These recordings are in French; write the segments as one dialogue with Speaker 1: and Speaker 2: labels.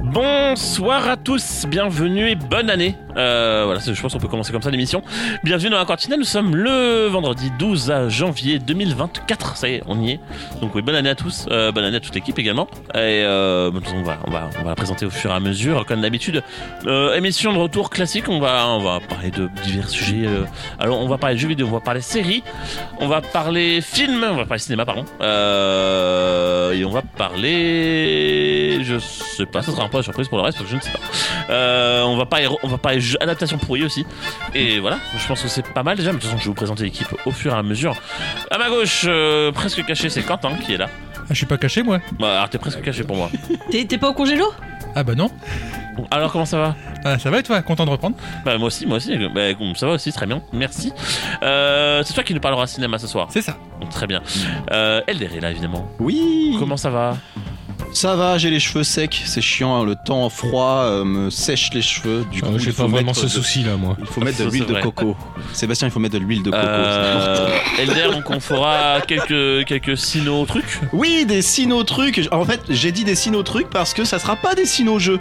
Speaker 1: Bonsoir à tous, bienvenue et bonne année. Euh, voilà, c'est- je pense qu'on peut commencer comme ça l'émission. Bienvenue dans la cantina, nous sommes le vendredi 12 à janvier 2024, ça y est, on y est. Donc oui, bonne année à tous, euh, bonne année à toute l'équipe également. Et euh, de toute façon, on, va, on, va, on va la présenter au fur et à mesure, comme d'habitude. Euh, émission de retour classique, on va, on va parler de divers sujets. euh, alors on va parler jeux vidéo, on va parler séries, on va parler film, on va parler cinéma, pardon. Euh, et on va parler. Je sais pas, ça sera un peu la surprise pour le reste, parce que je ne sais pas. Euh, on va parler, on va parler jeu- adaptation pourrie aussi. Et
Speaker 2: Mm.
Speaker 1: voilà, je pense que c'est pas mal déjà. Mais de toute façon, je vais vous présenter l'équipe au fur et à mesure. À ma gauche, euh, presque caché, c'est Quentin qui est là.
Speaker 2: Ah, je suis pas caché moi
Speaker 1: Bah, alors t'es presque caché pour moi.
Speaker 3: T'es t'es pas au congélo
Speaker 2: Ah bah non
Speaker 1: Bon, Alors comment ça va
Speaker 2: ah, Ça va et toi Content de reprendre
Speaker 1: Bah moi aussi, moi aussi. Bah, ça va aussi, très bien. Merci. Euh, c'est toi qui nous parlera cinéma ce soir.
Speaker 2: C'est ça Mm.
Speaker 1: Donc, Très bien. Euh, Elder est là évidemment.
Speaker 4: Oui
Speaker 1: Comment ça va
Speaker 4: Ça va, j'ai les cheveux secs, c'est chiant, hein, le temps froid euh, me sèche les cheveux. Du coup,
Speaker 5: Ah, J'ai
Speaker 4: il faut
Speaker 5: pas vraiment
Speaker 4: mettre
Speaker 5: ce
Speaker 4: de-
Speaker 5: souci là, moi.
Speaker 4: Il faut mettre de
Speaker 1: Ça,
Speaker 4: l'huile
Speaker 1: c'est
Speaker 4: de
Speaker 1: vrai.
Speaker 4: coco. Sébastien, il faut mettre de l'huile de coco.
Speaker 1: Euh, Elder, donc on fera quelques quelques sino trucs.
Speaker 4: Oui, des sino trucs. En fait, j'ai dit des sino trucs parce que ça sera pas des sino jeux,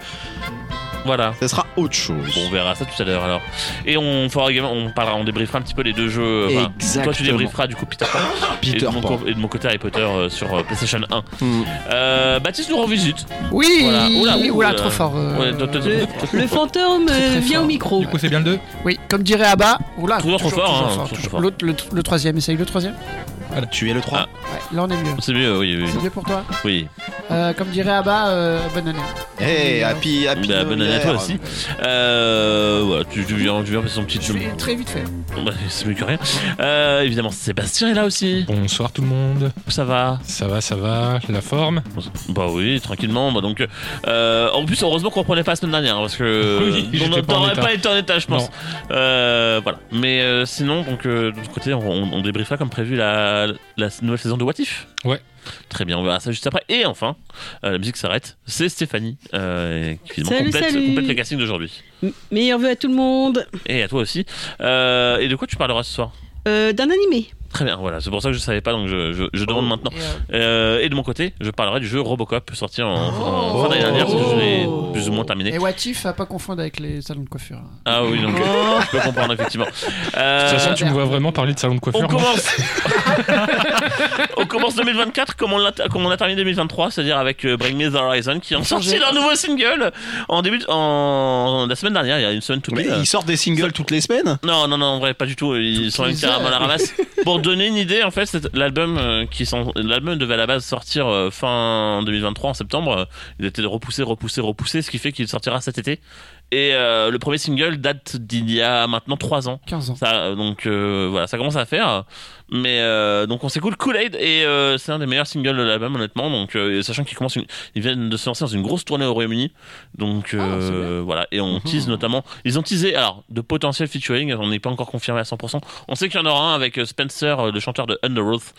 Speaker 1: Voilà.
Speaker 4: ça sera autre chose.
Speaker 1: Bon, on verra ça tout à l'heure alors. Et on fera également, on parlera, on débriefera un petit peu les deux jeux. euh, enfin, bah, Toi tu
Speaker 4: Exactement.
Speaker 1: débrieferas du coup Peter Pan, et, de
Speaker 4: Peter
Speaker 1: mon
Speaker 4: Pan.
Speaker 1: co- et de mon côté Harry Potter euh, sur euh, PlayStation 1.
Speaker 4: Hmm.
Speaker 1: Euh, Baptiste nous rend visite.
Speaker 6: Oui,
Speaker 1: Voilà. Oula,
Speaker 6: oula,
Speaker 1: oula, oula.
Speaker 6: trop fort. euh,
Speaker 1: Ouais, toi, toi, toi,
Speaker 3: Le, le fantôme euh,
Speaker 6: Très, très
Speaker 3: vient
Speaker 6: fort.
Speaker 3: au micro.
Speaker 2: Du coup c'est bien le 2
Speaker 6: Oui, comme dirait Abba, oula.
Speaker 1: Toujours trop fort, hein, toujours trop fort.
Speaker 6: L'autre, le, le troisième, essaye le troisième.
Speaker 4: Ah, Tu es le 3.
Speaker 1: Ah.
Speaker 6: Ouais, là on est mieux.
Speaker 1: C'est mieux, oui, oui.
Speaker 6: C'est mieux pour toi.
Speaker 1: oui.
Speaker 6: Euh, comme dirait Abba, euh, bonne année.
Speaker 4: Hey, Eh, happy, happy.
Speaker 1: Bah, bonne année à toi
Speaker 4: New
Speaker 1: aussi.
Speaker 4: Year.
Speaker 1: Euh, voilà, tu, tu viens, tu viens passer son petit
Speaker 6: Je
Speaker 1: jeu.
Speaker 6: vais très vite fait.
Speaker 1: Bah, c'est mieux que rien. Euh, évidemment, Sébastien est là aussi.
Speaker 5: Bonsoir tout le monde.
Speaker 1: Ça va
Speaker 5: Ça va, ça va. La forme
Speaker 1: Bah oui, tranquillement. Bah donc, euh, en plus, heureusement qu'on reprenait pas la semaine dernière parce que
Speaker 5: Oui, j'étais
Speaker 1: on
Speaker 5: pas en
Speaker 1: n'aurait
Speaker 5: état.
Speaker 1: pas été en état, je pense.
Speaker 5: Non.
Speaker 1: Euh, voilà. Mais euh, sinon, donc euh, de l'autre côté, on, on débriefera comme prévu la, la nouvelle saison de What If.
Speaker 5: Ouais.
Speaker 1: Très bien, on verra ça juste après. Et enfin, euh, la musique s'arrête. C'est Stéphanie euh, qui finalement,
Speaker 3: Salut,
Speaker 1: complète,
Speaker 3: salut.
Speaker 1: complète le casting d'aujourd'hui.
Speaker 3: M- Meilleur vœu à tout le monde.
Speaker 1: Et à toi aussi. Euh, et de quoi tu parleras ce soir
Speaker 3: Euh, D'un animé.
Speaker 1: Très bien, voilà. C'est pour ça que je savais pas, donc je, je- je demande maintenant.
Speaker 6: Et, euh,
Speaker 1: Euh, et de mon côté, je parlerai du jeu Robocop sorti en, en
Speaker 6: Oh.
Speaker 1: fin d'année dernière, parce que je l'ai
Speaker 6: Oh.
Speaker 1: plus ou moins terminé.
Speaker 6: et What If, à pas confondre avec les salons de coiffure. hein.
Speaker 1: Ah oui, donc je peux comprendre effectivement.
Speaker 5: De
Speaker 1: Euh,
Speaker 5: toute façon, tu me vois vraiment parler de salon de
Speaker 1: on
Speaker 5: coiffure. moi.
Speaker 1: commence. on commence 2024 comme on, l'a- comme on a terminé 2023, c'est-à-dire avec euh, Bring Me the Horizon qui ont sorti leur nouveau single en début de- en, la semaine dernière, il y a une semaine tout
Speaker 4: Mais
Speaker 1: pile. Euh,
Speaker 4: ils sortent des singles toutes les semaines
Speaker 1: Non, non, non, en vrai, pas du tout. Ils sont même
Speaker 6: les
Speaker 1: carrément à la
Speaker 6: heures.
Speaker 1: ramasse. Pour donner une idée, en fait, c'est l'album euh, qui sont... l'album devait à la base sortir euh, fin 2023, en septembre. Euh, Il était repoussé, repoussé, repoussé, ce qui fait qu'il sortira cet été. Et euh, le premier single date d'il y a maintenant 3 ans.
Speaker 6: 15 ans.
Speaker 1: Ça, euh, donc euh, voilà, ça commence à faire. Mais euh, donc on s'écoute Kool-Aid et euh, c'est un des meilleurs singles de l'album honnêtement. Donc euh, sachant qu'ils commencent, une- ils viennent de se lancer dans une grosse tournée au Royaume-Uni. Donc euh, voilà, et on tease notamment. Ils ont teasé alors de potentiels featuring. On n'est pas encore confirmé à 100%. On sait qu'il y en aura un avec euh, Spencer, euh, le chanteur de Underoath.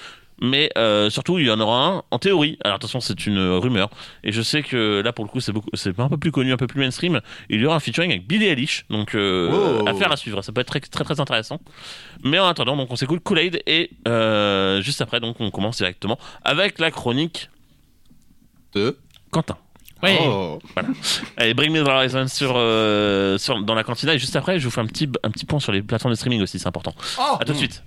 Speaker 1: Mais euh, surtout, il y en aura un en théorie. Alors attention, c'est une euh, rumeur. Et je sais que là, pour le coup, c'est beaucoup, c'est un peu plus connu, un peu plus mainstream. Il y aura un featuring avec Billy Eilish. Donc, euh,
Speaker 4: Oh.
Speaker 1: affaire à suivre. Ça peut être très, très, très intéressant. Mais en attendant, donc on s'écoute Kool-Aid et euh, juste après, donc on commence directement avec la chronique
Speaker 4: Deux.
Speaker 1: Quentin.
Speaker 4: Oh.
Speaker 1: Allez, Bring Me The Horizon sur, euh, sur- dans la cantina et juste après, je vous fais un petit, un petit point sur les plateformes de streaming aussi, c'est important.
Speaker 6: Oh
Speaker 1: à tout de suite.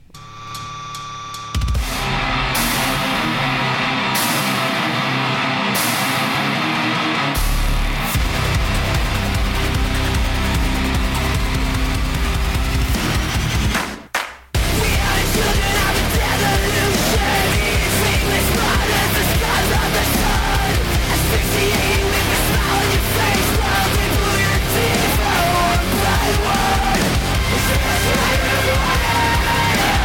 Speaker 7: Blood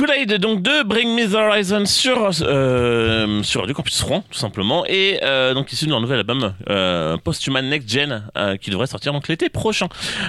Speaker 1: Blade, donc de Bring Me the Horizon sur, euh, sur Radio Campus Rouen, tout simplement. Et euh, donc issu de leur nouvel album euh, Posthuman Next Gen, euh, qui devrait sortir donc l'été prochain.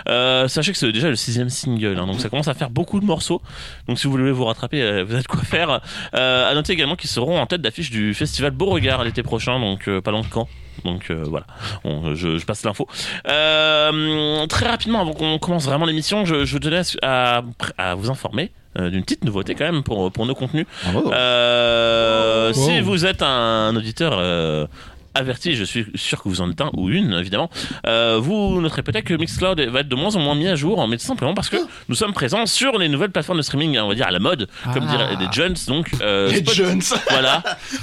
Speaker 1: Euh, sachez que c'est déjà le sixième single, hein, donc ça commence à faire beaucoup de morceaux. Donc si vous voulez vous rattraper, euh, vous avez de quoi faire. Euh, à noter également qu'ils seront en tête d'affiche du festival Beauregard l'été prochain, donc euh, pas dans le camp. Donc euh, voilà, On- je, je passe l'info. Euh, très rapidement, avant qu'on commence vraiment l'émission, je, je tenais à, à vous informer euh, d'une petite nouveauté quand même pour, pour nos contenus.
Speaker 4: Bravo.
Speaker 1: Euh,
Speaker 5: Wow.
Speaker 1: Si vous êtes un auditeur euh, averti, je suis sûr que vous en êtes un ou une, évidemment, euh, vous noterez peut-être que Mixcloud va être de moins en moins mis à jour, mais tout simplement parce que nous sommes présents sur les nouvelles plateformes de streaming, hein, on va dire à la mode, comme diraient les Jones, donc euh,
Speaker 4: Les
Speaker 1: Spot-
Speaker 4: Jones.
Speaker 1: voilà.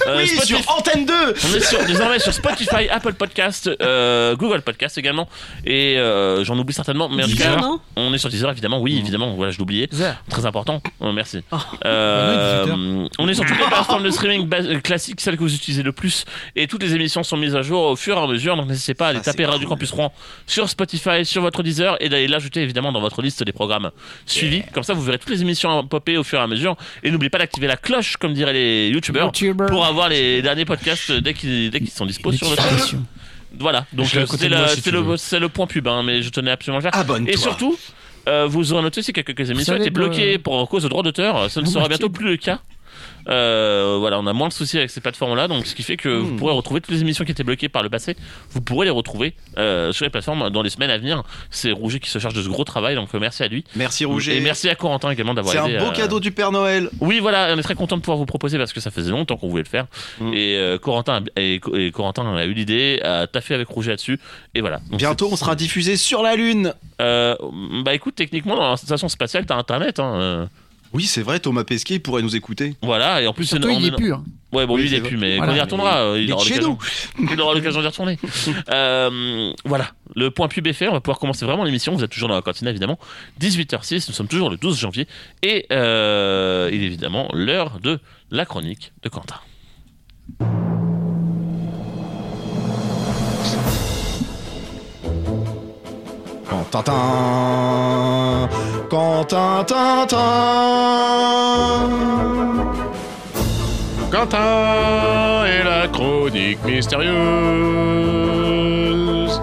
Speaker 1: Euh,
Speaker 4: oui,
Speaker 1: Spotify-
Speaker 4: sur Antenne 2
Speaker 1: on est sur, désormais sur Spotify, Apple Podcast, euh, Google Podcast également, et euh, j'en oublie certainement, mais en tout
Speaker 3: Deezer,
Speaker 1: cas,
Speaker 3: non
Speaker 1: on est sur Deezer évidemment, oui évidemment, voilà je l'oubliais,
Speaker 6: Zer.
Speaker 1: très important, Oh, merci. Euh, on est sur toutes les plateformes de streaming bas- euh, classiques, celles que vous utilisez le plus, et toutes les émissions sont mises à jour au fur et à mesure, donc n'hésitez pas à aller
Speaker 4: Ah,
Speaker 1: taper
Speaker 4: c'est
Speaker 1: Radio
Speaker 4: cool.
Speaker 1: Campus Rouen sur Spotify, sur votre Deezer, et d'aller l'ajouter évidemment dans votre liste des programmes suivis, comme ça vous verrez toutes les émissions popper au fur et à mesure, et n'oubliez pas d'activer la cloche comme diraient les youtubeurs
Speaker 6: YouTuber.
Speaker 1: pour avoir les derniers podcasts dès qu'ils dès qu'ils sont dispo sur notre site.
Speaker 6: Notification.
Speaker 1: Voilà, donc
Speaker 5: Je l'ai
Speaker 1: euh,
Speaker 5: à côté
Speaker 1: c'est
Speaker 5: de moi,
Speaker 1: le,
Speaker 5: si tu
Speaker 1: c'est le-
Speaker 5: veux.
Speaker 1: c'est le point pub, hein, mais je tenais absolument à le faire.
Speaker 4: Abonne-toi
Speaker 1: Et surtout, euh, vous aurez noté aussi que quelques émissions
Speaker 6: savez
Speaker 1: étaient bloquées
Speaker 6: que-
Speaker 1: pour cause de droit d'auteur, ça ne
Speaker 6: Ah,
Speaker 1: sera
Speaker 6: moi,
Speaker 1: bientôt
Speaker 6: c'est-
Speaker 1: plus le cas. Euh, voilà, on a moins de soucis avec ces plateformes-là, donc ce qui fait que vous
Speaker 4: Hmm.
Speaker 1: pourrez retrouver toutes les émissions qui étaient bloquées par le passé, vous pourrez les retrouver euh, sur les plateformes dans les semaines à venir. C'est Rouget qui se charge de ce gros travail, donc euh, merci à lui.
Speaker 4: Merci Rouget.
Speaker 1: Et merci à Corentin également d'avoir
Speaker 4: C'est un
Speaker 1: aidé,
Speaker 4: beau
Speaker 1: euh,
Speaker 4: cadeau du Père Noël.
Speaker 1: oui, voilà, on est très content de pouvoir vous proposer parce que ça faisait longtemps qu'on voulait le faire.
Speaker 4: Mm.
Speaker 1: Et, euh, Corentin a, et, Co- et Corentin a eu l'idée, a taffé avec Rouget là-dessus. Et voilà. Donc,
Speaker 4: Bientôt, on sera diffusé sur la Lune.
Speaker 1: c'est- euh, bah écoute, techniquement, dans la station spatiale, t'as internet. Hein, euh,
Speaker 4: Oui, c'est vrai, Thomas Pesquet pourrait nous écouter.
Speaker 1: voilà, et en plus,
Speaker 6: Surtout,
Speaker 1: on
Speaker 6: il est hein. pur.
Speaker 1: Ouais, bon,
Speaker 4: Oui,
Speaker 1: lui, il
Speaker 4: c'est
Speaker 1: est
Speaker 4: vrai.
Speaker 1: plus, mais
Speaker 6: Voilà.
Speaker 1: quand il y retournera, euh, il
Speaker 4: Il est
Speaker 1: aura
Speaker 4: chez
Speaker 1: l'occasion.
Speaker 4: nous.
Speaker 1: Il aura l'occasion d'y retourner. Euh, voilà, le point pub est fait. On va pouvoir commencer vraiment l'émission. Vous êtes toujours dans la cantina, évidemment. 18h06, nous sommes toujours le 12 janvier. Et euh, il est évidemment l'heure de la chronique de Quentin.
Speaker 4: Quand Tintin, quand Tintin,
Speaker 8: Quentin et la chronique mystérieuse.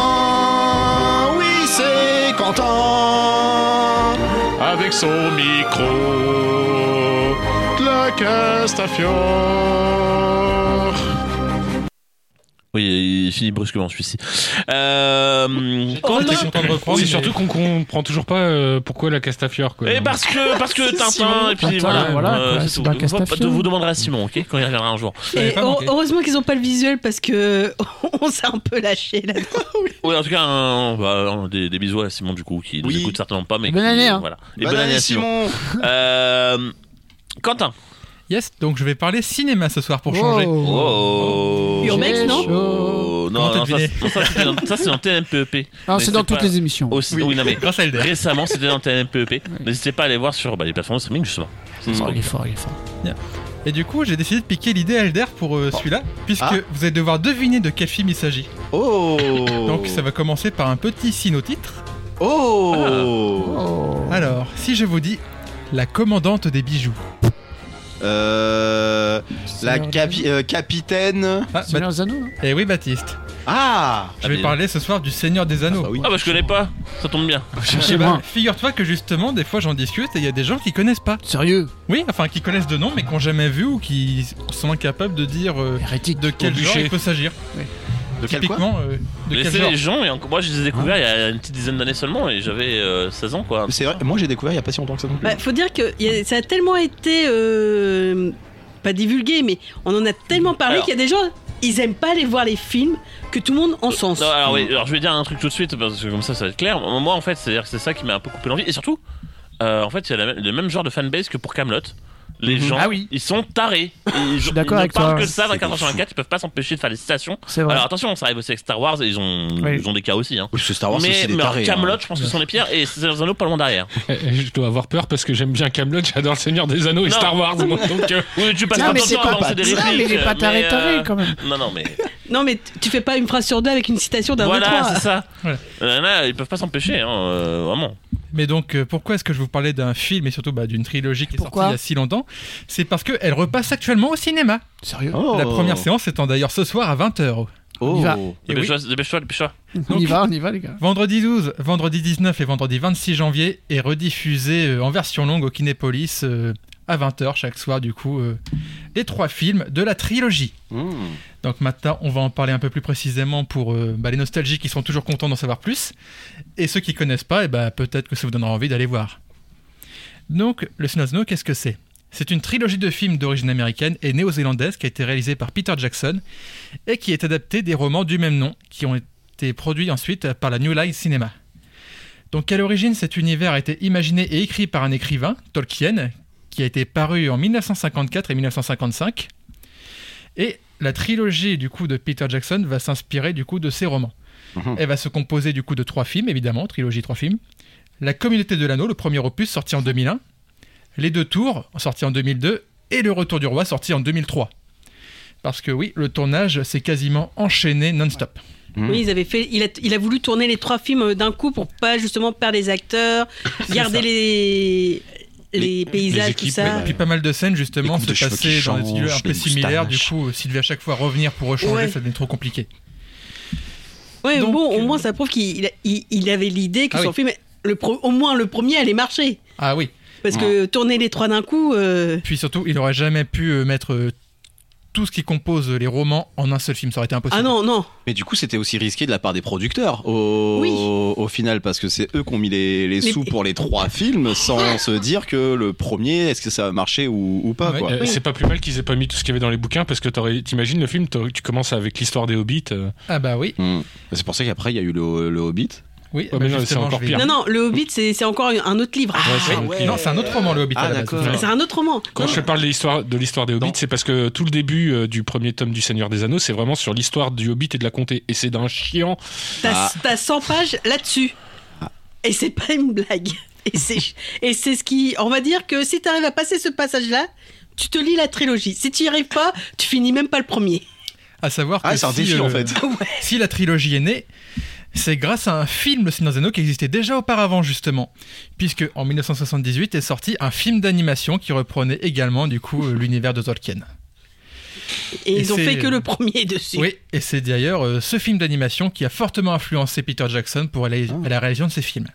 Speaker 4: Quentin, oui c'est Quentin.
Speaker 8: Avec son micro, la Castafiore.
Speaker 1: Oui, il finit brusquement celui-ci. Euh, Quentin-
Speaker 9: T'es content de reprendre
Speaker 5: C'est
Speaker 9: mais-
Speaker 5: surtout qu'on comprend toujours pas euh, pourquoi la Castafiore. Quoi.
Speaker 1: Et Eh, parce que, parce que
Speaker 4: C'est
Speaker 1: Tintin,
Speaker 4: Simon.
Speaker 1: et puis
Speaker 6: Tintin,
Speaker 1: voilà.
Speaker 6: voilà,
Speaker 1: euh,
Speaker 6: quoi,
Speaker 1: c'est
Speaker 6: c'est
Speaker 1: tout.
Speaker 6: dans
Speaker 1: vous,
Speaker 6: Castafiore.
Speaker 1: vous demanderez à Simon, ok, quand il reviendra un jour.
Speaker 9: l'avais
Speaker 3: Et
Speaker 9: pas
Speaker 3: heu-
Speaker 9: manqué.
Speaker 3: heureusement qu'ils ont pas le visuel parce que on s'est un peu lâché là.
Speaker 1: Oui, en tout cas, un- bah, des, des bisous à Simon du coup, qui nous
Speaker 4: Oui.
Speaker 1: écoute certainement pas, mais
Speaker 6: Bonne
Speaker 1: qui-
Speaker 6: année, hein.
Speaker 1: voilà. Et
Speaker 4: Bonne année Simon.
Speaker 1: Euh, Quentin.
Speaker 9: Yes, donc je vais parler cinéma ce soir pour changer.
Speaker 1: Oh.
Speaker 3: Oh. Urbex, non
Speaker 1: Oh, Non, non,
Speaker 9: Comment t'as
Speaker 1: ça,
Speaker 9: deviné
Speaker 1: c'est- ça, c'était dans- ça, c'est dans TNPEP.
Speaker 6: Non,
Speaker 1: Mais
Speaker 6: c'est dans
Speaker 1: c'est
Speaker 6: toutes
Speaker 1: pas-
Speaker 6: les émissions.
Speaker 1: E Aussi, oui. non mais
Speaker 9: Grâce à Elder.
Speaker 1: récemment, c'était dans TNPEP. E N'hésitez pas à aller voir sur bah, les plateformes de streaming justement. C'est
Speaker 6: Oh,
Speaker 1: disponible.
Speaker 6: il est fort, il est fort.
Speaker 9: Et du coup, j'ai décidé de piquer l'idée à Elder pour euh, celui-là, puisque
Speaker 4: Ah.
Speaker 9: vous allez devoir deviner de quel film il s'agit.
Speaker 4: Oh.
Speaker 9: Donc ça va commencer par un petit sino-titre.
Speaker 4: Oh.
Speaker 9: Ah.
Speaker 6: Oh.
Speaker 9: Alors, si je vous dis La commandante des bijoux.
Speaker 4: Euh, la capi- euh, capitaine.
Speaker 9: Ah,
Speaker 6: C'est leurs anneaux, hein
Speaker 9: et oui, Baptiste.
Speaker 4: Ah.
Speaker 1: Ah,
Speaker 9: Je vais
Speaker 1: mais-
Speaker 9: parler ce soir du Seigneur des Anneaux.
Speaker 4: bah oui.
Speaker 1: Ah bah je connais pas, ça tombe bien.
Speaker 9: Eh
Speaker 6: Cherchez
Speaker 9: ben,
Speaker 6: moi.
Speaker 9: Figure-toi que justement, des fois j'en discute et il y a des gens qui connaissent pas.
Speaker 6: Sérieux
Speaker 9: Oui, enfin qui connaissent de nom mais qui n'ont jamais vu ou qui sont incapables de dire euh,
Speaker 6: Hérétique.
Speaker 9: de quel
Speaker 5: Au
Speaker 9: genre
Speaker 5: bûcher.
Speaker 9: il peut s'agir.
Speaker 4: De quel quoi
Speaker 9: Typiquement, euh, de quel
Speaker 1: Laissez
Speaker 9: genre. Hein
Speaker 1: les gens, et encore- moi je les ai découverts il y a une petite dizaine d'années seulement et j'avais euh, 16 ans quoi.
Speaker 4: C'est vrai. Moi j'ai découvert il y a pas si longtemps que ça non plus.
Speaker 3: Bah, faut dire que y a- ça a tellement été euh, pas divulgué, mais on en a tellement parlé
Speaker 1: Alors.
Speaker 3: qu'il y a des gens ils aiment pas aller voir les films que tout le monde encense.
Speaker 1: Non, euh. alors,
Speaker 6: Mmh.
Speaker 1: oui, alors je vais dire un truc tout de suite parce que comme ça ça va être clair. Moi en fait c'est c'est ça qui m'a un peu coupé l'envie et surtout euh, en fait il y a la même- le même genre de fanbase que pour Camelot. Les gens
Speaker 6: Ah oui.
Speaker 1: ils sont tarés. Ils, ils
Speaker 6: d'accord
Speaker 1: ne
Speaker 6: avec
Speaker 1: parlent
Speaker 6: toi,
Speaker 1: que
Speaker 6: ouais.
Speaker 1: de ça
Speaker 4: C'est des
Speaker 1: 24 ils peuvent pas s'empêcher de faire des citations.
Speaker 6: C'est vrai.
Speaker 1: Alors attention ça arrive aussi avec Star Wars et ils ont,
Speaker 6: Oui.
Speaker 1: ils ont des cas aussi. Hein.
Speaker 4: Oui, ce Star Wars,
Speaker 1: mais
Speaker 4: c'est des
Speaker 1: mais alors,
Speaker 4: tarés. hein.
Speaker 1: Camelot je pense que ce sont les pires et c'est dans un autre pas loin derrière.
Speaker 5: Eh, eh, je dois avoir peur parce que j'aime bien Camelot, j'adore le Seigneur des Anneaux et
Speaker 1: Non.
Speaker 5: Star Wars. moi, donc, euh,
Speaker 1: Oui tu passes
Speaker 6: Tiens,
Speaker 1: pas
Speaker 6: mais
Speaker 1: ton
Speaker 6: c'est
Speaker 1: temps à
Speaker 6: pas
Speaker 1: balancer
Speaker 6: pas
Speaker 1: des
Speaker 6: Tiens, mais
Speaker 1: répliques.
Speaker 6: il est pas taré,
Speaker 1: mais,
Speaker 6: taré
Speaker 1: euh,
Speaker 6: quand même.
Speaker 1: Non non mais
Speaker 3: Non, mais t- tu fais pas une phrase sur deux avec une citation d'un
Speaker 1: voilà
Speaker 3: autre.
Speaker 1: c'est ça.
Speaker 9: Ouais.
Speaker 1: Euh, Là ils peuvent pas s'empêcher hein, euh, vraiment.
Speaker 9: Mais donc, euh, pourquoi est-ce que je vous parlais d'un film et surtout bah, d'une trilogie qui est
Speaker 6: Pourquoi
Speaker 9: sortie il y a si longtemps C'est parce qu'elle repasse actuellement au cinéma.
Speaker 6: Sérieux
Speaker 4: Hein
Speaker 1: Oh.
Speaker 9: La première séance étant d'ailleurs ce soir à 20h.
Speaker 1: Oh.
Speaker 6: On y va.
Speaker 9: Et oui,
Speaker 10: Dépêche-toi, dépêche-toi, dépêche-toi.
Speaker 6: On y va, on y va, les gars.
Speaker 9: vendredi 12, vendredi 19 et vendredi 26 janvier est rediffusé euh, en version longue au Kinépolis euh, à 20h chaque soir, du coup, euh, les trois films de la trilogie.
Speaker 1: Mmh.
Speaker 9: Donc maintenant, on va en parler un peu plus précisément pour euh, bah, les nostalgiques qui sont toujours contents d'en savoir plus. Et ceux qui connaissent pas, eh ben, peut-être que ça vous donnera envie d'aller voir. Donc, le Snozno, qu'est-ce que c'est C'est une trilogie de films d'origine américaine et néo-zélandaise qui a été réalisée par Peter Jackson et qui est adaptée des romans du même nom qui ont été produits ensuite par la New Line Cinema. Donc à l'origine, cet univers a été imaginé et écrit par un écrivain, Tolkien, qui a été paru en 1954 et 1955. Et la trilogie du coup de Peter Jackson va s'inspirer du coup de ses romans.
Speaker 1: Mhm.
Speaker 9: Elle va se composer du coup de trois films, évidemment, trilogie trois films. La Communauté de l'Anneau, le premier opus sorti en 2001, Les Deux Tours sorti en 2002 et Le Retour du Roi sorti en 2003. Parce que oui, le tournage s'est quasiment enchaîné non-stop.
Speaker 1: Mm.
Speaker 3: Oui, ils avaient fait, il, a, il a voulu tourner les trois films euh, d'un coup pour pas justement perdre les acteurs, garder
Speaker 9: ça.
Speaker 3: les, les,
Speaker 1: Les-
Speaker 3: paysages,
Speaker 5: les équipes,
Speaker 3: tout ça.
Speaker 1: ouais.
Speaker 9: Puis pas mal de scènes justement
Speaker 1: Les coupes
Speaker 9: se
Speaker 1: de cheveux qui
Speaker 9: passaient dans des
Speaker 1: changent,
Speaker 9: lieux un
Speaker 1: les
Speaker 9: peu similaires. Du
Speaker 1: moustaches.
Speaker 9: coup, s'il devait à chaque fois revenir pour rechanger,
Speaker 3: Ouais.
Speaker 9: ça devenait trop compliqué.
Speaker 3: Ouais,
Speaker 9: Donc,
Speaker 3: bon, au
Speaker 9: euh,
Speaker 3: moins ça prouve qu'il il a- il- il avait l'idée que
Speaker 9: Ah
Speaker 3: son
Speaker 9: oui.
Speaker 3: film, le pro- au moins le premier allait marcher.
Speaker 9: Ah oui.
Speaker 3: Parce que tourner les trois d'un coup, euh,
Speaker 9: Puis surtout, il aurait jamais pu euh, mettre euh, tout ce qui compose euh, les romans en un seul film. Ça aurait été impossible.
Speaker 3: ah non, non.
Speaker 1: Mais du coup, c'était aussi risqué de la part des producteurs au,
Speaker 3: Oui.
Speaker 1: au, au final, parce que c'est eux qui ont mis les, les
Speaker 3: Mais-
Speaker 1: sous pour les trois films, sans se dire que le premier, est-ce que ça va marcher ou, ou pas.
Speaker 9: Ouais.
Speaker 1: quoi.
Speaker 5: Euh, C'est pas plus mal qu'ils aient pas mis tout ce qu'il y avait dans les bouquins parce que t'aurais- t'imagines le film, t'aurais- tu commences avec l'histoire des hobbits. euh,
Speaker 9: Ah bah oui.
Speaker 1: Mm. C'est pour ça qu'après, il y a eu le, le Hobbit.
Speaker 9: Oui. Bah
Speaker 5: Ouais, mais non,
Speaker 9: justement,
Speaker 5: c'est encore
Speaker 9: je vais-
Speaker 5: pire.
Speaker 3: Non, non, le Hobbit, c'est c'est encore un autre livre.
Speaker 5: Ah ouais, c'est-
Speaker 9: Oui, Non, c'est un autre roman, le Hobbit.
Speaker 1: Ah,
Speaker 9: à la base.
Speaker 1: d'accord.
Speaker 5: Ouais.
Speaker 3: C'est un autre roman.
Speaker 5: Quand je parle de l'histoire de l'histoire des Hobbits,
Speaker 1: Non.
Speaker 5: c'est parce que tout le début euh, du premier tome du Seigneur des Anneaux, c'est vraiment sur l'histoire du Hobbit et de la comté. Et c'est d'un chiant.
Speaker 3: T'as
Speaker 1: Ah.
Speaker 3: t'as 100 pages là-dessus. Et c'est pas une blague. Et c'est et c'est ce qui. On va dire que si t'arrives à passer ce passage-là, tu te lis la trilogie. Si tu y arrives pas, tu finis même pas le premier.
Speaker 9: À savoir que
Speaker 1: Ah, c'est un
Speaker 9: si,
Speaker 1: défi
Speaker 9: euh,
Speaker 1: en fait.
Speaker 9: Si la trilogie est née, c'est grâce à un film Le Seigneur des Anneaux qui existait déjà auparavant justement, puisque en 1978 est sorti un film d'animation qui reprenait également du coup euh, l'univers de Tolkien.
Speaker 3: Et,
Speaker 9: Et
Speaker 3: ils ont
Speaker 9: c'est-
Speaker 3: fait que le premier dessus.
Speaker 9: Oui, et c'est d'ailleurs euh, ce film d'animation qui a fortement influencé Peter Jackson pour aller à la réalisation de ses films.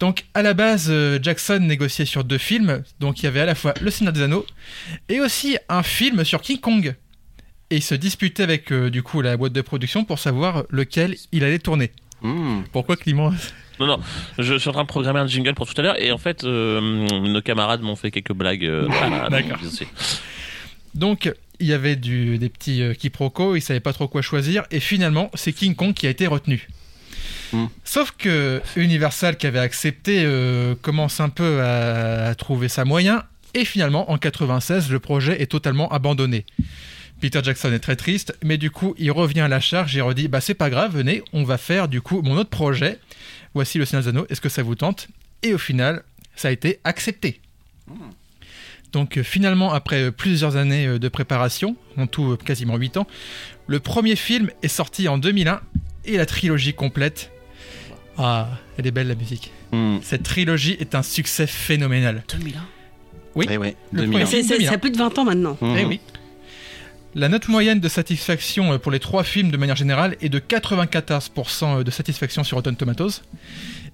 Speaker 9: Donc à la base, euh, Jackson négociait sur deux films, donc il y avait à la fois Le Seigneur des Anneaux et aussi un film sur King Kong. Et il se disputait avec euh, du coup la boîte de production pour savoir lequel il allait tourner.
Speaker 1: Mm.
Speaker 9: Pourquoi Clément
Speaker 10: Non, non, je suis en train de programmer un jingle pour tout à l'heure et en fait, euh, nos camarades m'ont fait quelques blagues. euh, voilà, donc,
Speaker 9: D'accord.
Speaker 10: c'est-
Speaker 9: Donc, il y avait du- des petits euh, quiproquos, ils savaient pas trop quoi choisir, et finalement, c'est King Kong qui a été retenu.
Speaker 1: Mm.
Speaker 9: Sauf que Universal, qui avait accepté, euh, commence un peu à, à trouver sa moyen, et finalement, en 96, le projet est totalement abandonné. Peter Jackson est très triste, mais du coup, il revient à la charge et redit Bah, c'est pas grave, venez, on va faire du coup mon autre projet. Voici le Seigneur des Anneaux, est-ce que ça vous tente Et au final, ça a été accepté. Donc euh, finalement, après euh, plusieurs années euh, de préparation, en tout euh, quasiment 8 ans, le premier film est sorti en 2001 et la trilogie complète. Ah, elle est belle la musique.
Speaker 1: Mm.
Speaker 9: Cette trilogie est un succès phénoménal.
Speaker 3: 2001.
Speaker 9: Oui,
Speaker 1: Eh ouais,
Speaker 9: le
Speaker 1: 2001.
Speaker 3: C'est-
Speaker 9: premier.
Speaker 3: c'est- Ça a plus de 20 ans maintenant.
Speaker 4: Mhm.
Speaker 1: Mm.
Speaker 9: Eh oui. La note moyenne de satisfaction euh, pour les trois films de manière générale est de 94% euh, de satisfaction sur Rotten Tomatoes.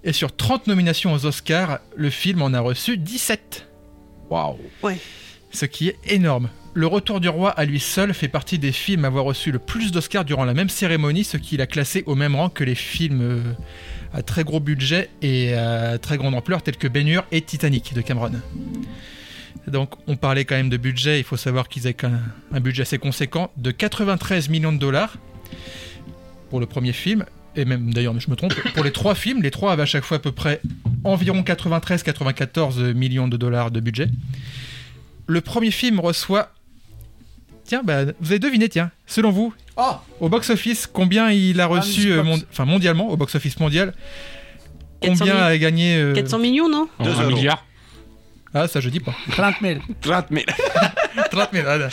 Speaker 9: Et sur 30 nominations aux Oscars, le film en a reçu 17.
Speaker 1: Waouh.
Speaker 9: ce qui est énorme. Le Retour du Roi à lui seul fait partie des films à avoir reçu le plus d'Oscars durant la même cérémonie, ce qui l'a classé au même rang que les films euh, à très gros budget et à très grande ampleur tels que Ben Hur et Titanic de Cameron. Donc on parlait quand même de budget, il faut savoir qu'ils avaient quand même un budget assez conséquent de 93 millions de dollars pour le premier film, et même d'ailleurs je me trompe, pour les trois films, les trois avaient à chaque fois à peu près environ 93-94 millions de dollars de budget. Le premier film reçoit. Tiens, bah, vous avez deviné, tiens. Selon vous,
Speaker 6: Oh
Speaker 9: au box-office, combien il a reçu,
Speaker 6: Music
Speaker 9: euh,
Speaker 6: Box.
Speaker 9: mon- enfin mondialement, au box-office mondial,
Speaker 3: 400
Speaker 9: combien a gagné euh,
Speaker 3: 400 millions, non
Speaker 5: en
Speaker 1: Deux
Speaker 5: un
Speaker 1: euros.
Speaker 5: milliard.
Speaker 9: Ah, ça je dis pas.
Speaker 6: 30 000.
Speaker 1: 30 000.
Speaker 9: 30 000, voilà.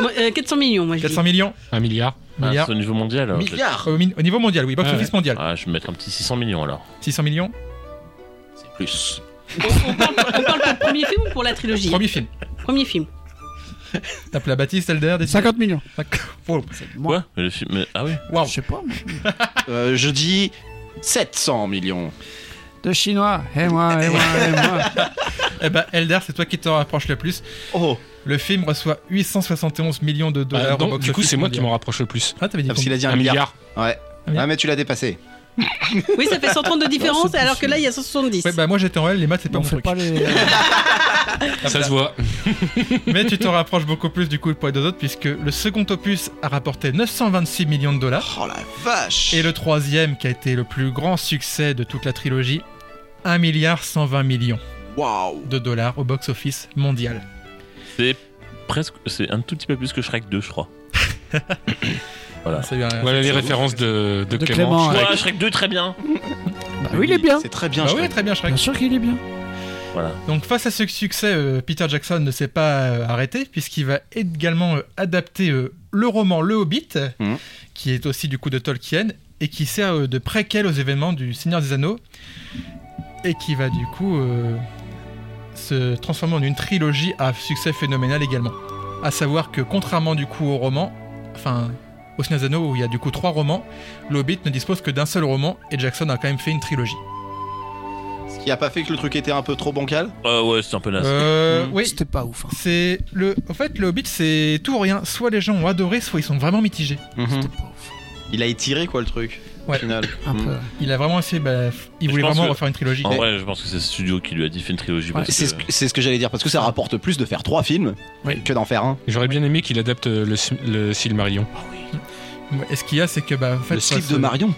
Speaker 3: Moi, euh, 400 millions, moi je dis.
Speaker 9: 400 millions,
Speaker 5: Un milliard.
Speaker 10: Ah,
Speaker 9: milliards.
Speaker 10: c'est au niveau mondial. alors, je-
Speaker 1: Milliards.
Speaker 9: Au, min- au niveau mondial, oui, box-office mondial.
Speaker 10: Ah, je vais mettre un petit 600 millions alors.
Speaker 9: 600 millions
Speaker 1: plus.
Speaker 3: On, on parle, on parle pour le premier film ou pour la trilogie
Speaker 9: Premier film.
Speaker 3: Premier film.
Speaker 9: Tape la bâtisse, elle derrière des
Speaker 6: 50 millions.
Speaker 9: Wow.
Speaker 6: C'est
Speaker 10: Quoi
Speaker 6: moi.
Speaker 10: Mais le film- mais- Ah oui
Speaker 9: Wow.
Speaker 6: Je sais pas. moi.
Speaker 1: Euh, je dis 700 millions.
Speaker 6: De chinois. Et moi, et moi, et moi.
Speaker 9: Eh ben, Elder, c'est toi qui te rapproche le plus.
Speaker 1: Oh,
Speaker 9: Le film reçoit 871 millions de
Speaker 5: Bah,
Speaker 9: dollars. au
Speaker 5: donc,
Speaker 9: box
Speaker 5: du coup,
Speaker 9: office
Speaker 5: c'est moi qui
Speaker 9: mondial.
Speaker 5: m'en rapproche le plus.
Speaker 9: Ah, t'avais dit
Speaker 1: parce
Speaker 9: combien
Speaker 1: qu'il a dit
Speaker 5: Un milliard.
Speaker 1: Ouais.
Speaker 9: oui.
Speaker 1: Ah, mais tu l'as dépassé.
Speaker 3: Oui, ça fait 130 de différence,
Speaker 6: c'est
Speaker 3: alors que là, il y a 170.
Speaker 9: Ouais, bah moi j'étais en L, les maths c'est pas
Speaker 6: On
Speaker 9: mon
Speaker 6: fait
Speaker 9: truc.
Speaker 6: pas les.
Speaker 5: Ça se voit.
Speaker 9: Mais tu t'en rapproches beaucoup plus du coup pour les deux autres, puisque le second opus a rapporté 926 millions de dollars.
Speaker 1: Oh la vache
Speaker 9: Et le troisième, qui a été le plus grand succès de toute la trilogie, 1 milliard 120 millions
Speaker 1: Waouh
Speaker 9: de dollars au box-office mondial.
Speaker 10: C'est presque. C'est un tout petit peu plus que Shrek 2, je crois.
Speaker 9: Ça lui a-
Speaker 5: Voilà les
Speaker 9: ça-
Speaker 5: références de, de
Speaker 6: Euh, De
Speaker 5: Clément.
Speaker 6: Clément, ouais.
Speaker 5: Shrek.
Speaker 10: Ouais, Shrek 2, très bien
Speaker 6: Bah oui, il est bien.
Speaker 1: C'est très bien,
Speaker 9: Bah
Speaker 1: je
Speaker 9: oui, très bien Shrek.
Speaker 6: Bien sûr qu'il est bien.
Speaker 10: Voilà.
Speaker 9: Donc face à ce succès, euh, Peter Jackson ne s'est pas euh, arrêté puisqu'il va également euh, adapter euh, le roman Le Hobbit,
Speaker 1: Mhm.
Speaker 9: qui est aussi du coup de Tolkien et qui sert euh, de préquel aux événements du Seigneur des Anneaux et qui va du coup euh, se transformer en une trilogie à succès phénoménal également. À savoir que contrairement du coup au roman, enfin au Seigneur des Anneaux où il y a du coup trois romans, Le Hobbit ne dispose que d'un seul roman et Jackson a quand même fait une trilogie.
Speaker 1: Ce qui a pas fait que le truc était un peu trop bancal
Speaker 10: Euh, ouais, c'est un
Speaker 1: Ah,
Speaker 10: peu naze.
Speaker 9: Euh,
Speaker 6: Mmh.
Speaker 9: oui,
Speaker 6: C'était pas ouf. hein.
Speaker 9: C'est le. En fait, le Hobbit, c'est tout ou rien. Soit les gens ont adoré, soit ils sont vraiment mitigés.
Speaker 4: Hmm.
Speaker 1: Mhm.
Speaker 6: C'était pas ouf.
Speaker 1: Il a étiré, quoi, le truc,
Speaker 9: Ouais.
Speaker 1: au final.
Speaker 6: Un
Speaker 1: Mhm.
Speaker 6: peu. hein,
Speaker 9: Il a vraiment essayé. Bah, il
Speaker 10: Je
Speaker 9: voulait
Speaker 10: pense
Speaker 9: vraiment
Speaker 10: que-
Speaker 9: refaire une trilogie.
Speaker 10: En vrai, je pense que c'est le studio qui lui a dit fais une trilogie.
Speaker 6: Ouais,
Speaker 10: parce
Speaker 1: C'est
Speaker 10: que-
Speaker 1: ce que, Ah. c'est ce que j'allais dire, parce que ça rapporte plus de faire trois films
Speaker 6: Oui.
Speaker 1: que d'en faire un.
Speaker 5: J'aurais bien aimé qu'il adapte euh, le, Sim- le Silmarillion.
Speaker 9: Et ce qu'il y a, c'est que. Bah, en fait,
Speaker 1: le
Speaker 9: soit
Speaker 1: slip
Speaker 9: ce-
Speaker 1: de Marion.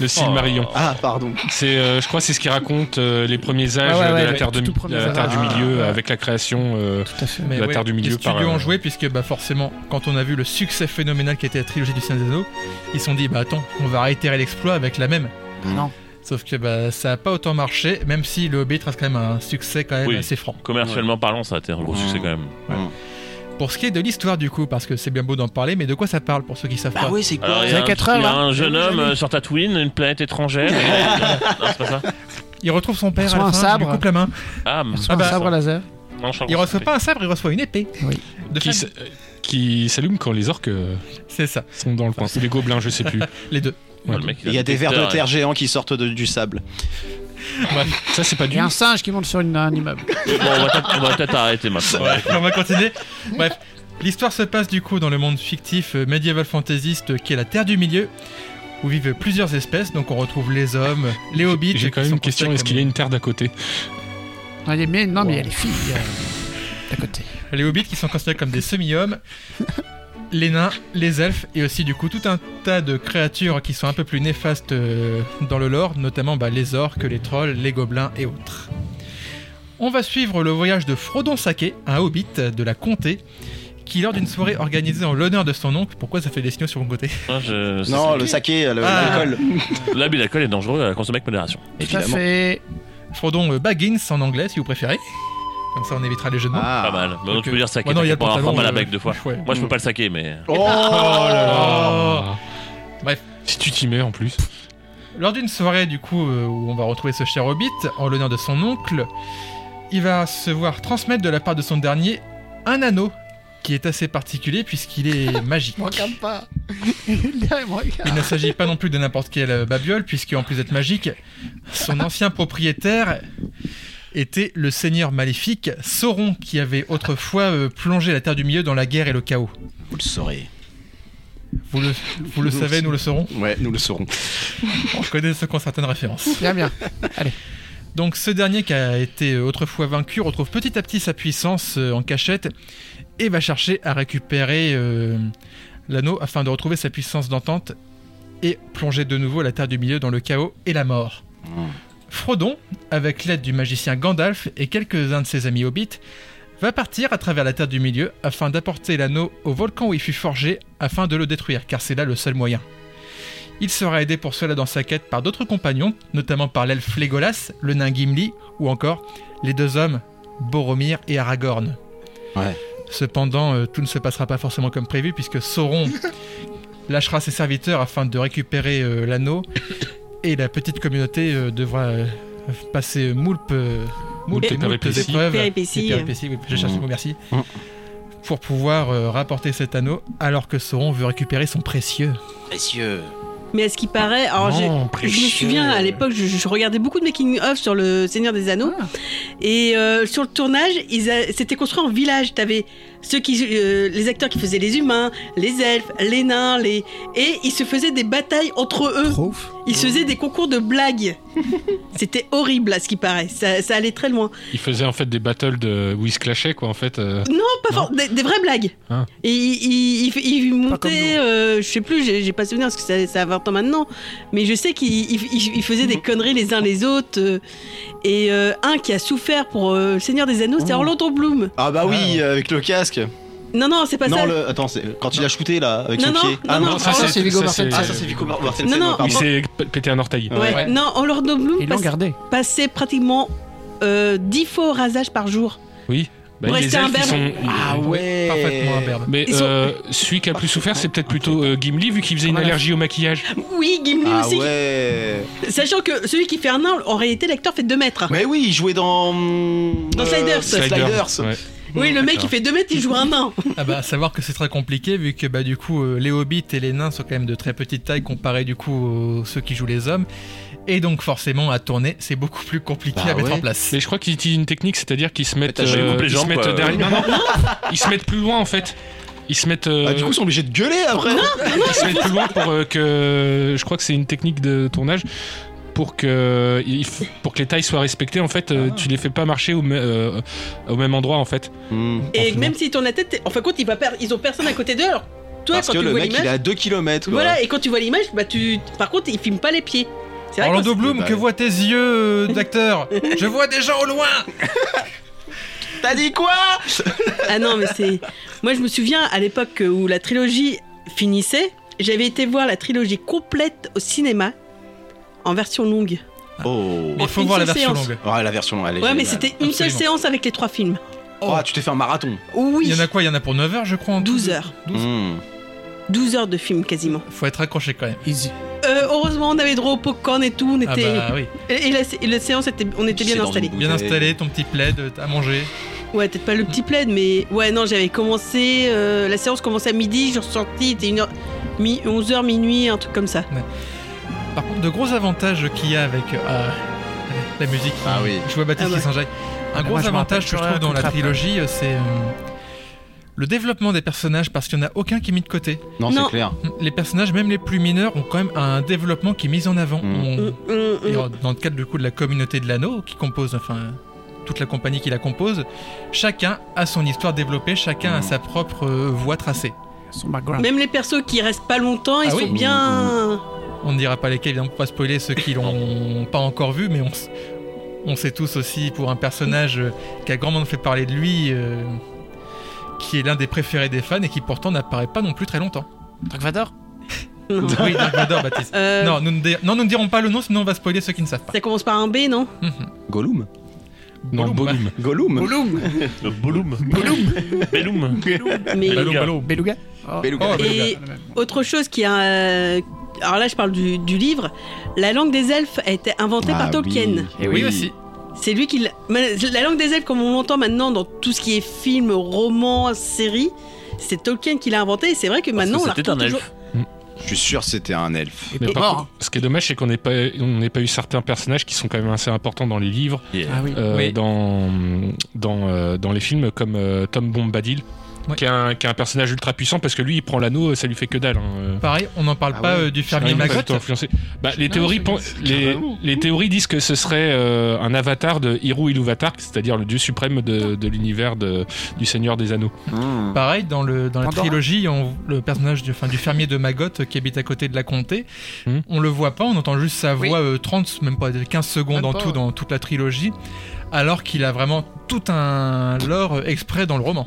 Speaker 5: Le
Speaker 6: Oh.
Speaker 5: Silmarillion.
Speaker 10: Oh,
Speaker 1: Ah, pardon.
Speaker 5: C'est, euh, je crois, que c'est ce qui raconte euh, les premiers âges
Speaker 6: Ouais, ouais,
Speaker 5: euh,
Speaker 6: ouais,
Speaker 5: de la
Speaker 6: ouais,
Speaker 5: Terre, de-
Speaker 6: tout premier
Speaker 5: la Terre
Speaker 6: âge.
Speaker 5: du Milieu,
Speaker 6: Ah, ouais.
Speaker 5: avec la création. euh,
Speaker 6: Tout à fait.
Speaker 9: Mais
Speaker 5: la Terre du Milieu
Speaker 9: les
Speaker 5: par,
Speaker 9: studios
Speaker 5: euh,
Speaker 9: ont joué, puisque bah, forcément, quand on a vu le succès phénoménal qui était la trilogie du Seigneur des Anneaux, ils se sont dit bah attends, on va réitérer l'exploit avec la même.
Speaker 6: Non.
Speaker 9: Sauf que bah, ça a pas autant marché, même si le Hobbit reste quand même un succès quand même
Speaker 10: Oui.
Speaker 9: assez franc.
Speaker 10: Commercialement parlant, ça a été un gros
Speaker 1: Mmh.
Speaker 10: succès quand même.
Speaker 9: Pour ce qui est de l'histoire du coup, parce que c'est bien beau d'en parler, mais de quoi ça parle pour ceux qui savent
Speaker 1: Bah
Speaker 9: pas
Speaker 1: oui, c'est quoi
Speaker 10: Alors, il y a
Speaker 6: avez
Speaker 10: un,
Speaker 6: quatre heures,
Speaker 10: il y a
Speaker 6: là
Speaker 10: un jeune
Speaker 6: Vous avez
Speaker 10: homme
Speaker 6: mis.
Speaker 10: euh, sur Tatooine, une planète étrangère. et- non, c'est pas ça.
Speaker 9: Il retrouve son père, à
Speaker 6: Soit
Speaker 9: la
Speaker 6: un
Speaker 9: fin,
Speaker 6: sabre.
Speaker 9: il lui coupe la main.
Speaker 10: Ah, mince.
Speaker 6: Soit
Speaker 9: bah,
Speaker 6: un sabre laser.
Speaker 10: Non, je crois
Speaker 9: Il
Speaker 10: qu'on
Speaker 9: reçoit
Speaker 10: s'en
Speaker 9: pas un sabre, il reçoit une épée.
Speaker 6: Oui.
Speaker 9: De
Speaker 5: qui s-
Speaker 9: fait,
Speaker 5: qui s'allume quand les orques euh,
Speaker 9: c'est ça,
Speaker 5: sont dans le coin. Ou les gobelins, je sais plus.
Speaker 9: les deux.
Speaker 10: fait. Ouais, le mec,
Speaker 1: Il y a
Speaker 10: un
Speaker 1: des vers de
Speaker 10: détecteur,
Speaker 1: terre géants qui sortent de- du sable.
Speaker 5: Ça, c'est pas
Speaker 6: Il
Speaker 5: du.
Speaker 6: y a un singe qui monte sur une- un immeuble.
Speaker 10: hein. Bon, on va peut-être- on va peut-être arrêter maintenant.
Speaker 9: On va continuer. Bref, l'histoire se passe du coup dans le monde fictif euh, médiéval fantaisiste euh, qui est la Terre du Milieu, où vivent plusieurs espèces. Donc on retrouve les hommes, les hobbits.
Speaker 5: J'ai
Speaker 9: qui
Speaker 5: quand même
Speaker 9: sont
Speaker 5: une question est-ce qu'il y a
Speaker 9: considérés
Speaker 5: une terre d'à côté
Speaker 6: Non, il y a- mais, non mais il y a les filles euh, d'à côté.
Speaker 9: comme- Les hobbits qui sont considérés comme des semi-hommes. Les nains, les elfes et aussi du coup tout un tas de créatures qui sont un peu plus néfastes euh, dans le lore, notamment bah, les orques, les trolls, les gobelins et autres. On va suivre le voyage de Frodon Sake, un hobbit de la comté, qui lors d'une soirée organisée en l'honneur de son oncle, pourquoi ça fait des signaux sur mon côté
Speaker 10: Moi, je- c'est-
Speaker 1: Non, le saké, le-
Speaker 9: Ah.
Speaker 1: l'alcool.
Speaker 10: L'abus d'alcool est dangereux à consommer avec modération.
Speaker 6: Tout à fait.
Speaker 9: Frodon euh, Baggins en anglais si vous préférez. Comme ça on évitera les jeux de mots.
Speaker 1: Ah.
Speaker 10: Pas mal. Bah, donc,
Speaker 9: Ok.
Speaker 10: tu peux dire saké.
Speaker 9: Ouais, non, il y a
Speaker 10: t'inquiète
Speaker 9: le
Speaker 10: pas, on
Speaker 9: pantalon,
Speaker 10: prend pas la
Speaker 9: euh,
Speaker 10: bague deux fois.
Speaker 9: ouais.
Speaker 10: Moi, je peux pas le saké, mais.
Speaker 1: Oh,
Speaker 9: Bref.
Speaker 5: Si tu t'y mets en plus.
Speaker 9: Lors d'une soirée du coup euh, où on va retrouver ce cher hobbit en l'honneur de son oncle, il va se voir transmettre de la part de son dernier un anneau qui est assez particulier puisqu'il est magique.
Speaker 6: Il me regarde pas. Derrière, il me regarde.
Speaker 9: Il ne s'agit pas non plus de n'importe quelle euh, babiole, puisque en plus d'être magique, son ancien propriétaire était le seigneur maléfique Sauron, qui avait autrefois euh, plongé la Terre du Milieu dans la guerre et le chaos.
Speaker 1: Vous le saurez.
Speaker 9: Vous le, vous le savez, nous le saurons.
Speaker 1: Ouais, nous le saurons.
Speaker 9: On connaît ceux qui ont certaines références.
Speaker 6: Bien, bien.
Speaker 9: Donc ce dernier qui a été autrefois vaincu retrouve petit à petit sa puissance euh, en cachette et va chercher à récupérer euh, l'anneau afin de retrouver sa puissance d'entente et plonger de nouveau la Terre du Milieu dans le chaos et la mort. Frodon, avec l'aide du magicien Gandalf et quelques-uns de ses amis hobbits, va partir à travers la Terre du Milieu afin d'apporter l'anneau au volcan où il fut forgé afin de le détruire, car c'est là le seul moyen. Il sera aidé pour cela dans sa quête par d'autres compagnons, notamment par l'elfe Legolas, le nain Gimli, ou encore les deux hommes, Boromir et Aragorn.
Speaker 1: Ouais.
Speaker 9: Cependant, euh, tout ne se passera pas forcément comme prévu, puisque Sauron lâchera ses serviteurs afin de récupérer euh, l'anneau, et la petite communauté euh, devra euh, passé moult, euh, moult,
Speaker 5: Moult
Speaker 9: et moult
Speaker 5: péripéties.
Speaker 9: épreuves.
Speaker 3: Péripéties.
Speaker 9: Et péripéties, oui, je cherche le mot, merci.
Speaker 1: Mm.
Speaker 9: Pour pouvoir euh, rapporter cet anneau, alors que Sauron veut récupérer son précieux.
Speaker 1: Précieux.
Speaker 3: Mais à ce qui paraît, alors j'ai-
Speaker 5: Non,
Speaker 3: je me
Speaker 5: précieux.
Speaker 3: souviens à l'époque, je, je regardais beaucoup de making of sur le Seigneur des Anneaux
Speaker 6: Ah.
Speaker 3: et euh, sur le tournage, ils a- c'était construit en village. T'avais ceux qui, euh, les acteurs qui faisaient les humains, les elfes, les nains, les et ils se faisaient des batailles entre eux.
Speaker 6: Prof.
Speaker 3: Ils se faisaient des concours de blagues. c'était horrible à ce qui paraît. Ça, ça allait très loin.
Speaker 5: Ils faisaient en fait des battles de... où ils se clashaient, quoi, en fait. euh.
Speaker 3: Non, pas for- des, des vraies blagues.
Speaker 5: Ah.
Speaker 3: Et ils ils- ils- ils
Speaker 6: comme
Speaker 3: montaient,
Speaker 6: nous.
Speaker 3: euh, je sais plus, j'ai j'ai pas souvenir parce que ça, ça a 20 ans maintenant, mais je sais qu'ils ils- ils- ils faisaient des conneries les uns les autres. euh, et euh, un qui a souffert pour euh, Le Seigneur des Anneaux, c'est Orlando Bloom.
Speaker 1: Ah bah oui, euh, avec le casque.
Speaker 3: Non, non, c'est pas ça.
Speaker 1: non, le... attends, c'est quand il a shooté là, avec
Speaker 3: Non,
Speaker 1: son
Speaker 3: non,
Speaker 1: pied. ah
Speaker 3: non,
Speaker 1: non,
Speaker 3: non.
Speaker 5: ça
Speaker 3: ah,
Speaker 6: c'est Viggo
Speaker 5: ça, euh,
Speaker 6: Mortensen.
Speaker 1: Ah, ça c'est Vico Mortensen.
Speaker 3: Non, non,
Speaker 5: Il
Speaker 1: pardon.
Speaker 5: s'est p- pété un orteil. Bah,
Speaker 3: Ouais.
Speaker 9: Ouais.
Speaker 3: Non, Orlando Bloom
Speaker 6: Ils l'ont
Speaker 3: passe-
Speaker 6: gardé.
Speaker 3: passait pratiquement euh, 10 fois au rasage par jour.
Speaker 5: Bah,
Speaker 3: Ouais,
Speaker 5: les
Speaker 3: c'était un
Speaker 5: elfes, ils
Speaker 3: berbe.
Speaker 5: sont.
Speaker 1: Ah ouais.
Speaker 9: Parfaitement imberbe.
Speaker 5: Mais
Speaker 3: Ils sont-
Speaker 5: euh, celui qui a plus souffert, c'est peut-être plutôt euh, Gimli, vu qu'il faisait une
Speaker 9: Voilà.
Speaker 5: allergie au maquillage.
Speaker 3: Oui, Gimli
Speaker 1: Ah
Speaker 3: aussi.
Speaker 1: ouais.
Speaker 3: Sachant que celui qui fait un nain, en réalité, l'acteur fait 2 mètres.
Speaker 1: Mais oui, il jouait dans. euh,
Speaker 3: Dans Sliders.
Speaker 1: Sliders.
Speaker 5: Ouais.
Speaker 3: Oui, le mec, il fait 2 mètres, il joue un nain.
Speaker 9: Ah bah, à savoir que c'est très compliqué vu que bah, du coup euh, les hobbits et les nains sont quand même de très petite taille comparé du coup aux ceux qui jouent les hommes. Et donc forcément à tourner c'est beaucoup plus compliqué
Speaker 1: Bah
Speaker 9: à mettre
Speaker 1: ouais.
Speaker 9: en place.
Speaker 5: Mais je crois qu'ils utilisent une technique, c'est-à-dire qu'ils se mettent, euh,
Speaker 1: t'as jamais
Speaker 10: coupé les
Speaker 5: ils se
Speaker 10: jambes,
Speaker 5: mettent
Speaker 10: quoi.
Speaker 5: derrière. Non, non, ils se mettent plus loin en fait. Ils se mettent, euh,
Speaker 1: Ah, du coup, ils sont obligés de gueuler après.
Speaker 5: ils se mettent plus loin pour euh, que. Je crois que c'est une technique de tournage pour que il f- pour que les tailles soient respectées. En fait, euh, tu les fais pas marcher au, me- euh, au même endroit en fait.
Speaker 1: Hmm.
Speaker 3: Et
Speaker 5: Franchement.
Speaker 3: même s'ils tournent la tête, t'es- en fin de compte, ils, va per- ils ont personne à côté d'eux. Alors, toi,
Speaker 1: Parce
Speaker 3: quand
Speaker 1: que
Speaker 3: tu
Speaker 1: le
Speaker 3: vois
Speaker 1: mec, il est
Speaker 3: l'image.
Speaker 1: à 2 km.
Speaker 3: Voilà, et quand tu vois l'image, bah, tu... par contre, ils filment pas les pieds. C'est vrai
Speaker 9: Orlando Bloom,
Speaker 1: Bah,
Speaker 9: que
Speaker 1: ouais.
Speaker 9: voient tes yeux euh, d'acteur Je vois des gens au loin
Speaker 1: T'as dit quoi
Speaker 3: que- Ah non, mais c'est. Moi, je me souviens à l'époque où la trilogie finissait, j'avais été voir la trilogie complète au cinéma, en version longue.
Speaker 1: Oh.
Speaker 9: Il faut
Speaker 3: une
Speaker 9: voir la
Speaker 3: seule
Speaker 9: version
Speaker 3: séance.
Speaker 9: longue.
Speaker 1: Ouais, la version, elle est
Speaker 3: Ouais, mais
Speaker 1: géniale.
Speaker 3: c'était une seule
Speaker 9: Absolument.
Speaker 3: séance avec les trois films.
Speaker 1: Oh, tu t'es fait un marathon.
Speaker 9: Il
Speaker 3: Oui,
Speaker 9: y en a quoi Il y en a pour 9 heures je crois en tout
Speaker 3: 12 heures.
Speaker 9: Douze.
Speaker 1: Hmm.
Speaker 3: 12 heures de film quasiment.
Speaker 9: Faut être accroché quand même.
Speaker 6: Easy.
Speaker 3: Euh, heureusement, on avait droit au popcorn et tout, on
Speaker 9: Ah
Speaker 3: était.
Speaker 9: bah oui.
Speaker 3: Et, et la, et la séance, était... on était
Speaker 1: Hmm. C'est
Speaker 3: bien
Speaker 1: dans une
Speaker 3: installés.
Speaker 9: Bien
Speaker 1: bouteille.
Speaker 9: installé, ton petit plaid, euh, t'as à manger.
Speaker 3: Ouais, peut-être pas le petit plaid, mais ouais, non, j'avais commencé. euh, la séance commençait à midi, je suis ressortie, il était une heure, mi 11h, minuit, un truc comme ça.
Speaker 9: Par contre, de gros avantages qu'il y a avec euh, la musique.
Speaker 1: Ah oui.
Speaker 9: Je vois Baptiste
Speaker 3: Ah ouais.
Speaker 9: qui s'injecte. Un
Speaker 6: Ah,
Speaker 9: gros
Speaker 6: moi, je me rappelle
Speaker 9: avantage que je
Speaker 6: sur
Speaker 9: trouve
Speaker 6: la
Speaker 9: dans la
Speaker 6: contrappe.
Speaker 9: trilogie, euh, c'est euh, le développement des personnages parce qu'il n'y en a aucun qui est mis de côté.
Speaker 1: Non,
Speaker 3: Non.
Speaker 1: c'est clair.
Speaker 9: Les personnages, même les plus mineurs, ont quand même un développement qui est mis en avant.
Speaker 1: Mm.
Speaker 9: On-
Speaker 3: Mm, mm,
Speaker 9: et
Speaker 3: mm.
Speaker 9: en- dans le cadre du coup de la communauté de l'anneau qui compose, enfin toute la compagnie qui la compose, chacun a son histoire développée, chacun a
Speaker 1: Mm.
Speaker 9: sa propre euh, voie tracée.
Speaker 6: Son background.
Speaker 3: Même les persos qui restent pas longtemps, ils
Speaker 9: Ah oui.
Speaker 3: sont bien.
Speaker 9: On ne dira pas lesquels, évidemment, pour pas spoiler ceux qui l'ont pas encore vu, mais on, s- on sait tous aussi pour un personnage euh, qui a grandement fait parler de lui, euh, qui est l'un des préférés des fans et qui pourtant n'apparaît pas non plus très longtemps.
Speaker 6: Dark Vador
Speaker 3: Non.
Speaker 9: Oui, Dark Vador, Baptiste.
Speaker 3: Euh,
Speaker 9: mm. Non, nous ne dir- non, nous ne dirons pas le nom, sinon on va spoiler ceux qui ne savent pas.
Speaker 3: Ça commence par un B, non
Speaker 1: Gollum
Speaker 5: Non,
Speaker 9: Gollum,
Speaker 5: Gollum.
Speaker 1: Gollum
Speaker 6: Gollum
Speaker 10: Le Boloum. Boloum. Bellum.
Speaker 3: Mais
Speaker 10: Ballon,
Speaker 9: Beluga.
Speaker 10: ballon.
Speaker 6: Beluga Oh.
Speaker 1: Beluga.
Speaker 9: Oh, Beluga.
Speaker 3: Et autre chose qui a. euh, Alors là, je parle du, du livre. La langue des elfes a été inventée
Speaker 1: Ah
Speaker 3: par Tolkien.
Speaker 1: oui. Eh
Speaker 9: Oui, aussi.
Speaker 3: C'est lui qui. l'a- Mais La langue des elfes, comme on l'entend maintenant dans tout ce qui est film, roman, série, c'est Tolkien qui l'a inventé. Et c'est vrai que
Speaker 10: Parce que
Speaker 3: maintenant, on la
Speaker 10: C'était un
Speaker 3: retrouve
Speaker 10: elfe.
Speaker 1: Je suis sûr que c'était un elfe.
Speaker 6: Et
Speaker 5: Mais
Speaker 6: pas
Speaker 5: par
Speaker 6: mort.
Speaker 5: contre, ce qui est dommage, c'est qu'on n'ait pas, on n'ait pas eu certains personnages qui sont quand même assez importants dans les livres,
Speaker 6: Ah oui.
Speaker 5: euh,
Speaker 9: Oui.
Speaker 5: dans, dans, euh, dans les films, comme euh, Tom Bombadil,
Speaker 9: Ouais.
Speaker 5: qui, est un, qui est un personnage ultra puissant parce que lui, il prend l'anneau, ça lui fait que dalle. hein, euh.
Speaker 9: Pareil, on n'en parle
Speaker 1: Ah
Speaker 9: pas
Speaker 1: ouais.
Speaker 9: euh, du
Speaker 5: Ah,
Speaker 9: fermier
Speaker 5: il m'a
Speaker 9: Maggot.
Speaker 5: plutôt influencé. Bah, les,
Speaker 6: Non,
Speaker 5: théories
Speaker 6: je
Speaker 5: pen- les, les théories disent que ce serait euh, un avatar de Hiru Iluvatar, c'est-à-dire le dieu suprême de, de l'univers de- du Seigneur des Anneaux.
Speaker 9: Pareil, dans, le, dans la
Speaker 6: Pandora.
Speaker 9: trilogie, on- le personnage du, enfin, du fermier de Magot euh, qui habite à côté de la comté,
Speaker 5: Hmm.
Speaker 9: on le voit pas, on entend juste sa
Speaker 6: Oui.
Speaker 9: voix euh, 30, même pas 15 secondes
Speaker 6: Même
Speaker 9: en
Speaker 6: pas,
Speaker 9: tout
Speaker 6: ouais.
Speaker 9: dans toute la trilogie, alors qu'il a vraiment tout un lore euh, exprès dans le roman,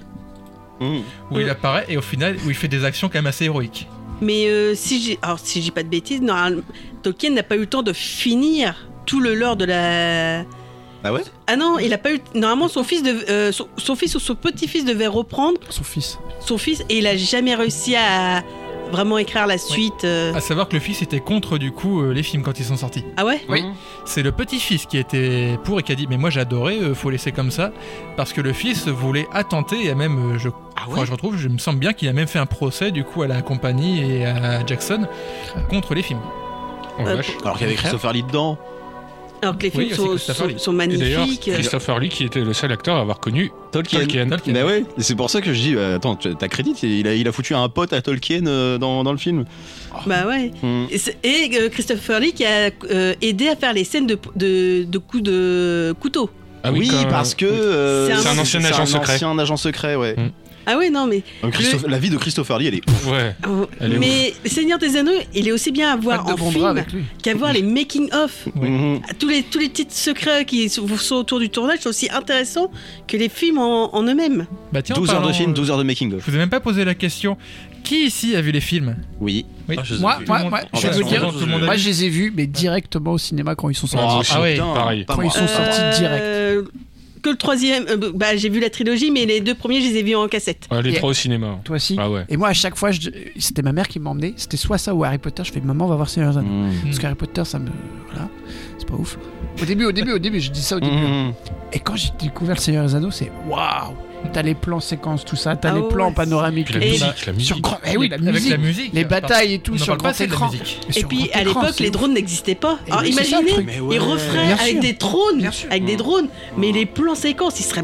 Speaker 9: où il
Speaker 3: Hmm.
Speaker 9: apparaît et au final, où il fait des actions quand même assez héroïques.
Speaker 3: Mais euh, si j'ai, alors si j'ai pas de bêtises, normalement, Tolkien n'a pas eu le temps de finir tout le lore de la.
Speaker 1: Ah ouais
Speaker 3: Ah non, il a pas eu. Normalement, son fils de, euh, son, son fils ou son petit-fils devait reprendre
Speaker 6: Son fils.
Speaker 3: son fils et il a jamais réussi à vraiment écrire la suite. euh.
Speaker 9: À savoir que le fils était contre du coup euh, les films quand ils sont sortis.
Speaker 3: Ah ouais
Speaker 6: Oui.
Speaker 9: C'est le petit-fils qui était pour et qui a dit Mais moi j'adorais, euh, faut laisser comme ça. Parce que le fils voulait attenter et même, euh, je
Speaker 6: Ah
Speaker 3: ouais
Speaker 9: crois que je retrouve, je me sens bien qu'il a même fait un procès du coup à la compagnie et à Jackson contre les films.
Speaker 5: Oh,
Speaker 3: Euh,
Speaker 5: vache.
Speaker 4: Alors qu'il y avait Christopher Lee dedans.
Speaker 3: Alors que les films
Speaker 9: Oui, c'est
Speaker 3: sont,
Speaker 9: Christopher
Speaker 3: sont-
Speaker 9: Lee.
Speaker 3: sont
Speaker 5: Et d'ailleurs,
Speaker 3: magnifiques.
Speaker 6: euh,
Speaker 3: euh,
Speaker 5: Christopher Lee, qui était le seul acteur à avoir connu
Speaker 4: Tolkien.
Speaker 5: Tolkien.
Speaker 9: Tolkien.
Speaker 4: Bah ouais, et c'est pour ça que je dis, bah, attends, tu- t'as crédit, il a, il a foutu un pote à Tolkien euh, dans, dans le film.
Speaker 3: Bah ouais.
Speaker 4: Hmm.
Speaker 3: Et c'est- Et euh, Christopher Lee qui a euh, aidé à faire les scènes de, de, de coups de couteau.
Speaker 5: Ah
Speaker 4: oui,
Speaker 5: quand-
Speaker 4: parce que. euh,
Speaker 3: C'est un- C'est un
Speaker 5: ancien agent secret.
Speaker 4: ancien agent secret, ouais.
Speaker 3: Ah ouais, non, mais.
Speaker 4: Donc, Christophe- La vie de Christopher Lee, elle est.
Speaker 5: Ouais.
Speaker 3: euh,
Speaker 5: Elle est
Speaker 3: mais Seigneur des Anneaux, il est aussi bien à voir
Speaker 6: Pas de
Speaker 3: en
Speaker 6: bon
Speaker 3: film
Speaker 6: bras avec lui.
Speaker 3: qu'à voir les making-of.
Speaker 9: Oui.
Speaker 4: Mhm.
Speaker 3: Tous les, tous les titres secrets qui sont sont autour du tournage sont aussi intéressants que les films en, en eux-mêmes.
Speaker 9: Bah tiens, en
Speaker 4: 12 heures de
Speaker 9: parlant,
Speaker 4: film,
Speaker 9: euh,
Speaker 4: 12 heures de making-of.
Speaker 9: Je vous ai même pas posé la question Qui ici a vu les films
Speaker 4: Oui.
Speaker 9: Oui.
Speaker 1: Ah, je les ai
Speaker 6: Moi,
Speaker 1: vus.
Speaker 6: moi, moi,
Speaker 4: En
Speaker 6: je vais
Speaker 4: version
Speaker 6: vous dire,
Speaker 1: originale, je les ai vus.
Speaker 6: moi je les ai vus, mais directement au cinéma quand ils sont
Speaker 5: Ah,
Speaker 6: sortis.
Speaker 5: aussi,
Speaker 9: ouais.
Speaker 5: pareil.
Speaker 4: pas
Speaker 6: Quand
Speaker 4: moi.
Speaker 6: ils sont sortis direct.
Speaker 3: Oh, Euh, que le troisième. euh, bah, j'ai vu la trilogie, mais les deux premiers, je les ai vus en cassette.
Speaker 5: Ouais, les
Speaker 6: Et-
Speaker 5: trois au cinéma.
Speaker 6: Toi aussi
Speaker 5: Ah ouais.
Speaker 6: Et moi, à chaque fois, je- c'était ma mère qui m'emmenait. C'était soit ça ou Harry Potter. Je fais, maman, on va voir Seigneur
Speaker 3: Mm.
Speaker 6: des Anneaux.
Speaker 4: Mhm.
Speaker 6: Parce qu'Harry Potter, ça me. Voilà. C'est pas ouf. Au début, au début, au début, je dis ça au début.
Speaker 3: Mm.
Speaker 6: hein.
Speaker 4: Mhm.
Speaker 6: Et quand j'ai découvert le Seigneur des Anneaux, c'est waouh T'as les plans séquences, tout ça. T'as
Speaker 3: Ah
Speaker 6: les
Speaker 3: ouais.
Speaker 6: plans panoramiques.
Speaker 5: Puis la
Speaker 3: Et-
Speaker 5: musique, la musique.
Speaker 6: Sur grand... eh oui, la
Speaker 9: Avec
Speaker 6: musique.
Speaker 9: la musique.
Speaker 6: Les batailles et tout
Speaker 9: On en
Speaker 6: sur
Speaker 9: parle
Speaker 6: grand
Speaker 9: pas, c'est de la
Speaker 6: écran.
Speaker 9: musique.
Speaker 3: Et
Speaker 6: sur
Speaker 3: puis
Speaker 6: grand
Speaker 3: à
Speaker 6: écran,
Speaker 3: l'époque,
Speaker 6: c'est
Speaker 3: les
Speaker 6: ouf.
Speaker 3: drones n'existaient pas.
Speaker 6: Et
Speaker 3: Alors
Speaker 6: oui, c'est ça, le
Speaker 3: imaginez,
Speaker 6: truc.
Speaker 4: Mais
Speaker 3: ils referaient
Speaker 6: Bien
Speaker 3: avec
Speaker 6: sûr.
Speaker 3: des drones,
Speaker 6: Bien sûr. Mmh.
Speaker 3: avec des drones. Mais les plans séquences, ils seraient,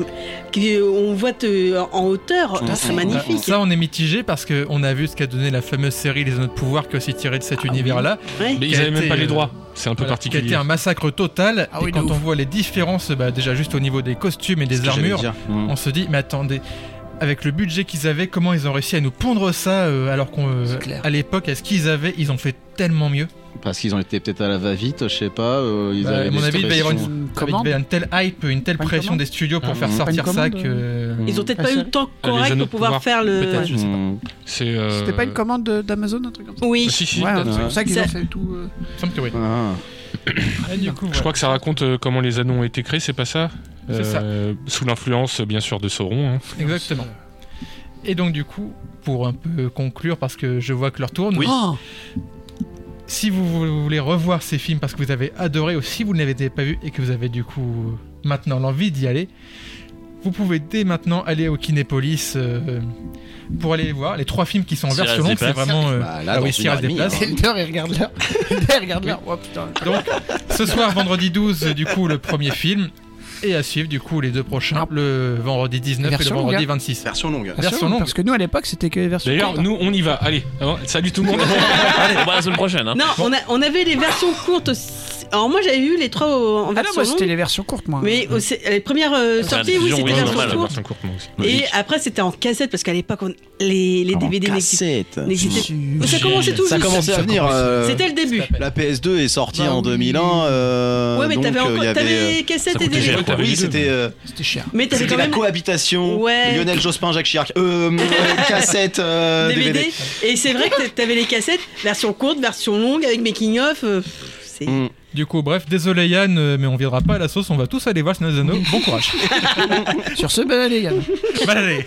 Speaker 3: qui- on voit te- en hauteur,
Speaker 4: Tout à
Speaker 3: ça serait
Speaker 4: fait.
Speaker 3: magnifique.
Speaker 9: Ça, on est mitigé parce qu'on a vu ce qu'a donné la fameuse série Les Anneaux de Pouvoir qui a aussi tiré de
Speaker 6: Ah
Speaker 9: cet univers-là.
Speaker 3: Ouais.
Speaker 5: Mais
Speaker 9: qui
Speaker 5: ils
Speaker 9: a
Speaker 5: avaient même
Speaker 9: été,
Speaker 5: pas les
Speaker 9: euh,
Speaker 5: droits. C'est un peu
Speaker 9: Voilà,
Speaker 5: particulier.
Speaker 9: Qui a été un massacre total.
Speaker 6: Ah
Speaker 9: et
Speaker 6: oui, de
Speaker 9: quand on
Speaker 6: ouf.
Speaker 9: voit les différences, bah, déjà juste au niveau des costumes et
Speaker 4: C'est ce
Speaker 9: des
Speaker 4: que j'allais
Speaker 9: armures,
Speaker 4: dire. Mhm.
Speaker 9: on se dit, mais attendez, avec le budget qu'ils avaient, comment ils ont réussi à nous pondre ça euh, alors qu'on, euh,
Speaker 6: C'est clair.
Speaker 9: à l'époque, à ce qu'ils avaient, ils ont fait tellement mieux.
Speaker 4: Parce qu'ils ont été peut-être à la va-vite, je sais pas. euh, ils
Speaker 9: Bah,
Speaker 4: avaient
Speaker 9: à mon
Speaker 4: des
Speaker 9: avis, il va y avoir
Speaker 4: situations-
Speaker 6: Une
Speaker 9: Il y
Speaker 6: commande
Speaker 9: avait une telle hype, une telle
Speaker 6: Pas une
Speaker 9: pression
Speaker 6: commande
Speaker 9: des studios pour
Speaker 4: Ah,
Speaker 9: faire
Speaker 4: pas une
Speaker 9: sortir ça
Speaker 6: commande, euh.
Speaker 9: que.
Speaker 3: Ils ont peut-être pas eu le temps
Speaker 5: Ah, les
Speaker 3: correct
Speaker 5: anneaux
Speaker 3: pour
Speaker 5: de
Speaker 3: pouvoir
Speaker 5: pouvoir,
Speaker 3: faire le.
Speaker 9: peut-être, je sais pas.
Speaker 4: Mhm.
Speaker 5: C'est, euh, Ah,
Speaker 6: C'était pas une commande de- d'Amazon, un truc comme ça
Speaker 3: Oui.
Speaker 5: Si, si.
Speaker 6: Ouais,
Speaker 5: peut-être.
Speaker 6: c'est pour ça qu'ils
Speaker 3: Ça-
Speaker 6: ont fait tout. euh,
Speaker 9: Il me semble que oui.
Speaker 4: Ah.
Speaker 9: Et du coup,
Speaker 5: Je crois que ça raconte euh, comment les anneaux ont été créés, c'est pas ça
Speaker 9: C'est ça.
Speaker 5: Euh, Sous l'influence, bien sûr, de Sauron. hein.
Speaker 9: voilà. Exactement. Et donc, du coup, pour un peu conclure, parce que je vois que leur tourne,
Speaker 6: Oh
Speaker 9: si vous vou- voulez revoir ces films parce que vous avez adoré ou si vous ne l'avez pas vu et que vous avez du coup euh, maintenant l'envie d'y aller, vous pouvez dès maintenant aller au Kinépolis euh, pour aller les voir. Les trois films qui sont en
Speaker 1: S'il
Speaker 9: version
Speaker 1: reste des
Speaker 9: longue, c'est
Speaker 1: places.
Speaker 9: vraiment. euh,
Speaker 4: Bah, là,
Speaker 9: ah
Speaker 4: dans
Speaker 9: oui,
Speaker 4: une
Speaker 9: s'il
Speaker 4: heure
Speaker 9: reste
Speaker 4: et
Speaker 9: des
Speaker 4: demie,
Speaker 9: places.
Speaker 4: hein.
Speaker 6: Elder, il regarde là. Elder, il regarde là. Oh putain.
Speaker 9: Donc, ce soir, vendredi 12, euh, du coup, le premier film. Et à suivre, du coup, les deux prochains, le vendredi 19 et
Speaker 6: Version
Speaker 9: le vendredi
Speaker 6: longue,
Speaker 9: 26.
Speaker 4: Version longue.
Speaker 9: Version longue.
Speaker 6: Bah, Parce que nous, à l'époque, c'était que les versions.
Speaker 5: D'ailleurs,
Speaker 6: courtes.
Speaker 5: nous, on y va. Allez, hein, salut tout le monde.
Speaker 1: Allez, on va à la semaine prochaine. hein.
Speaker 3: Non, on, a- on avait les versions courtes. Alors moi j'avais eu les trois en
Speaker 6: Ah non,
Speaker 3: version
Speaker 6: moi, c'était
Speaker 3: longue,
Speaker 6: les versions courtes, moi.
Speaker 3: mais au- c'est- les premières euh,
Speaker 1: la
Speaker 3: sorties, oui,
Speaker 1: diffusion,
Speaker 3: c'était
Speaker 1: oui,
Speaker 3: les
Speaker 1: normal,
Speaker 3: versions
Speaker 1: la
Speaker 3: courtes.
Speaker 5: version courte, moi aussi.
Speaker 3: Et
Speaker 4: Logique.
Speaker 3: après c'était en cassette parce qu'à l'époque on- les, les
Speaker 4: Ah, En
Speaker 3: DVD n'existaient
Speaker 4: cassette.
Speaker 3: n'existaient-
Speaker 6: Si.
Speaker 3: Ça commençait tout
Speaker 4: Ça
Speaker 3: juste.
Speaker 4: commençait à venir. euh,
Speaker 3: C'était le début.
Speaker 4: La PS2 est sortie
Speaker 6: Bah
Speaker 4: en
Speaker 6: oui.
Speaker 4: 2001. euh,
Speaker 3: Ouais, mais
Speaker 4: donc,
Speaker 3: t'avais
Speaker 4: euh, il
Speaker 3: encore
Speaker 4: y avait,
Speaker 3: t'avais
Speaker 4: euh,
Speaker 3: les cassettes
Speaker 1: ça
Speaker 3: et
Speaker 1: coûtait cher,
Speaker 3: DVD.
Speaker 1: t'avais
Speaker 4: Oui,
Speaker 1: les deux.
Speaker 4: c'était euh,
Speaker 6: C'était cher.
Speaker 3: Mais t'avais
Speaker 4: c'était
Speaker 3: quand
Speaker 4: la
Speaker 3: même
Speaker 4: cohabitation.
Speaker 3: Ouais.
Speaker 4: Lionel Jospin, Jacques Chirac. Euh, cassette, euh,
Speaker 3: DVD.
Speaker 4: DVD.
Speaker 3: Et c'est vrai que t'avais les cassettes, version courte, version longue, avec making of. euh, c'est-
Speaker 4: Mm.
Speaker 9: Du coup, bref, désolé Yann, euh, mais on viendra pas à la sauce, on va tous aller voir Snow Zano. Bon courage.
Speaker 6: Sur ce, ben allez, Yann.
Speaker 9: Bonne année.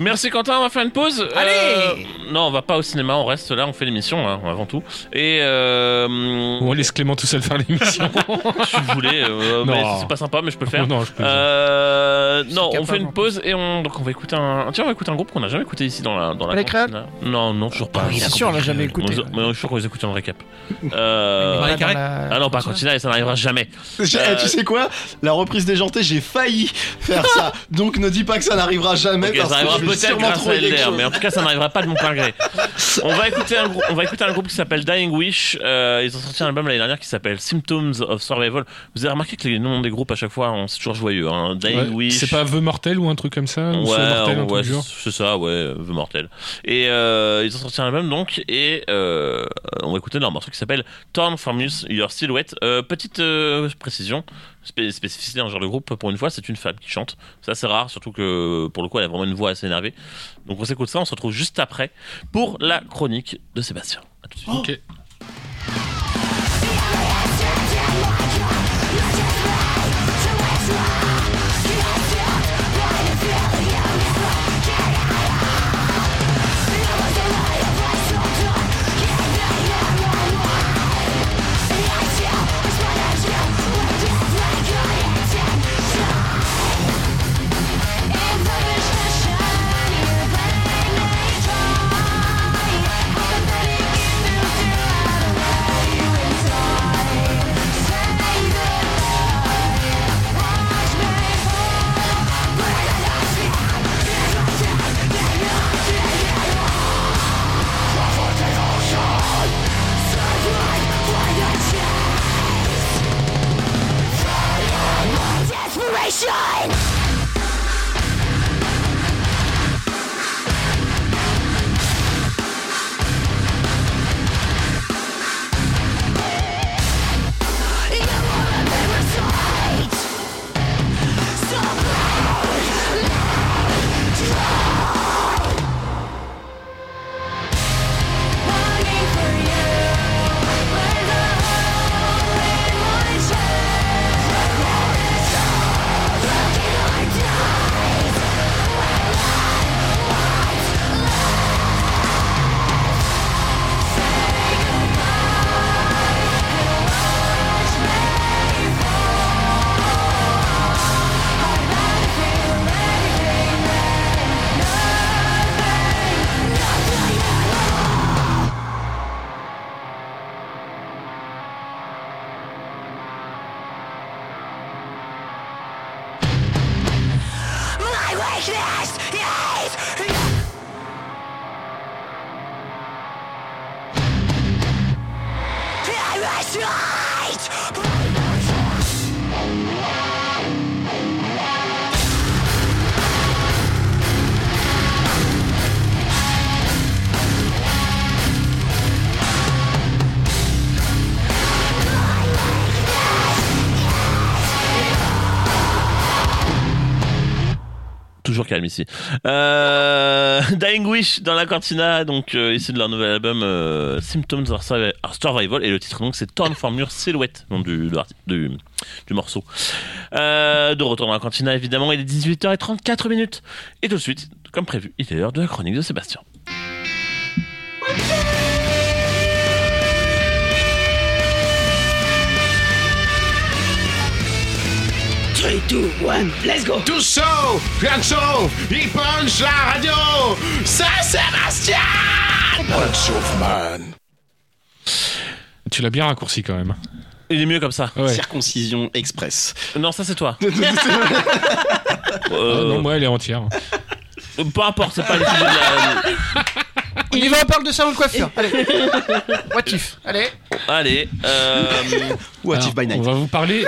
Speaker 1: Merci Quentin, on va faire une pause. Euh,
Speaker 6: Allez
Speaker 1: Non, on va pas au cinéma, on reste là, on fait l'émission hein, avant tout. Et euh,
Speaker 5: On laisse Clément tout seul faire l'émission.
Speaker 1: si vous voulez, euh,
Speaker 5: Non.
Speaker 1: mais c'est pas sympa, mais je peux le faire.
Speaker 5: non, je peux.
Speaker 1: Euh, non, on
Speaker 6: capable,
Speaker 1: fait
Speaker 6: en
Speaker 1: une pause et on donc on va écouter un tiens on va écouter un groupe qu'on n'a jamais écouté ici dans la dans la
Speaker 6: Les
Speaker 1: cantine, là. Non non toujours pas.
Speaker 6: Ah oui, c'est sûr, on l'a jamais écouté.
Speaker 1: Mais je suis sûr qu'on les écoute en récap. Euh,
Speaker 9: Marie
Speaker 6: Pas dans
Speaker 9: Carré
Speaker 6: la-
Speaker 1: Ah non pas Cantina et ça n'arrivera jamais.
Speaker 4: J'ai- eh,
Speaker 1: Euh,
Speaker 4: Tu sais quoi La reprise déjantée, j'ai failli faire ça. Donc ne dis pas que ça n'arrivera jamais
Speaker 1: Ok,
Speaker 4: parce
Speaker 1: ça arrivera
Speaker 4: que je vais
Speaker 1: peut-être
Speaker 4: sûrement
Speaker 1: grâce à
Speaker 4: trouver quelque
Speaker 1: LDR,
Speaker 4: chose.
Speaker 1: mais en tout cas, ça n'arrivera pas de mon plein gré. On va écouter un, grou- on va écouter un groupe qui s'appelle Dying Wish. Euh, ils ont sorti un album l'année dernière qui s'appelle Symptoms of Survival. Vous avez remarqué que les noms des groupes à chaque fois, on- c'est toujours joyeux. Hein. Dying
Speaker 5: Ouais,
Speaker 1: Wish.
Speaker 5: C'est pas Vœu mortel ou un truc comme ça Ou
Speaker 1: Ouais,
Speaker 5: Feu mortel, un
Speaker 1: ouais,
Speaker 5: truc du genre
Speaker 1: c'est ça, ouais, euh, The Mortel. Et euh, ils ont sorti un album donc, et euh, on va écouter leur morceau qui s'appelle Torn from Us- Your Silhouette. Euh, petite euh, précision, spé- spécificité dans ce genre de groupe, pour une fois, c'est une femme qui chante. Ça, c'est rare, surtout que pour le coup, elle a vraiment une voix assez énervée. Donc on s'écoute ça, on se retrouve juste après pour la chronique de Sébastien. À tout de suite.
Speaker 5: Ok.
Speaker 11: Get out! I was a liar, but so
Speaker 10: Toujours calme ici. Euh, Dying Wish dans la cantina, donc euh, issu de leur nouvel album euh, Symptoms of Survi- of Survival, et le titre donc c'est Torn from Your Silhouette, nom du, de l'arti- du, du morceau. Euh, de retour dans la cantina, évidemment, il est 18h34 minutes. Et tout de suite, comme prévu, il est l'heure de la chronique de Sébastien.
Speaker 3: Three, two, one, let's go
Speaker 7: Tout chaud, rien de chaud, il punch la radio, Saint-Sébastien Punch of man
Speaker 5: Tu l'as bien raccourci quand même.
Speaker 10: Il est mieux comme ça.
Speaker 5: Ouais.
Speaker 1: Circoncision express.
Speaker 10: Non, ça c'est toi.
Speaker 5: Ah,
Speaker 10: Euh,
Speaker 5: non, moi elle est entière.
Speaker 10: peu importe, c'est pas le sujet de
Speaker 6: On y va, on parle de salon de coiffure. Allez. What if Allez.
Speaker 10: la. Allez. euh,
Speaker 1: What
Speaker 5: Alors,
Speaker 1: if by
Speaker 5: On
Speaker 1: night
Speaker 5: va vous parler.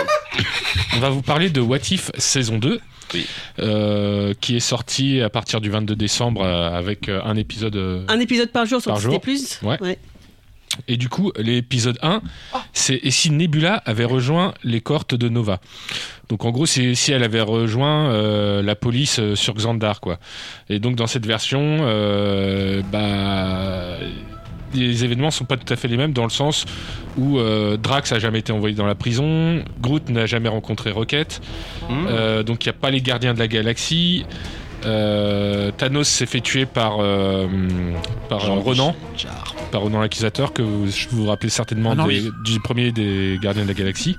Speaker 5: on va vous parler de What If saison 2.
Speaker 10: Oui.
Speaker 5: euh, qui est sorti à partir du 22 décembre euh, avec euh, un épisode. euh,
Speaker 3: Un épisode par jour sur
Speaker 5: Par
Speaker 3: Disney+.
Speaker 5: jour.
Speaker 3: Plus.
Speaker 5: Ouais. Et du coup, l'épisode 1, c'est et si Nebula avait rejoint les cohortes de Nova. Donc en gros, c'est si elle avait rejoint euh, la police euh, sur Xandar, quoi. Et donc dans cette version, euh, bah, les événements sont pas tout à fait les mêmes dans le sens où euh, Drax a jamais été envoyé dans la prison, Groot n'a jamais rencontré Rocket,
Speaker 4: Ah.
Speaker 1: Hmm.
Speaker 5: euh, donc il n'y a pas les gardiens de la galaxie. euh, Thanos s'est fait tuer par, euh, par euh, Ronan
Speaker 1: Jar.
Speaker 5: par Ronan l'accusateur que vous je vous rappelez certainement
Speaker 6: Ah non,
Speaker 5: des- du premier des Gardiens de la Galaxie.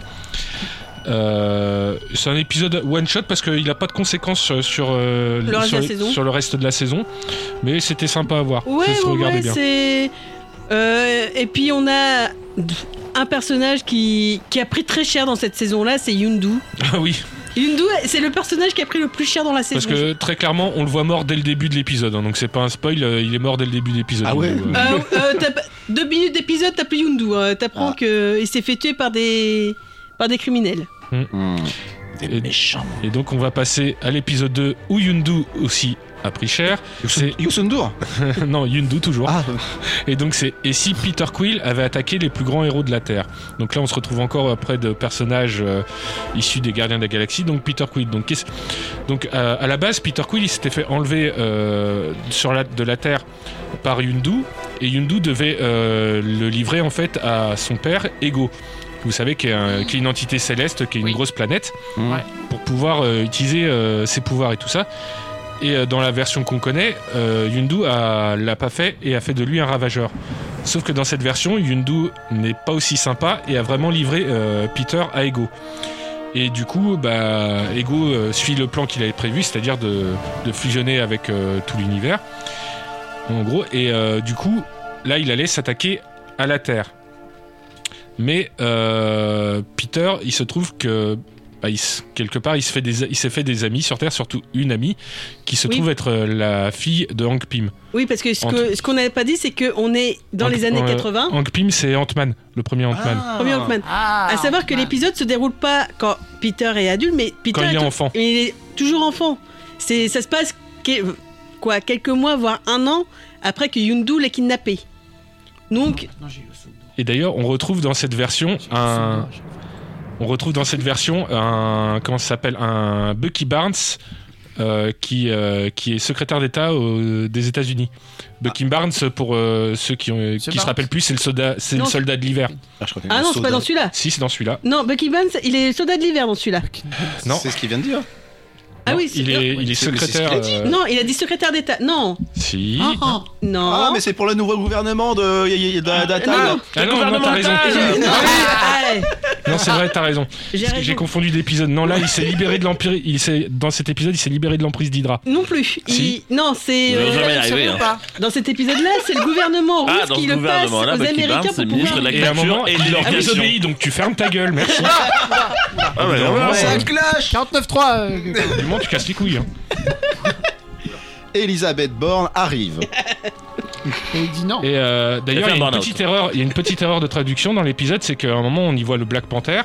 Speaker 5: Euh, c'est un épisode one shot parce qu'il n'a pas de conséquences euh, sur, euh,
Speaker 3: Le reste
Speaker 5: sur,
Speaker 3: de la saison.
Speaker 5: sur le reste de la saison, mais c'était sympa à voir.
Speaker 3: Ouais,
Speaker 5: ça se
Speaker 3: ouais,
Speaker 5: regardait
Speaker 3: ouais,
Speaker 5: bien.
Speaker 3: c'est. Euh, et puis on a un personnage qui, qui a pris très cher dans cette saison-là, c'est Yundu.
Speaker 5: Ah oui,
Speaker 3: Yundu, c'est le personnage qui a pris le plus cher dans la
Speaker 5: parce
Speaker 3: saison.
Speaker 5: que très clairement, on le voit mort dès le début de l'épisode, hein, donc c'est pas un spoil, euh, il est mort dès le début de l'épisode.
Speaker 1: Ah ouais
Speaker 5: donc, euh,
Speaker 3: Euh, euh, t'as pas- deux minutes d'épisode, t'as plus Yundu. hein. T'apprends
Speaker 1: Ah.
Speaker 3: que qu'il s'est fait tuer par des, par des criminels.
Speaker 1: Hmm.
Speaker 5: Et-
Speaker 1: Des méchants.
Speaker 5: Et donc on va passer à l'épisode 2 où Yundu aussi a pris cher. C'est
Speaker 1: Yusundur
Speaker 5: non Yundu toujours.
Speaker 1: Ah,
Speaker 5: Et donc c'est et si Peter Quill avait attaqué les plus grands héros de la Terre. Donc là on se retrouve encore près de personnages euh, issus des Gardiens de la Galaxie. Donc Peter Quill. Donc, qu'est-ce- donc euh, à la base Peter Quill il s'était fait enlever euh, sur la de la Terre par Yundu et Yundu devait euh, le livrer en fait à son père Ego. Vous savez qui est, un- qui est une entité céleste, qui est une grosse planète
Speaker 1: Hmm.
Speaker 5: pour pouvoir euh, utiliser euh, ses pouvoirs et tout ça. Et euh, dans la version qu'on connaît, euh, Yundu a- l'a pas fait et a fait de lui un ravageur. Sauf que dans cette version, Yundu n'est pas aussi sympa et a vraiment livré euh, Peter à Ego. Et du coup, bah, Ego euh, suit le plan qu'il avait prévu, c'est-à-dire de, de fusionner avec euh, tout l'univers. En gros, et euh, du coup, là, il allait s'attaquer à la Terre. Mais euh, Peter, il se trouve que bah, il se- quelque part, il se fait des, il s'est fait des amis sur Terre, surtout une amie qui se
Speaker 3: Oui.
Speaker 5: trouve être euh, la fille de Hank Pym.
Speaker 3: Oui, parce que ce
Speaker 5: En
Speaker 3: que- ce qu'on n'avait pas dit, c'est qu'on est dans
Speaker 5: Hank-
Speaker 3: les années
Speaker 5: euh,
Speaker 3: 80.
Speaker 5: Hank Pym, c'est Ant-Man, le premier Ant-Man,
Speaker 3: Premier Ant-Man.
Speaker 6: Ah,
Speaker 3: à savoir que l'épisode se déroule pas quand Peter est adulte, mais Peter
Speaker 5: quand il est
Speaker 3: tou-
Speaker 5: enfant.
Speaker 3: il est toujours enfant. C'est ça se passe que- quoi quelques mois voire un an après que Yundu l'ait kidnappé. Donc
Speaker 6: Non, j'ai eu le saut.
Speaker 5: Et d'ailleurs, on retrouve dans cette version
Speaker 6: J'ai eu le
Speaker 5: un,
Speaker 6: saut.
Speaker 5: On retrouve dans cette version un comment ça s'appelle un Bucky Barnes euh, qui euh, qui est secrétaire d'État au- des États-Unis. Bucky
Speaker 3: Ah.
Speaker 5: Barnes pour euh, ceux qui ont, qui
Speaker 6: C'est
Speaker 5: se
Speaker 6: Barnes.
Speaker 5: rappellent plus, c'est le soldat c'est le
Speaker 3: Non,
Speaker 5: soldat de l'hiver.
Speaker 1: Ah, je crois que
Speaker 3: ah non c'est pas
Speaker 1: soda.
Speaker 3: dans celui-là.
Speaker 5: Si c'est dans celui-là.
Speaker 3: Non Bucky Barnes il est soldat de l'hiver dans celui-là.
Speaker 5: Non.
Speaker 1: C'est ce qu'il vient de dire.
Speaker 3: Ah
Speaker 5: Non,
Speaker 3: oui c'est-
Speaker 5: il est il est
Speaker 1: c'est- mais c'est ce
Speaker 5: secrétaire.
Speaker 1: qu'il a dit.
Speaker 5: euh,
Speaker 3: non il a dit secrétaire d'État. Non
Speaker 5: Si.
Speaker 6: Ah, ah.
Speaker 3: non.
Speaker 1: Ah, mais c'est pour le nouveau gouvernement de y- y- de- d'Atal.
Speaker 3: non.
Speaker 5: Ah non, non, t'as raison.
Speaker 3: J'ai- non, ouais,
Speaker 5: Non, c'est vrai, t'as raison.
Speaker 3: j'ai
Speaker 5: Parce que J'ai
Speaker 3: raison.
Speaker 5: confondu l'épisode. Non, là, il s'est libéré de l'empire. Il s'est dans cet épisode, il s'est libéré de l'emprise d'Hydra.
Speaker 3: Non plus. Il-
Speaker 5: Si.
Speaker 3: Non, c'est
Speaker 10: Ils vont jamais y
Speaker 3: euh,
Speaker 10: arriver, hein.
Speaker 3: dans cet épisode-là, c'est le gouvernement russe
Speaker 10: Ah, dans ce
Speaker 3: qui le passe
Speaker 10: gouvernement-là,
Speaker 3: aux
Speaker 10: Bucky Barnes,
Speaker 3: Américains
Speaker 10: c'est
Speaker 3: pour
Speaker 10: le ministre
Speaker 3: pouvoir.
Speaker 10: de la
Speaker 5: Et à un
Speaker 10: culture
Speaker 5: moment,
Speaker 10: et de
Speaker 5: il leur
Speaker 10: l'éducation.
Speaker 5: désobéit, donc tu fermes ta gueule, merci.
Speaker 10: Ah ouais,
Speaker 5: Au bout d'un
Speaker 10: ouais,
Speaker 5: moment,
Speaker 10: ouais.
Speaker 5: euh,
Speaker 6: Ça clash 49-3 euh,
Speaker 5: du moment, tu casses les couilles. hein.
Speaker 1: Elisabeth Borne arrive.
Speaker 6: Et il dit non.
Speaker 5: Et euh, d'ailleurs,
Speaker 10: Il a fait
Speaker 5: il, y a
Speaker 10: un
Speaker 5: une
Speaker 10: burn-out.
Speaker 5: petite erreur- il y a une petite erreur de traduction dans l'épisode, c'est qu'à un moment, on y voit le Black Panther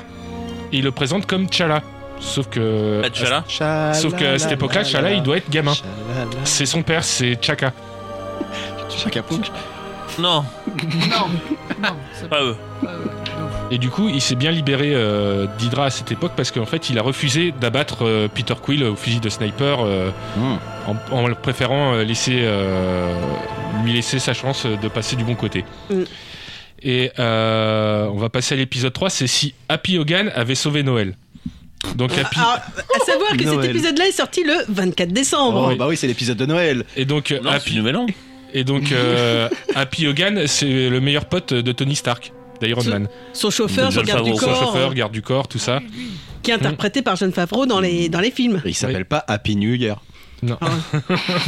Speaker 5: et il le présente comme T'Challa. Sauf que.
Speaker 10: Bah,
Speaker 1: Ah,
Speaker 10: T'Challa.
Speaker 5: Sauf qu'à cette époque-là, T'Challa, il doit être gamin. C'est son père, c'est T'Chaka.
Speaker 1: Chacapouk.
Speaker 10: Non,
Speaker 6: Non, non, c'est pas.
Speaker 10: pas eux.
Speaker 6: euh, non.
Speaker 5: Et du coup, il s'est bien libéré euh, d'Hydra à cette époque parce qu'en fait, il a refusé d'abattre euh, Peter Quill au fusil de sniper euh,
Speaker 1: Hmm.
Speaker 5: en, en le préférant euh, laisser, euh, lui laisser sa chance de passer du bon côté.
Speaker 3: Mm.
Speaker 5: Et euh, on va passer à l'épisode 3, c'est si Happy Hogan avait sauvé Noël. Donc Happy,
Speaker 3: Alors, à savoir que cet
Speaker 1: Noël.
Speaker 3: épisode-là est sorti le 24 décembre.
Speaker 1: Oh,
Speaker 5: oui.
Speaker 1: bah oui, c'est l'épisode de Noël.
Speaker 5: et donc euh,
Speaker 10: Non, c'est du
Speaker 5: Happy,
Speaker 10: nouvel an.
Speaker 5: et donc euh, Happy Hogan, c'est le meilleur pote de Tony Stark, d'Iron
Speaker 3: Ce-
Speaker 5: Man.
Speaker 3: Son chauffeur,
Speaker 10: John
Speaker 3: son garde du
Speaker 10: Favreau.
Speaker 5: Son
Speaker 3: corps,
Speaker 5: chauffeur, garde du corps, tout ça. Hum.
Speaker 3: qui est interprété par John Favreau dans les, dans les films.
Speaker 1: Et il s'appelle pas Happy New Year.
Speaker 6: Ça,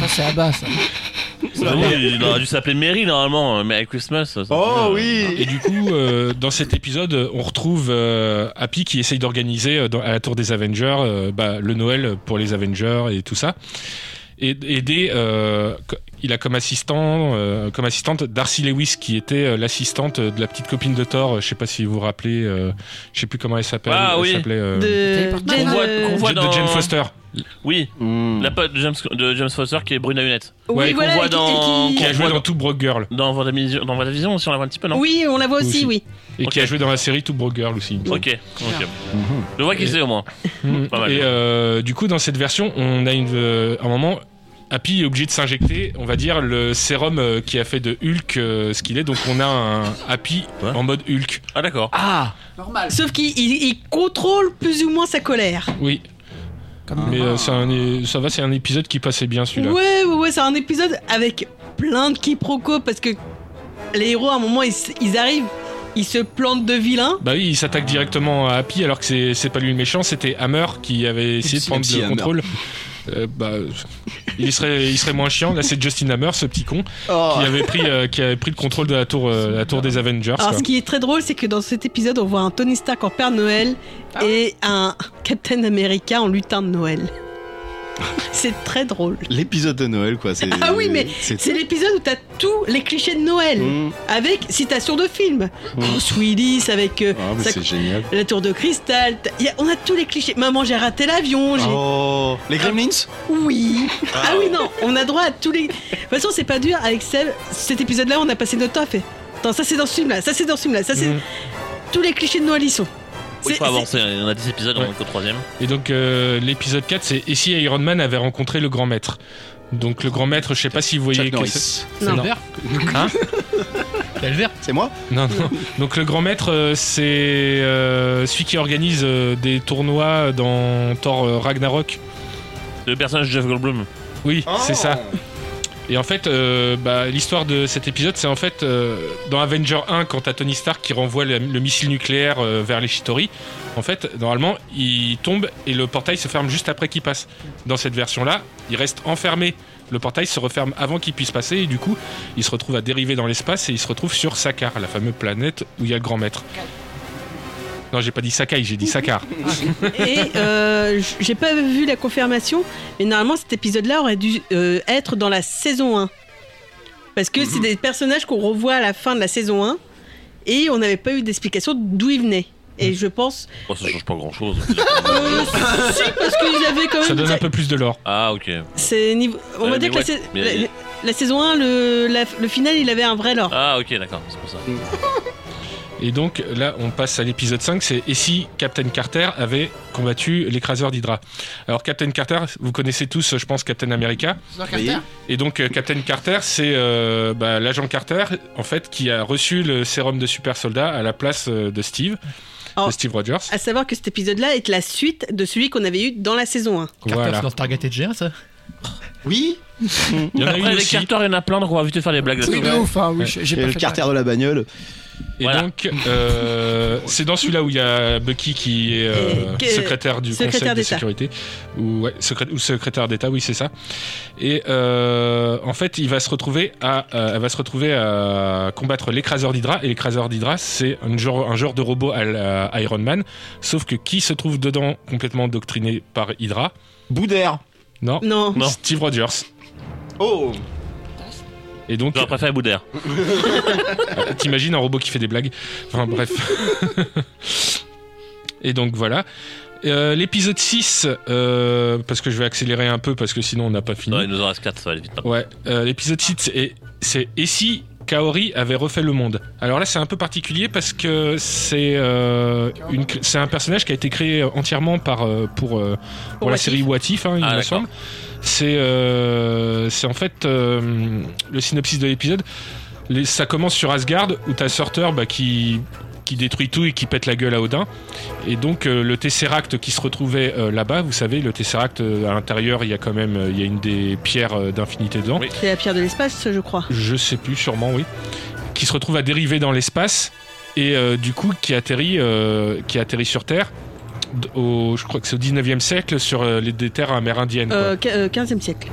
Speaker 6: c'est à bas, ça.
Speaker 10: C'est vraiment- Il aurait dû s'appeler Mary normalement, mais à Christmas. ça-
Speaker 1: Oh
Speaker 10: euh,
Speaker 1: oui
Speaker 5: Et du coup, euh, dans cet épisode, on retrouve euh, Happy qui essaye d'organiser euh, dans- à la tour des Avengers euh, bah, le Noël pour les Avengers et tout ça. Et aider, euh, co- il a comme assistant, euh, comme assistante Darcy Lewis qui était euh, l'assistante de la petite copine de Thor. Je sais pas si vous vous rappelez, euh, je sais plus comment elle s'appelle.
Speaker 10: Ah
Speaker 5: elle
Speaker 10: oui.
Speaker 5: s'appelait, euh,
Speaker 3: De...
Speaker 6: Qu'on
Speaker 10: qu'on
Speaker 3: Jane-
Speaker 10: voit-
Speaker 3: euh,
Speaker 10: qu'on voit
Speaker 5: de
Speaker 10: dans-
Speaker 5: Jane Foster.
Speaker 10: Oui,
Speaker 1: Hmm.
Speaker 10: la pote de James, de James Foster qui est brune à lunettes.
Speaker 3: Oui,
Speaker 5: Ouais, qu'on
Speaker 3: voilà,
Speaker 10: voit
Speaker 3: et qui-
Speaker 10: dans-
Speaker 3: et qui-
Speaker 5: Qui a joué
Speaker 10: voit
Speaker 5: dans
Speaker 10: dans-
Speaker 5: tout Broke Girl
Speaker 10: Dans Vendavision, dans Vendavision aussi, on la voit un petit peu, non
Speaker 3: Oui, on la voit aussi,
Speaker 5: Aussi.
Speaker 3: oui.
Speaker 5: et qui a
Speaker 10: Ok.
Speaker 5: joué dans la série Two Broke Girl aussi. il me semble.
Speaker 10: Ok, ok. Je vois qui
Speaker 5: Et-
Speaker 10: c'est au moins.
Speaker 5: Mm.
Speaker 10: Pas mal.
Speaker 5: Et euh, du coup, dans cette version, on a une, euh, un moment. Happy est obligé de s'injecter, on va dire, le sérum euh, qui a fait de Hulk euh, ce qu'il est. Donc on a un Happy
Speaker 10: Ouais.
Speaker 5: en mode Hulk.
Speaker 10: Ah d'accord.
Speaker 1: Ah
Speaker 6: Normal.
Speaker 3: Sauf qu'il il- il contrôle plus ou moins sa colère.
Speaker 5: Oui,
Speaker 6: Comme
Speaker 5: mais euh, c'est un é- ça va, c'est un épisode qui passait bien
Speaker 3: Ouais,
Speaker 5: celui-là.
Speaker 3: ouais, ouais, c'est un épisode avec plein de quiproquos parce que les héros, à un moment, ils, s- ils arrivent, ils se plantent de vilains.
Speaker 5: Bah oui, il s'attaque directement à Happy alors que c'est- c'est pas lui le méchant, c'était Hammer qui avait essayé de
Speaker 1: si-
Speaker 5: prendre
Speaker 1: MC
Speaker 5: le
Speaker 1: Hammer.
Speaker 5: contrôle. Euh, bah, il serait, il serait moins chiant. Là, c'est Justin Hammer, ce petit con,
Speaker 1: Oh.
Speaker 5: qui avait pris, euh, qui avait pris le contrôle de la tour, euh, la tour des Avengers.
Speaker 3: Alors,
Speaker 5: quoi.
Speaker 3: ce qui est très drôle, c'est que dans cet épisode, on voit un Tony Stark en Père Noël et un Captain America en lutin de Noël. c'est très drôle.
Speaker 1: L'épisode de Noël, quoi. c'est-
Speaker 3: Ah oui, mais
Speaker 1: c'est-
Speaker 3: C'est l'épisode où t'as tous les clichés de Noël
Speaker 4: Mm.
Speaker 1: Hmm.
Speaker 3: avec citation de film.
Speaker 1: Mm.
Speaker 3: Bruce Willis avec euh,
Speaker 1: Ah, mais
Speaker 3: sa-
Speaker 1: c'est génial.
Speaker 3: la tour de cristal. T'as- y a- on a tous les clichés. Maman, j'ai raté l'avion. j'ai-
Speaker 10: Ah.
Speaker 1: Oh, les Gremlins
Speaker 3: Oui. Ah oui, non, on a droit à tous les. De toute façon, c'est pas dur avec Seb. Cet épisode-là, on a passé notre temps à faire. Attends, ça c'est dans ce film-là, ça c'est dans ce film-là, ça c'est.
Speaker 5: Mm.
Speaker 3: Tous les clichés de Noël y sont.
Speaker 10: Mhm. Il
Speaker 3: C'est-
Speaker 10: faut avancer, hein, on a 10 épisodes, on est au troisième.
Speaker 5: Et donc euh, l'épisode 4, c'est Et si Iron Man avait rencontré le grand maître Donc le grand maître, je sais pas si vous voyez
Speaker 1: Chuck
Speaker 5: que
Speaker 1: Norris.
Speaker 3: c'est- Non.
Speaker 5: non.
Speaker 9: vert
Speaker 5: Hein
Speaker 9: T'as le vert
Speaker 1: C'est moi
Speaker 5: non, non. Donc le grand maître, euh, c'est euh, celui qui organise euh, des tournois dans Thor euh, Ragnarok.
Speaker 10: Le personnage de Jeff Goldblum.
Speaker 5: Oui, c'est ça. Et en fait, euh, bah, l'histoire de cet épisode, c'est en fait euh, dans Avenger 1, quand t'as Tony Stark qui renvoie le, le missile nucléaire euh, vers les Shitori, en fait, normalement, il tombe et le portail se ferme juste après qu'il passe. Dans cette version-là, il reste enfermé. Le portail se referme avant qu'il puisse passer et du coup, il se retrouve à dériver dans l'espace et il se retrouve sur Sakar, la fameuse planète où il y a le grand maître. Non, j'ai pas dit Sakai, j'ai dit Sakar.
Speaker 3: Et euh, j- j'ai pas vu la confirmation, mais normalement cet épisode-là aurait dû euh, être dans la saison 1. Parce que
Speaker 10: Mhm.
Speaker 3: c'est des personnages qu'on revoit à la fin de la saison 1 et on n'avait pas eu d'explication d'où ils venaient. Et je pense.
Speaker 10: Oh, ça change pas grand chose.
Speaker 3: Euh, si, parce qu'ils avaient quand
Speaker 5: Ça
Speaker 3: même.
Speaker 5: donne un Euh, peu plus de l'or.
Speaker 10: ah ok.
Speaker 3: C'est niveau. On
Speaker 10: Ouais,
Speaker 3: va
Speaker 10: mais
Speaker 3: dire que la
Speaker 10: ouais,
Speaker 3: sais-
Speaker 10: mais-
Speaker 3: la, la saison 1, le, la- le final, il avait un vrai lore.
Speaker 10: Ah ok, d'accord, c'est pour ça.
Speaker 5: Et donc là, on passe à l'épisode 5, c'est Et si Captain Carter avait combattu l'écraseur d'Hydra Alors Captain Carter, vous connaissez tous, je pense, Captain America.
Speaker 6: C'est dans Carter.
Speaker 5: Et donc euh, Captain Carter, c'est euh, bah, l'agent Carter, en fait, qui a reçu le sérum de super soldat à la place euh, de Steve,
Speaker 3: Oh.
Speaker 5: de Steve Rogers.
Speaker 3: À savoir que cet épisode-là est la suite de celui qu'on avait eu dans la saison 1.
Speaker 9: Carter,
Speaker 5: Voilà.
Speaker 9: c'est dans Stargate Edge, ça
Speaker 1: Oui
Speaker 5: Il y en a
Speaker 10: Après
Speaker 5: une
Speaker 10: les
Speaker 5: aussi.
Speaker 10: Carter, il y en a plein, donc on va vite faire les blagues
Speaker 6: Truc
Speaker 10: là-dessus.
Speaker 6: de ouf, hein, oui, j'ai- j'ai
Speaker 1: Et
Speaker 6: pas
Speaker 1: le
Speaker 6: fait
Speaker 1: carter de la bagnole.
Speaker 5: Et
Speaker 10: Voilà.
Speaker 5: donc, euh, c'est dans celui-là où il y a Bucky qui est euh,
Speaker 3: Et que-
Speaker 5: secrétaire du
Speaker 3: secrétaire
Speaker 5: Conseil de
Speaker 3: d'État.
Speaker 5: sécurité. Ou, ouais, secré- ou secrétaire d'État, oui, c'est ça. Et euh, en fait, il va se retrouver à, euh, elle va se retrouver à combattre l'écraseur d'Hydra. Et l'écraseur d'Hydra, c'est un genre, un genre de robot à, la Iron Man. Sauf que qui se trouve dedans complètement doctriné par Hydra
Speaker 1: Boudère
Speaker 5: Non,
Speaker 3: Non.
Speaker 10: Non.
Speaker 5: Steve Rogers.
Speaker 1: Oh
Speaker 5: Et donc,
Speaker 10: J'aurais préféré Boudère.
Speaker 5: T'imagines un robot qui fait des blagues. Enfin bref. Et donc voilà. Euh, L'épisode 6, euh, parce que je vais accélérer un peu parce que sinon on n'a pas fini.
Speaker 10: Non, il nous en reste 4, ça va aller vite. maintenant.
Speaker 5: Ouais, euh, l'épisode 6, c'est- c'est Et si Kaori avait refait le monde Alors là, c'est un peu particulier parce que c'est euh, une cr- c'est un personnage qui a été créé entièrement par, euh, pour, euh, pour,
Speaker 3: Pour
Speaker 5: la
Speaker 3: What
Speaker 5: série What If, hein, il
Speaker 10: Ah,
Speaker 5: me
Speaker 10: d'accord.
Speaker 5: semble. C'est euh, c'est en fait euh, le synopsis de l'épisode. Les- Ça commence sur Asgard où t'as Sorter bah, qui qui détruit tout et qui pète la gueule à Odin. Et donc euh, le Tesseract qui se retrouvait euh, là-bas, vous savez, le Tesseract euh, à l'intérieur, il y a quand même euh, il y a une des pierres euh, d'infinité dedans.
Speaker 10: Oui.
Speaker 3: C'est la pierre de l'espace, je crois.
Speaker 5: Je sais plus, sûrement, oui. Qui se retrouve à dériver dans l'espace et euh, du coup qui atterrit, euh, qui atterrit sur Terre. d- Au, je crois que c'est au 19e siècle sur euh, les, des terres amérindiennes. quoi.
Speaker 3: Euh, qu- euh, 15e siècle.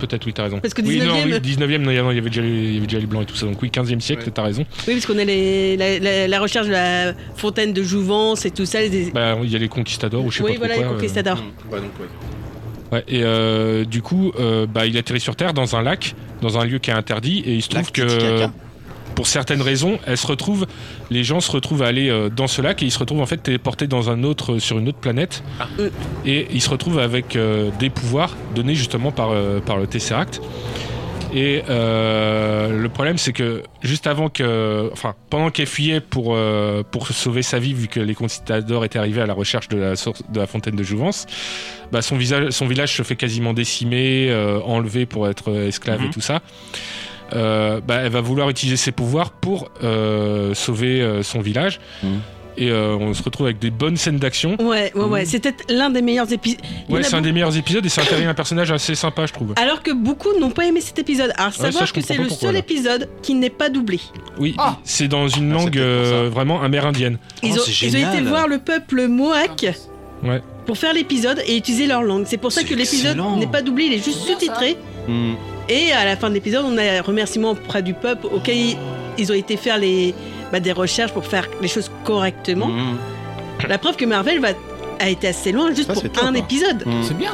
Speaker 5: Peut-être, oui, t'as raison.
Speaker 3: parce que
Speaker 5: oui, non,
Speaker 3: 19e.
Speaker 5: oui, 19e, non, il y avait- il y avait déjà les- il y avait déjà les blancs et tout ça. Donc, oui, 15e siècle, t'as raison.
Speaker 3: Oui, parce qu'on a les- la, la- la recherche de la fontaine de Jouvence et tout ça. les-
Speaker 5: Bah, il y a les conquistadors ou je sais pas
Speaker 3: oui,
Speaker 5: trop
Speaker 3: voilà, les
Speaker 5: quoi, euh,
Speaker 3: conquistadors.
Speaker 7: Bah donc, ouais.
Speaker 5: Ouais, et euh, du coup, euh, bah, il atterrit sur Terre dans un lac, dans un lieu qui est interdit, et il se trouve
Speaker 1: Lac
Speaker 5: que
Speaker 1: Titicaca.
Speaker 5: pour certaines raisons, elle se retrouve, les gens se retrouvent à aller euh, dans ce lac et ils se retrouvent en fait téléportés dans un autre, sur une autre planète,
Speaker 1: Ah.
Speaker 3: Euh.
Speaker 5: et ils se retrouvent avec euh, des pouvoirs donnés justement par euh, par le Tesseract. Et euh, le problème, c'est que juste avant que, enfin, pendant qu'elle fuyait pour euh, pour sauver sa vie, vu que les conquistadors étaient arrivés à la recherche de la source de la fontaine de Jouvence bah, son, visage, son village se fait quasiment décimer, euh, enlevé pour être euh, esclave
Speaker 10: Mhm.
Speaker 5: et tout ça. Euh, bah, elle va vouloir utiliser ses pouvoirs pour euh, sauver euh, son village.
Speaker 1: Mhm.
Speaker 5: Et euh, on se retrouve avec des bonnes scènes d'action.
Speaker 3: Ouais, ouais, ouais. C'est peut-être l'un des meilleurs épisodes.
Speaker 5: Hmm. Ouais, c'est un des meilleurs épisodes et ça intéresse un personnage assez sympa, je trouve.
Speaker 3: Alors que beaucoup n'ont pas aimé cet épisode. Alors,
Speaker 5: ça,
Speaker 3: savoir
Speaker 5: je
Speaker 3: que
Speaker 5: comprends
Speaker 3: c'est
Speaker 5: pas
Speaker 3: le
Speaker 5: pourquoi,
Speaker 3: seul
Speaker 5: là.
Speaker 3: épisode qui n'est pas doublé.
Speaker 5: Oui, c'est dans une
Speaker 1: Ah, c'est
Speaker 5: langue
Speaker 1: peut-être pour ça.
Speaker 5: euh, vraiment amérindienne.
Speaker 1: Oh,
Speaker 3: Ils, ont,
Speaker 1: c'est
Speaker 3: ils ont été
Speaker 1: génial.
Speaker 3: voir le peuple Mohawk
Speaker 5: Ouais.
Speaker 3: pour faire l'épisode et utiliser leur langue. C'est pour ça
Speaker 1: C'est
Speaker 3: que l'épisode
Speaker 1: excellent.
Speaker 3: n'est pas doublé, il est juste sous-titré.
Speaker 1: Hmm.
Speaker 3: Et à la fin de l'épisode, on a un remerciement auprès du peuple auquel ils- ils ont été faire les, bah, des recherches pour faire les choses correctement.
Speaker 1: Hmm.
Speaker 3: La preuve que Marvel va- a été assez loin juste
Speaker 1: Ça,
Speaker 3: pour
Speaker 1: c'est top,
Speaker 3: un
Speaker 1: hein.
Speaker 3: épisode.
Speaker 1: Hmm.
Speaker 6: C'est bien.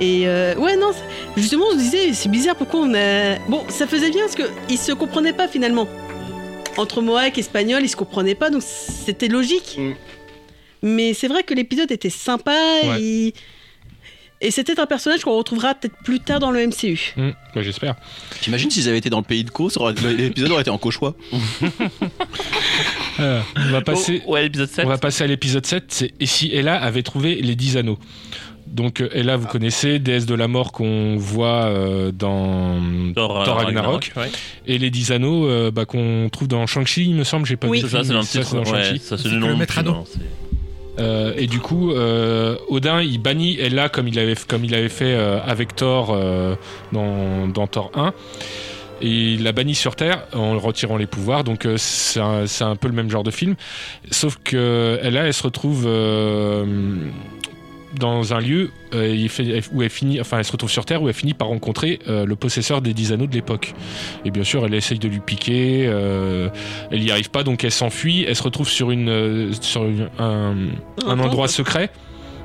Speaker 3: Et euh, ouais, non, c'est- justement, on se disait, c'est bizarre pourquoi on a. Bon, ça faisait bien parce qu'ils se comprenaient pas finalement. Entre Mohawk et espagnol, ils se comprenaient pas, donc c'était logique.
Speaker 7: Mm.
Speaker 3: Mais c'est vrai que l'épisode était sympa
Speaker 5: Ouais.
Speaker 3: et. Et c'était un personnage qu'on retrouvera peut-être plus tard dans le MCU.
Speaker 5: Mhm, bah, J'espère.
Speaker 1: T'imagines s'ils avaient été dans le pays de Caux, ça aurait- l'épisode aurait été en cauchois.
Speaker 5: Euh, on va passer.
Speaker 10: Oh, ouais, l'épisode 7.
Speaker 5: On va passer à l'épisode 7, c'est Et si Ella avait trouvé les 10 anneaux Donc euh, Ella, vous
Speaker 10: Ah.
Speaker 5: connaissez, déesse de la mort qu'on voit euh, dans
Speaker 10: Thor, euh,
Speaker 5: Thor Ragnarok.
Speaker 10: ouais.
Speaker 5: et les 10 anneaux euh, bah, qu'on trouve dans Shang-Chi, il me semble, j'ai pas
Speaker 3: Oui.
Speaker 5: vu.
Speaker 10: Ça, c'est dans le
Speaker 5: Ça,
Speaker 10: titre.
Speaker 5: c'est dans
Speaker 10: ouais,
Speaker 5: Shang-Chi.
Speaker 10: ça,
Speaker 9: C'est
Speaker 10: c'est le
Speaker 9: que le
Speaker 10: nom. du
Speaker 9: maître
Speaker 10: film,
Speaker 9: Adam.
Speaker 10: hein, c'est-
Speaker 5: Euh, et du coup, euh, Odin, il bannit Ella comme il avait, comme il avait fait euh, avec Thor euh, dans, dans Thor 1. Et il la bannit sur Terre en lui retirant les pouvoirs. Donc euh, c'est un, c'est un peu le même genre de film. Sauf que Ella, elle se retrouve euh, dans un lieu euh, il fait- où elle finit, enfin elle se retrouve sur Terre où elle finit par rencontrer euh, le possesseur des 10 anneaux de l'époque. Et bien sûr, elle essaye de lui piquer. euh, elle n'y arrive pas, donc elle s'enfuit. Elle se retrouve sur une, euh, sur une- un, un endroit secret,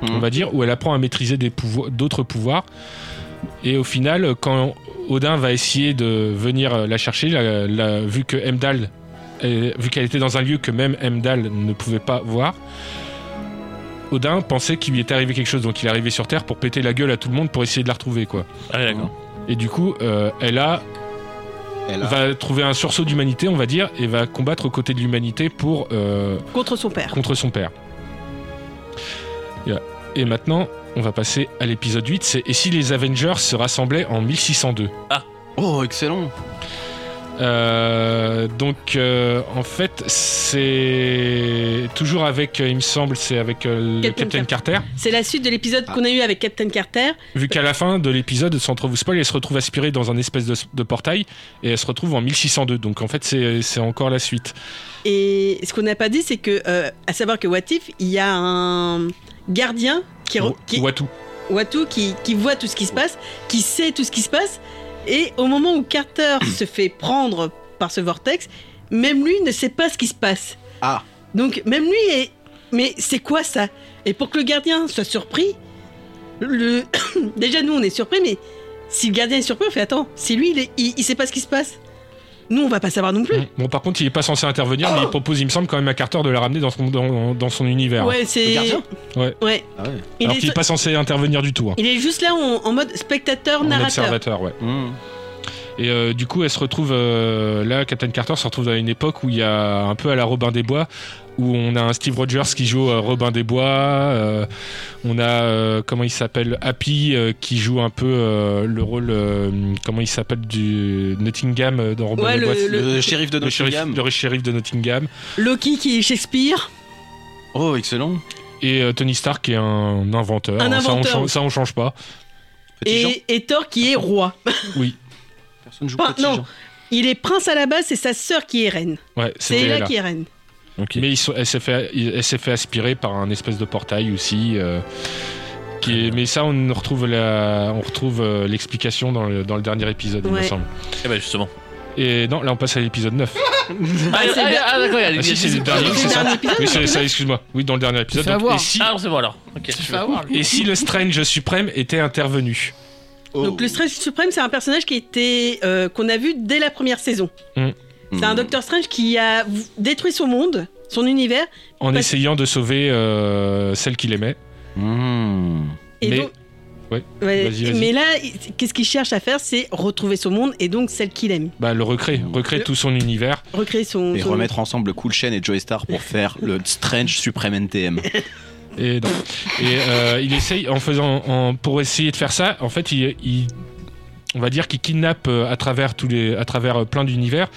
Speaker 5: on
Speaker 1: Mhm.
Speaker 5: va dire, où elle apprend à maîtriser des pouvoirs- d'autres pouvoirs. Et au final, quand Odin va essayer de venir euh, la chercher, la- la- vu que Heimdall, euh, vu qu'elle était dans un lieu que même Heimdall ne pouvait pas voir, Odin pensait qu'il lui était arrivé quelque chose, donc il est arrivé sur Terre pour péter la gueule à tout le monde pour essayer de la retrouver, quoi.
Speaker 10: Ah, ouais,
Speaker 5: Mm.
Speaker 10: d'accord.
Speaker 5: Et du coup, euh, elle a
Speaker 1: Elle a-
Speaker 5: va trouver un sursaut d'humanité, on va dire, et va combattre aux côtés de l'humanité pour euh,
Speaker 3: Contre son père.
Speaker 5: contre son père. Yeah. Et maintenant, on va passer à l'épisode 8, c'est Et si les Avengers se rassemblaient en 1602
Speaker 1: Oh, excellent.
Speaker 5: Euh, Donc, euh, en fait, c'est toujours avec, euh, il me semble, c'est avec euh, le
Speaker 3: Captain
Speaker 5: Captain Carter.
Speaker 3: C'est la suite de l'épisode qu'on a eu avec Captain Carter.
Speaker 5: Vu qu'à la fin de l'épisode, sans trop vous spoil, elle se retrouve aspirée dans un espèce de, de portail et elle se retrouve en 1602. Donc, en fait, c'est c'est encore la suite.
Speaker 3: Et ce qu'on n'a pas dit, c'est que, euh, à savoir que What If, il y a un gardien qui, re- qui,
Speaker 5: Watu.
Speaker 3: Watu qui, qui voit tout ce qui se passe, qui sait tout ce qui se passe, et au moment où Carter se fait prendre par ce vortex, même lui ne sait pas ce qui se passe.
Speaker 1: Ah.
Speaker 3: Donc même lui est... Mais c'est quoi ça Et pour que le gardien soit surpris, le... déjà nous on est surpris, mais Si le gardien est surpris, on fait attends, si lui, il, est- il, il sait pas ce qui se passe. Nous, on va pas savoir non plus.
Speaker 5: Bon, par contre, il est pas censé intervenir,
Speaker 3: Oh
Speaker 5: mais il propose, il me semble, quand même à Carter de la ramener dans son, dans, dans son univers.
Speaker 3: Ouais, c'est.
Speaker 1: gardien
Speaker 5: Ouais.
Speaker 3: Ouais.
Speaker 1: Ah ouais.
Speaker 3: Il,
Speaker 5: Alors
Speaker 3: est,
Speaker 5: qu'il est pas censé intervenir du tout. hein.
Speaker 3: il est juste là en, en mode spectateur
Speaker 5: En
Speaker 3: narrateur.
Speaker 5: observateur, ouais.
Speaker 1: Hmm.
Speaker 5: Et euh, du coup, elle se retrouve euh, là, Captain Carter se retrouve à une époque où il y a un peu à la Robin des Bois, où on a un Steve Rogers qui joue euh, Robin des Bois, euh, on a euh, comment il s'appelle Happy euh, qui joue un peu euh, le rôle euh, comment il s'appelle du Nottingham euh, dans Robin
Speaker 3: Ouais,
Speaker 5: des
Speaker 3: le-
Speaker 5: Bois, c'est
Speaker 1: Le,
Speaker 3: le-
Speaker 1: shérif de
Speaker 5: le shérif,
Speaker 1: Nottingham.
Speaker 5: le shérif de Nottingham
Speaker 3: Loki qui est Shakespeare.
Speaker 1: Oh, excellent.
Speaker 5: et euh, Tony Stark qui est un inventeur.
Speaker 3: Un
Speaker 5: hein, ça, on
Speaker 3: inventeur.
Speaker 5: change, ça, on change pas.
Speaker 1: Petit Jean.
Speaker 3: Et, et Thor qui est roi.
Speaker 1: Personne joue
Speaker 3: Enfin,
Speaker 1: Petit
Speaker 3: non.
Speaker 1: Jean.
Speaker 3: Il est prince à la base, c'est sa sœur qui est reine.
Speaker 5: Ouais,
Speaker 3: C'est
Speaker 5: c'était
Speaker 3: Ella
Speaker 5: là.
Speaker 3: qui est reine.
Speaker 10: Ok.
Speaker 5: Mais ils sont- elle s'est fait, il- elle s'est fait aspirer par un espèce de portail aussi. euh, qui est- mais ça, on retrouve la, on retrouve euh, l'explication dans le, dans le dernier épisode, il me
Speaker 3: Ouais.
Speaker 5: semble.
Speaker 10: Eh ben justement.
Speaker 5: Ah, Et non, là, on passe à l'épisode 9.
Speaker 10: Ah,
Speaker 3: c'est bien.
Speaker 10: ah, d'accord, il y a-
Speaker 5: Ah, si, c'est le dernier,
Speaker 3: C'est
Speaker 5: c'est
Speaker 3: le
Speaker 5: ça.
Speaker 3: dernier épisode,
Speaker 5: Oui,
Speaker 3: c'est
Speaker 5: c'est
Speaker 3: le
Speaker 5: ça, excuse-moi. Oui, dans le dernier épisode.
Speaker 6: fait avoir.
Speaker 5: et, si,
Speaker 10: Ah, c'est bon alors. Ok.
Speaker 6: Tu te fais avoir, lui.
Speaker 5: et si le Strange suprême était intervenu
Speaker 1: Oh.
Speaker 3: Donc le Strange Suprême, c'est un personnage qui était euh, qu'on a vu dès la première saison. C'est un
Speaker 1: Hmm.
Speaker 3: Docteur Strange qui a v- détruit son monde, son univers.
Speaker 5: en
Speaker 3: Parce-
Speaker 5: essayant de sauver euh, celle qu'il aimait
Speaker 1: Hmm.
Speaker 3: Et
Speaker 5: Mais-
Speaker 3: donc,
Speaker 5: ouais,
Speaker 3: Ouais,
Speaker 5: vas-y, vas-y.
Speaker 3: Mais là, il- qu'est-ce qu'il cherche à faire C'est retrouver son monde et donc celle qu'il aime.
Speaker 5: bah, Le recréer, recréer tout son univers.
Speaker 3: Recréer son.
Speaker 1: Et
Speaker 3: son-
Speaker 1: remettre ensemble Cool Chain et Joystar pour faire le Strange Supreme NTM.
Speaker 5: Et, non. et euh, il essaye, en faisant, en- pour essayer de faire ça, en fait, il, il- on va dire qu'il kidnappe euh, à travers tous les, à travers euh, plein d'univers,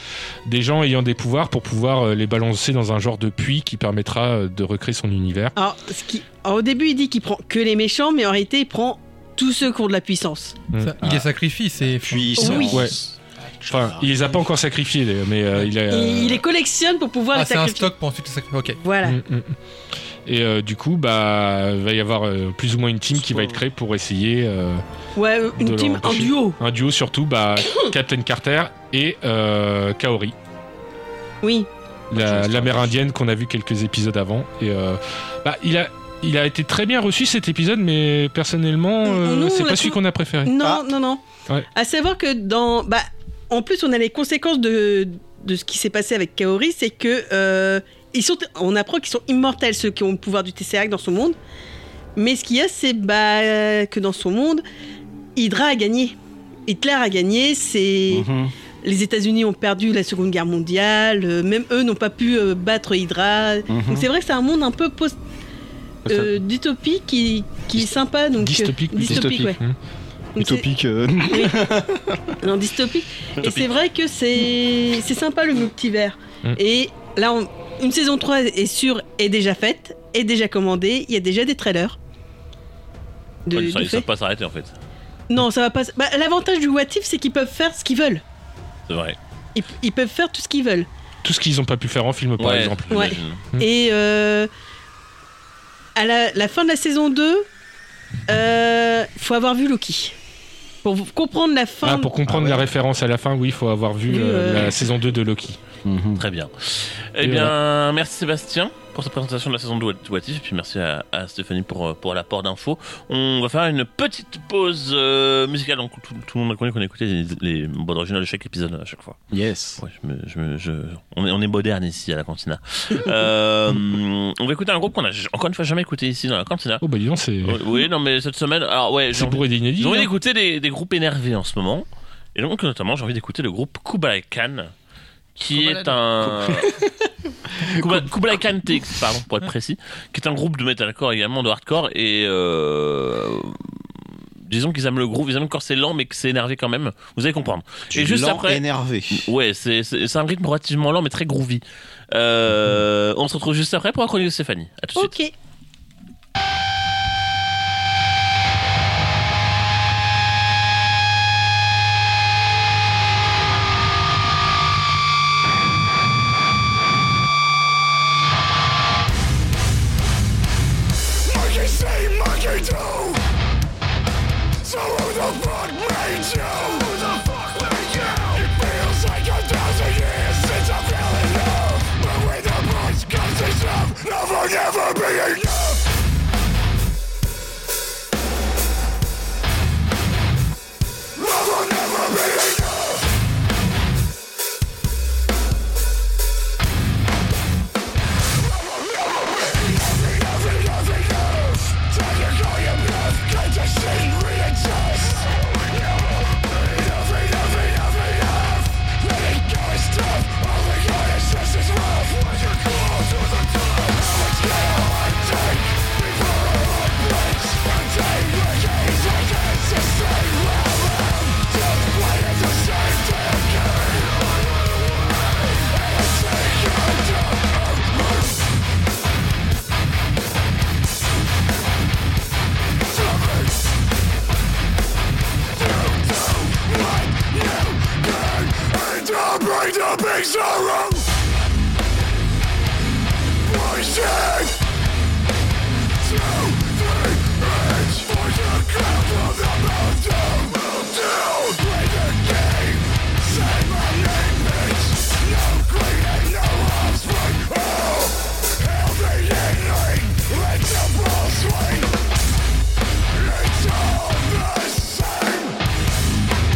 Speaker 5: des gens ayant des pouvoirs pour pouvoir euh, les balancer dans un genre de puits qui permettra euh, de recréer son univers.
Speaker 3: Alors, ce qui... Alors, au début, il dit qu'il prend que les méchants, mais en réalité, il prend tous ceux qui ont de la puissance.
Speaker 9: Ça, Il les sacrifie, c'est.
Speaker 1: Puissance.
Speaker 3: Oui.
Speaker 5: Ouais. Enfin, il les a pas encore sacrifiés, d'ailleurs, mais euh, il a.
Speaker 3: Et il les collectionne pour pouvoir
Speaker 9: Ah,
Speaker 3: les
Speaker 9: c'est un
Speaker 3: sacrifier.
Speaker 9: stock pour ensuite les sacrifier. Ok.
Speaker 3: Voilà.
Speaker 5: Mm, mm, mm. Et euh, du coup, bah, il va y avoir euh, plus ou moins une team qui va être créée pour essayer euh,
Speaker 3: Ouais,
Speaker 5: De
Speaker 3: une team en
Speaker 5: l'empêcher.
Speaker 3: duo.
Speaker 5: un duo surtout, bah, Captain Carter et euh, Kaori.
Speaker 3: Oui.
Speaker 5: la- l'amérindienne qu'on a vu quelques épisodes avant. Et euh, bah, il a. Il a été très bien reçu cet épisode, mais personnellement, euh,
Speaker 3: Nous, on
Speaker 5: c'est
Speaker 3: l'a
Speaker 5: pas celui
Speaker 3: trouvé-
Speaker 5: qu'on a préféré.
Speaker 3: Non,
Speaker 1: Ah.
Speaker 3: non, non.
Speaker 5: Ouais.
Speaker 3: À savoir que dans. Bah, en plus, on a les conséquences de, de ce qui s'est passé avec Kaori, c'est que. euh, ils sont, on apprend qu'ils sont immortels, ceux qui ont le pouvoir du Tesseract dans son monde. Mais ce qu'il y a, c'est bah, euh, que dans son monde, Hydra a gagné. Hitler a gagné, c'est.
Speaker 1: Mhm.
Speaker 3: Les États-Unis ont perdu la Seconde Guerre mondiale, euh, même eux n'ont pas pu euh, battre Hydra.
Speaker 1: Mhm.
Speaker 3: Donc c'est vrai que c'est un monde un peu post. euh, d'utopie qui, qui est sympa. Donc, euh,
Speaker 5: Dystopique, oui.
Speaker 3: dystopique, ouais.
Speaker 5: Hum.
Speaker 3: Donc, c'est-
Speaker 1: Utopique. euh,
Speaker 3: non, dystopique. Et c'est vrai que c'est c'est sympa le multivers.
Speaker 5: Mm.
Speaker 3: Et là, on- une saison 3 est sûre, est déjà faite, est déjà commandée, il y a déjà des trailers. De,
Speaker 10: Ils
Speaker 3: de
Speaker 10: savent
Speaker 3: fait.
Speaker 10: pas s'arrêter en fait.
Speaker 3: Non, ça va pas. bah, L'avantage du What If, c'est qu'ils peuvent faire ce qu'ils veulent.
Speaker 10: C'est vrai.
Speaker 3: Ils, ils peuvent faire tout ce qu'ils veulent.
Speaker 5: Tout ce qu'ils ont pas pu faire en film, par
Speaker 10: Ouais,
Speaker 5: exemple.
Speaker 3: Ouais.
Speaker 10: j'imagine.
Speaker 5: Mm.
Speaker 3: Et euh, à la, la fin de la saison 2, euh, faut avoir vu Loki. Pour vous- comprendre la fin.
Speaker 5: Ah, pour comprendre
Speaker 1: Ah ouais.
Speaker 5: la référence à la fin, oui, il faut avoir vu
Speaker 3: Oui,
Speaker 5: euh,
Speaker 3: ouais.
Speaker 5: la saison 2 de Loki.
Speaker 1: Mhm.
Speaker 10: Très bien. Eh
Speaker 5: Et
Speaker 10: bien, merci Sébastien pour cette présentation de la saison de What- What If, et puis merci à, à Stéphanie pour, euh, pour l'apport d'infos. On va faire une petite pause euh, musicale. Donc, tout, tout le monde a connu qu'on écoutait les, les bandes originales de chaque épisode à chaque fois.
Speaker 1: Yes.
Speaker 10: Ouais, je me- je me- je- on, est, on est moderne ici à la cantina. Euh, on va écouter un groupe qu'on a j- encore une fois jamais écouté ici dans la cantina.
Speaker 5: Oh bah dis donc, c'est
Speaker 10: Oui, non, mais cette semaine, alors ouais, j'ai
Speaker 5: c'est
Speaker 10: envie,
Speaker 5: bourré d'inédits.
Speaker 10: j'ai envie
Speaker 5: hein.
Speaker 10: d'écouter des, des groupes énervés en ce moment. Et donc, notamment, j'ai envie d'écouter le groupe Kublai Khan, qui
Speaker 6: Kublai-
Speaker 10: est un. Kublai, Kublai Khan TX, pardon, pour être précis, qui est un groupe de metalcore également, de hardcore, et. euh, Disons qu'ils aiment le groove, ils aiment quand c'est lent mais que c'est énervé quand même. Vous allez comprendre.
Speaker 1: Du
Speaker 10: juste
Speaker 1: lent
Speaker 10: après-
Speaker 1: énervé.
Speaker 10: Ouais, c'est c'est- c'est un rythme relativement lent mais très groovy. Euh, on se retrouve juste après pour la chronique de Stéphanie. À tout de suite.
Speaker 3: Ok.
Speaker 7: Monkey see, monkey do. So who the fuck made you? Who the fuck made you? It feels like a thousand years since I fell in love, but with the price comes this love, never, never being enough. Wind up in sorrow. Poison. Two, three, reach for the ground of the mountain. Move down. Play the game. Say my name. It's no queen and no offspring. Oh, hell the yingling. Let the ball swing. It's all the same.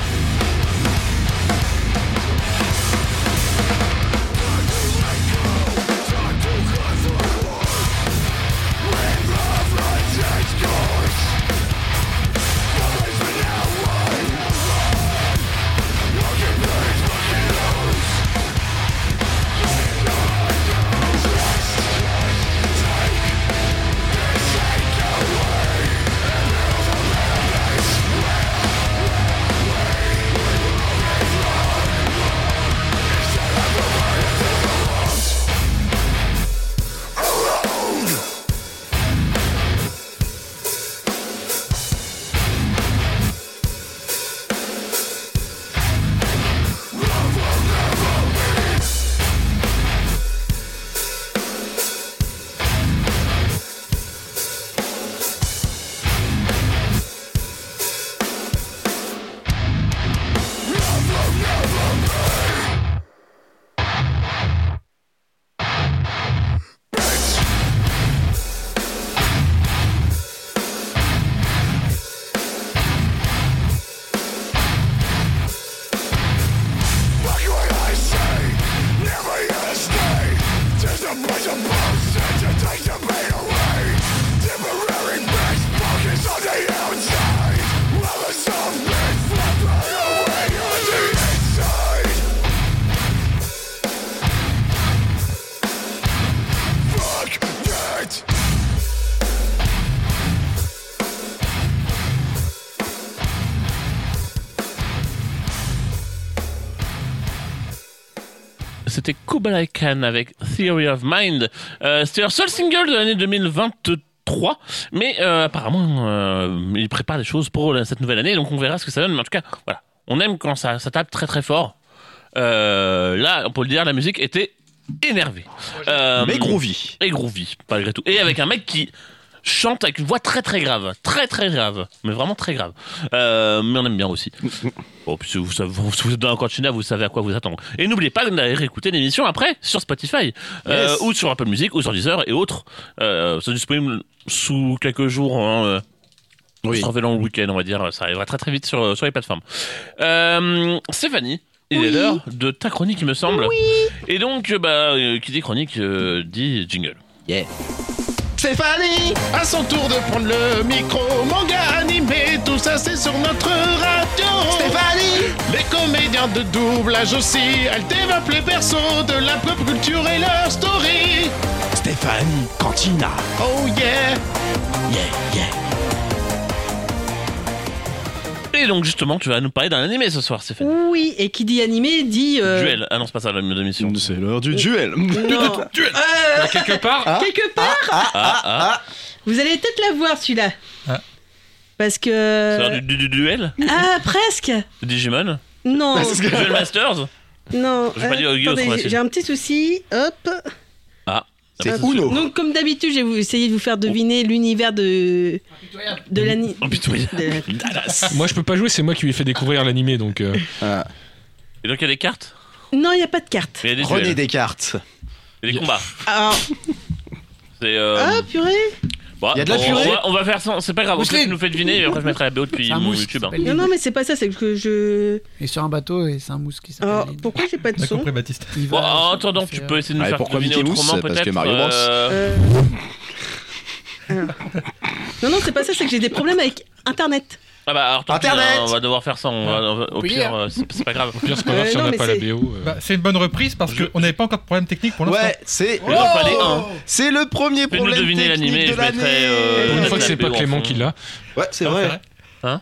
Speaker 7: Fuck what I say, never yesterday. Just a bunch of bullshit to take the pain away. Temporary best focus on the outside. While the soft bit flipping away on the inside. Fuck that.
Speaker 10: C'était Kublai Khan avec Theory of Mind. Euh, C'était leur seul single de l'année 2023, mais euh, apparemment, euh, ils préparent des choses pour la- cette nouvelle année, donc on verra ce que ça donne. Mais en tout cas, voilà, on aime quand ça, ça tape très très fort. Euh, là, on peut le dire, la musique était énervée. Euh,
Speaker 1: Mais groovy.
Speaker 10: Et groovy, malgré tout. Et avec un mec qui chante avec une voix très très grave. Très très grave. Mais vraiment très grave. Euh, mais on aime bien aussi. Bon, puis si vous, savez- si vous êtes dans un cantina, vous savez à quoi vous attendre. Et n'oubliez pas d'aller réécouter l'émission après sur Spotify. euh,
Speaker 1: Yes.
Speaker 10: ou sur Apple Music, ou sur Deezer et autres. Euh, c'est disponible sous quelques jours. Hein, euh,
Speaker 1: Oui.
Speaker 10: se révélant le week-end, on va dire. Ça arrivera très très vite sur, sur les plateformes. Euh, Stéphanie, il est l'heure de ta chronique, il me semble. Et donc, euh, bah, euh, qui dit chronique, euh, dit jingle.
Speaker 1: Stéphanie, à son tour de prendre le micro. Manga animé, tout ça c'est sur notre radio. Stéphanie, les comédiens de doublage aussi, elles développent les persos de la pop culture et leur story. Stéphanie, Cantina. Oh yeah.
Speaker 10: Et donc justement, tu vas nous parler d'un animé ce soir, Stéphane.
Speaker 3: Oui, et qui dit animé dit. euh,
Speaker 10: Duel. Ah non, c'est pas ça la même émission.
Speaker 1: C'est l'heure
Speaker 3: Mm.
Speaker 1: du duel.
Speaker 3: non. Euh,
Speaker 5: Quelque part,
Speaker 3: quelque part,
Speaker 10: Ah, ah,
Speaker 3: vous allez peut-être la voir celui-là.
Speaker 9: Ah.
Speaker 3: Parce
Speaker 10: c'est l'heure
Speaker 3: que.
Speaker 10: du, du- du duel
Speaker 3: Ah, presque
Speaker 10: de Digimon
Speaker 3: Non,
Speaker 10: Bah, Duel Masters
Speaker 3: non.
Speaker 10: J'ai pas dit
Speaker 3: euh,
Speaker 10: Yu-Gi-Oh,
Speaker 3: attendez,
Speaker 10: sur la
Speaker 3: j'ai-
Speaker 10: suite.
Speaker 3: j'ai un petit souci. Hop.
Speaker 10: Ah, bah,
Speaker 1: Uno.
Speaker 3: Donc, comme d'habitude, j'ai essayé de vous faire deviner l'univers de. de l'anime.
Speaker 10: Oh putain, oui.
Speaker 5: moi je peux pas jouer, c'est moi qui lui ai fait découvrir l'animé donc. euh,
Speaker 10: Et donc il y a des cartes
Speaker 3: Non, il n'y a pas de carte.
Speaker 10: Mais il y a des
Speaker 1: Prenez
Speaker 10: duels.
Speaker 1: des cartes.
Speaker 10: Il y a des combats.
Speaker 3: Alors,
Speaker 10: C'est, euh,
Speaker 3: ah, purée
Speaker 10: bon,
Speaker 1: il y a de la
Speaker 10: on-
Speaker 1: purée.
Speaker 10: On va, on va faire ça, c'est pas grave. Parce que
Speaker 6: Mousseline.
Speaker 10: tu nous fais deviner et après je mettrai la BO depuis
Speaker 6: C'est un
Speaker 10: mon
Speaker 6: mousse. qui
Speaker 10: YouTube. hein.
Speaker 6: s'appelle
Speaker 3: Non, non,
Speaker 6: Lynn.
Speaker 3: mais c'est pas ça, c'est que je.
Speaker 6: Il est sur un bateau et c'est un mousse qui s'appelle.
Speaker 3: Alors,
Speaker 6: Lynn.
Speaker 3: pourquoi j'ai pas de
Speaker 9: T'as
Speaker 3: son
Speaker 9: compris, Baptiste
Speaker 6: Il
Speaker 10: Bon,
Speaker 6: va-
Speaker 10: en
Speaker 6: il
Speaker 10: attendant,
Speaker 6: fait,
Speaker 10: tu
Speaker 6: euh,
Speaker 10: peux essayer de nous
Speaker 1: Ouais,
Speaker 10: faire
Speaker 1: pourquoi
Speaker 10: deviner
Speaker 1: Mickey Mouse
Speaker 10: autrement
Speaker 1: Parce
Speaker 10: peut-être.
Speaker 1: que Mario Bros.
Speaker 10: euh,
Speaker 3: Euh, alors. Non, non, c'est pas ça, c'est que j'ai des problèmes avec Internet.
Speaker 10: Ah bah alors tant pis,
Speaker 1: Internet.
Speaker 10: hein, on va devoir faire ça. on va- on va- au
Speaker 6: Oui,
Speaker 10: pire,
Speaker 6: hein.
Speaker 10: euh, c'est c'est pas grave.
Speaker 5: Pire, c'est pas grave
Speaker 3: Euh,
Speaker 5: si on
Speaker 3: non,
Speaker 5: n'a
Speaker 3: mais
Speaker 5: pas la
Speaker 3: c'est-
Speaker 5: BO. euh.
Speaker 9: Bah, C'est une bonne reprise parce
Speaker 10: Je-
Speaker 9: qu'on n'avait pas encore de problème technique pour l'instant.
Speaker 1: Ouais, c'est
Speaker 10: Mais j'en
Speaker 4: Oh
Speaker 10: parlais un.
Speaker 1: C'est le premier
Speaker 10: Fais-nous
Speaker 1: problème
Speaker 10: deviner
Speaker 1: technique
Speaker 10: l'animé,
Speaker 1: de
Speaker 10: je mettrai,
Speaker 1: l'année.
Speaker 10: euh,
Speaker 5: Pour une
Speaker 10: la
Speaker 5: fois que c'est
Speaker 10: BO
Speaker 5: pas
Speaker 10: en
Speaker 5: Clément
Speaker 10: fond.
Speaker 5: qui l'a.
Speaker 1: Ouais, c'est
Speaker 9: Ah, c'est
Speaker 1: vrai.
Speaker 9: vrai.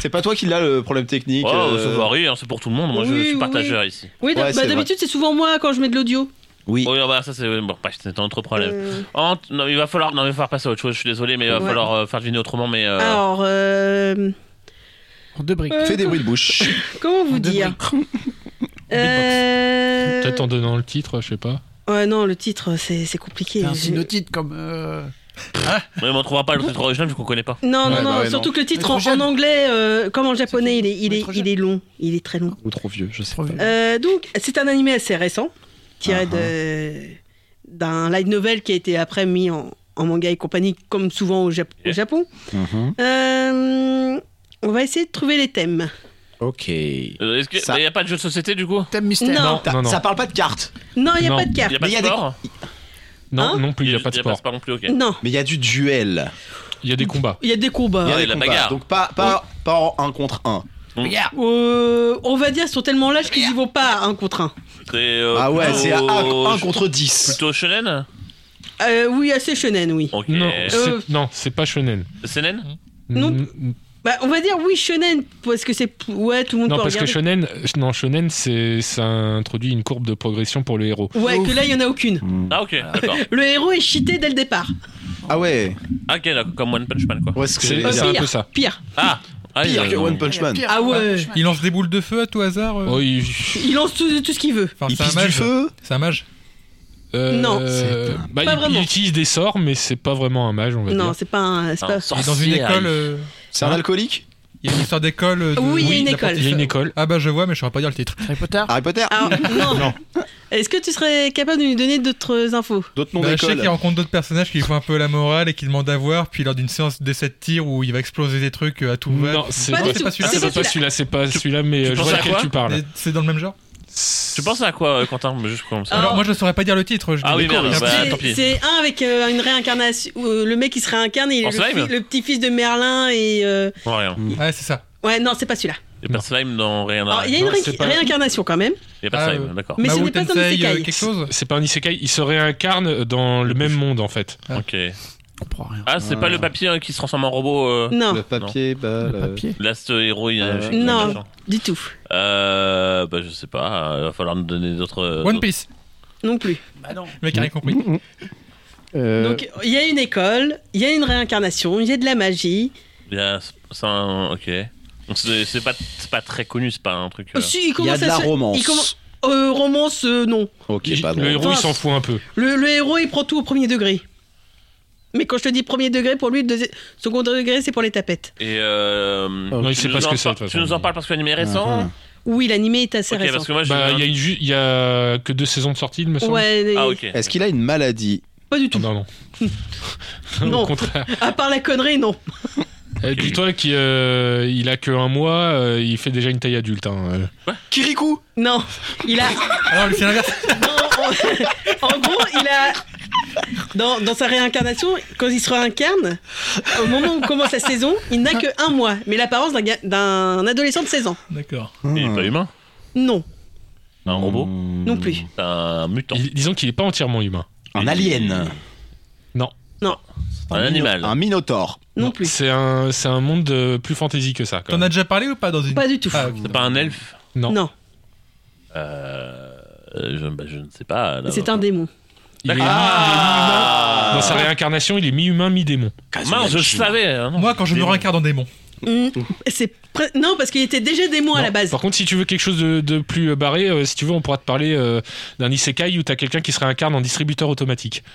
Speaker 1: C'est pas toi qui l'as le problème technique.
Speaker 10: Oh,
Speaker 1: euh,
Speaker 10: ça varie, hein, c'est pour tout le monde. Moi
Speaker 3: oui,
Speaker 10: je suis
Speaker 3: oui.
Speaker 10: partageur ici.
Speaker 3: Oui,
Speaker 1: Ouais,
Speaker 3: d'hab- bah,
Speaker 1: c'est
Speaker 3: d'habitude, c'est souvent moi quand je mets de l'audio.
Speaker 1: Oui.
Speaker 10: Oui, bah, ça c'est bon, bah, c'est un autre problème.
Speaker 3: Euh,
Speaker 10: Oh, t- non, il va falloir, non, il va falloir passer à autre chose. Je suis désolé, mais il va
Speaker 3: Ouais. Ah.
Speaker 10: falloir euh, faire deviner autrement. Mais euh,
Speaker 3: Alors, euh,
Speaker 6: En deux briques.
Speaker 3: Euh,
Speaker 1: Fais des bruits de bouche.
Speaker 3: comment vous
Speaker 6: En deux
Speaker 3: dire Euh,
Speaker 5: Peut-être en donnant le titre, je sais pas.
Speaker 3: Ouais, non, le titre, c'est c'est compliqué.
Speaker 6: Un
Speaker 3: Je-
Speaker 6: synotite comme. euh,
Speaker 10: Mais on trouvera pas le titre original vu qu'on connaît pas.
Speaker 3: Non,
Speaker 6: Ouais,
Speaker 3: non, non,
Speaker 6: bah ouais,
Speaker 3: surtout
Speaker 6: non.
Speaker 3: que le titre en,
Speaker 6: Métrogène.
Speaker 3: en anglais, euh, comme en japonais, il est, il, est,
Speaker 6: Métrogène.
Speaker 3: il est long. Il est très long.
Speaker 4: Ou trop vieux, je sais
Speaker 6: Trop
Speaker 4: pas.
Speaker 6: vieux.
Speaker 3: Euh, donc, c'est un animé assez récent, tiré
Speaker 4: Ah,
Speaker 3: de- d'un light novel qui a été après mis en, en manga et compagnie, comme souvent au, Jap- au
Speaker 10: Yeah.
Speaker 3: Japon.
Speaker 4: Mhm.
Speaker 3: Euh, on va essayer de trouver les thèmes.
Speaker 4: Ok.
Speaker 10: Euh, Est-ce que
Speaker 4: Ça-
Speaker 10: mais y a pas de jeu de société du coup
Speaker 6: Thème mystère.
Speaker 3: Non.
Speaker 4: Ça-
Speaker 5: non, non.
Speaker 4: Ça parle pas de cartes,
Speaker 3: Non, il n'y a
Speaker 5: Non.
Speaker 3: pas de
Speaker 10: Y
Speaker 3: carte.
Speaker 10: a pas
Speaker 4: Mais
Speaker 10: de
Speaker 4: y a des-
Speaker 10: sport
Speaker 5: Non,
Speaker 3: Hein
Speaker 5: non plus, il n'y a pas de sport.
Speaker 10: non plus, ok.
Speaker 3: Non,
Speaker 4: mais il y a du duel.
Speaker 5: Il y a des combats.
Speaker 3: il y a des combats.
Speaker 4: Il y
Speaker 10: Ah
Speaker 4: a
Speaker 10: oui,
Speaker 4: des
Speaker 10: la
Speaker 4: combats,
Speaker 10: bagarre.
Speaker 4: Donc pas, pas, pas en un contre un.
Speaker 3: Euh, on va dire, ils sont tellement lâches qu'ils y vont pas un contre un.
Speaker 10: C'est, euh,
Speaker 4: ah ouais,
Speaker 10: plutôt-
Speaker 4: c'est un, un contre 10.
Speaker 10: Plutôt shonen
Speaker 3: Euh, oui, assez shonen, oui.
Speaker 10: Ok.
Speaker 5: Non,
Speaker 3: Euh.
Speaker 5: c'est- non, c'est pas shonen.
Speaker 10: Senen
Speaker 3: Non.
Speaker 5: Mm,
Speaker 3: Bah, on va dire oui shonen parce que c'est ouais tout le monde
Speaker 5: Non,
Speaker 3: peut
Speaker 5: parce que
Speaker 3: regarder.
Speaker 5: shonen, non, shonen, c'est ça introduit une courbe de progression pour le héros.
Speaker 3: Ouais, que là il y en a aucune.
Speaker 10: Ah ok, d'accord.
Speaker 3: Le héros est cheaté dès le départ.
Speaker 4: Ah ouais.
Speaker 10: Ah, Ok, d'accord, comme One Punch Man quoi.
Speaker 4: Ouais, ce que
Speaker 5: C'est
Speaker 4: j'allais
Speaker 5: c'est
Speaker 4: dire.
Speaker 5: un
Speaker 3: Pire.
Speaker 5: peu ça.
Speaker 3: Pire.
Speaker 10: Ah ah,
Speaker 4: pire
Speaker 10: ils-
Speaker 4: que One Punch Man.
Speaker 6: Pierre,
Speaker 3: Ah ouais.
Speaker 9: Hein Il lance des boules de feu à tout hasard. euh
Speaker 5: Oh, il-
Speaker 3: Il lance tout, tout ce qu'il veut.
Speaker 9: Enfin,
Speaker 4: Il
Speaker 9: c'est un
Speaker 4: pisse du
Speaker 9: mage.
Speaker 4: feu.
Speaker 9: C'est un mage.
Speaker 5: euh,
Speaker 3: Non.
Speaker 5: euh, bah,
Speaker 3: Pas
Speaker 5: il- il,
Speaker 3: vraiment.
Speaker 5: utilise des sorts, mais c'est pas vraiment un mage, on va
Speaker 3: Non,
Speaker 5: dire.
Speaker 3: c'est pas un. c'est
Speaker 10: Ah,
Speaker 3: pas-
Speaker 9: Il est dans une
Speaker 10: sorcière,
Speaker 9: école.
Speaker 10: il-
Speaker 9: euh,
Speaker 4: C'est un alcoolique.
Speaker 9: Il y a une histoire d'école. euh, de-
Speaker 3: Oui, il y a une école.
Speaker 5: Il y a une école.
Speaker 9: Ah bah je vois, mais je saurais pas dire le titre.
Speaker 6: Harry Potter.
Speaker 4: Harry Potter.
Speaker 3: Ah, non. Est-ce que tu serais capable de nous donner d'autres infos
Speaker 4: D'autres noms
Speaker 9: Bah, je sais
Speaker 4: d'école.
Speaker 9: qu'il rencontre d'autres personnages qui lui font un peu la morale et qui demandent à voir. Puis lors d'une séance d'essai de tir où il va exploser des trucs euh, à tout va.
Speaker 5: Non, c'est
Speaker 3: Pas
Speaker 5: pas,
Speaker 3: du
Speaker 9: c'est
Speaker 3: tout.
Speaker 9: pas
Speaker 5: ah,
Speaker 9: celui-là.
Speaker 5: c'est
Speaker 3: C'est
Speaker 5: pas
Speaker 3: pas
Speaker 5: celui-là, c'est pas celui-là, mais euh, je
Speaker 10: penses
Speaker 5: vois
Speaker 10: à
Speaker 5: lequel
Speaker 10: quoi
Speaker 5: tu parles.
Speaker 9: Mais C'est dans le même genre
Speaker 10: Tu penses à quoi euh, Quentin Mais Juste comme ça.
Speaker 3: Ah.
Speaker 9: Alors moi je saurais pas dire le titre. Je
Speaker 10: Ah
Speaker 9: dis-
Speaker 10: oui, merde,
Speaker 9: D'accord,
Speaker 10: bah,
Speaker 9: il y a-
Speaker 10: tant pis.
Speaker 3: C'est c'est un avec euh, une réincarnation. où, euh, le mec qui se réincarne, il est
Speaker 10: En
Speaker 3: le,
Speaker 10: slime
Speaker 3: fi- le petit-fils de Merlin et. euh,
Speaker 10: Oh, rien.
Speaker 9: Ouais, c'est ça.
Speaker 3: Ouais, non, c'est pas celui-là.
Speaker 10: Y a pas de slime dans rien. hein.
Speaker 3: Alors, il y a une
Speaker 5: non,
Speaker 3: ré-
Speaker 5: c'est pas-
Speaker 3: réincarnation quand même.
Speaker 10: Y a pas de
Speaker 9: Ah,
Speaker 10: slime,
Speaker 9: euh,
Speaker 10: d'accord.
Speaker 3: Mais ce
Speaker 9: Mao
Speaker 3: n'est pas dans
Speaker 9: Tensei, euh,
Speaker 3: Isekai.
Speaker 9: quelque chose
Speaker 5: C'est pas un isekai, il se réincarne dans le même monde en fait.
Speaker 10: Ok.
Speaker 6: Je comprends rien.
Speaker 10: Ah, c'est pas le papier hein, qui se transforme en robot. euh,
Speaker 3: Non,
Speaker 4: Le papier, bah,
Speaker 6: Le
Speaker 4: le-
Speaker 6: papier.
Speaker 10: Last Hero. il y a-
Speaker 4: Euh,
Speaker 10: je sais plus comment
Speaker 3: Mm. non.
Speaker 10: il s'appelle.
Speaker 3: du tout.
Speaker 10: Euh. Bah, je sais pas. euh, va falloir nous donner d'autres. euh,
Speaker 9: One
Speaker 10: d'autres-
Speaker 9: Piece.
Speaker 3: Non plus.
Speaker 6: Bah non.
Speaker 9: Le mec a rien compris.
Speaker 4: Euh,
Speaker 3: Donc, il y a une école, il y a une réincarnation, il y a de la magie.
Speaker 10: Il y a ça, un- Ok. Donc, C'est c'est pas, c'est pas très connu, c'est pas un truc. euh,
Speaker 3: Si, il
Speaker 4: Il y a
Speaker 3: commence
Speaker 4: de
Speaker 3: à
Speaker 4: la
Speaker 3: se- il
Speaker 4: romance.
Speaker 3: commence- Euh, romance, euh, non.
Speaker 4: Ok, pas
Speaker 5: le
Speaker 4: drôle.
Speaker 5: héros il s'en fout un peu.
Speaker 3: Le, le héros, il prend tout au premier degré. Mais quand je te dis premier degré, pour lui, le deuxi- second degré, c'est pour les tapettes.
Speaker 10: Et euh,
Speaker 5: Non, il
Speaker 10: tu
Speaker 5: sait
Speaker 10: nous
Speaker 5: pas ce
Speaker 10: en
Speaker 5: que c'est,
Speaker 10: par-
Speaker 5: de toute
Speaker 10: Tu nous en
Speaker 5: façon. Ah,
Speaker 10: parles parce que l'anime est récent hein.
Speaker 4: Mhm.
Speaker 3: Oui, l'animé est assez
Speaker 10: Ok,
Speaker 3: récent.
Speaker 10: parce que moi j'ai.
Speaker 5: Bah,
Speaker 10: vu
Speaker 5: il y, a
Speaker 10: un-
Speaker 5: une ju- il y a que deux saisons de sortie, il me semble.
Speaker 3: Ouais,
Speaker 10: Ah, ok.
Speaker 4: Est-ce qu'il a une maladie
Speaker 3: pas du tout.
Speaker 5: Non, non.
Speaker 3: Non.
Speaker 5: Au contraire.
Speaker 3: À part la connerie, non.
Speaker 5: Euh, Dis-toi qu'il euh, il a que un mois, euh, il fait déjà une taille adulte. hein, euh.
Speaker 4: Kirikou
Speaker 3: Non, il a.
Speaker 9: Ah non, mais c'est l'inverse.
Speaker 3: non, en... en gros, il a. Dans, dans sa réincarnation, quand il se réincarne, au moment où commence la saison, il n'a que un mois, mais l'apparence d'un ga- d'un adolescent de 16 ans.
Speaker 9: D'accord.
Speaker 10: Il
Speaker 4: Hmm.
Speaker 10: est pas humain.
Speaker 3: Non,
Speaker 10: C'est un robot.
Speaker 3: non plus.
Speaker 10: C'est un mutant.
Speaker 5: Il- disons qu'il est pas entièrement humain.
Speaker 4: Un alien.
Speaker 5: Non.
Speaker 3: Non.
Speaker 10: Un animal.
Speaker 4: Un minotaure.
Speaker 3: Non, plus.
Speaker 5: C'est un, c'est un monde euh, plus fantasy que ça. quand
Speaker 9: T'en as
Speaker 5: même.
Speaker 9: déjà parlé ou pas dans une
Speaker 3: Pas du tout.
Speaker 9: Ah, ok.
Speaker 10: C'est pas un elfe.
Speaker 5: Non.
Speaker 3: Non,
Speaker 10: Euh, je, bah, je ne sais pas. là.
Speaker 3: c'est un démon.
Speaker 5: Il est
Speaker 10: D'accord.
Speaker 5: mi- Dans sa réincarnation, il est mi-humain, mi-démon.
Speaker 10: Mince, je le savais. hein, non.
Speaker 9: Moi, quand je me
Speaker 10: Démon.
Speaker 9: réincarne en démon,
Speaker 3: Mm, C'est pre- Non, parce qu'il était déjà démon à
Speaker 5: Non.
Speaker 3: la base.
Speaker 5: Par contre, si tu veux quelque chose de, de plus euh, barré, euh, si tu veux, on pourra te parler euh, d'un isekai où t'as quelqu'un qui se réincarne en distributeur automatique.
Speaker 3: Bah,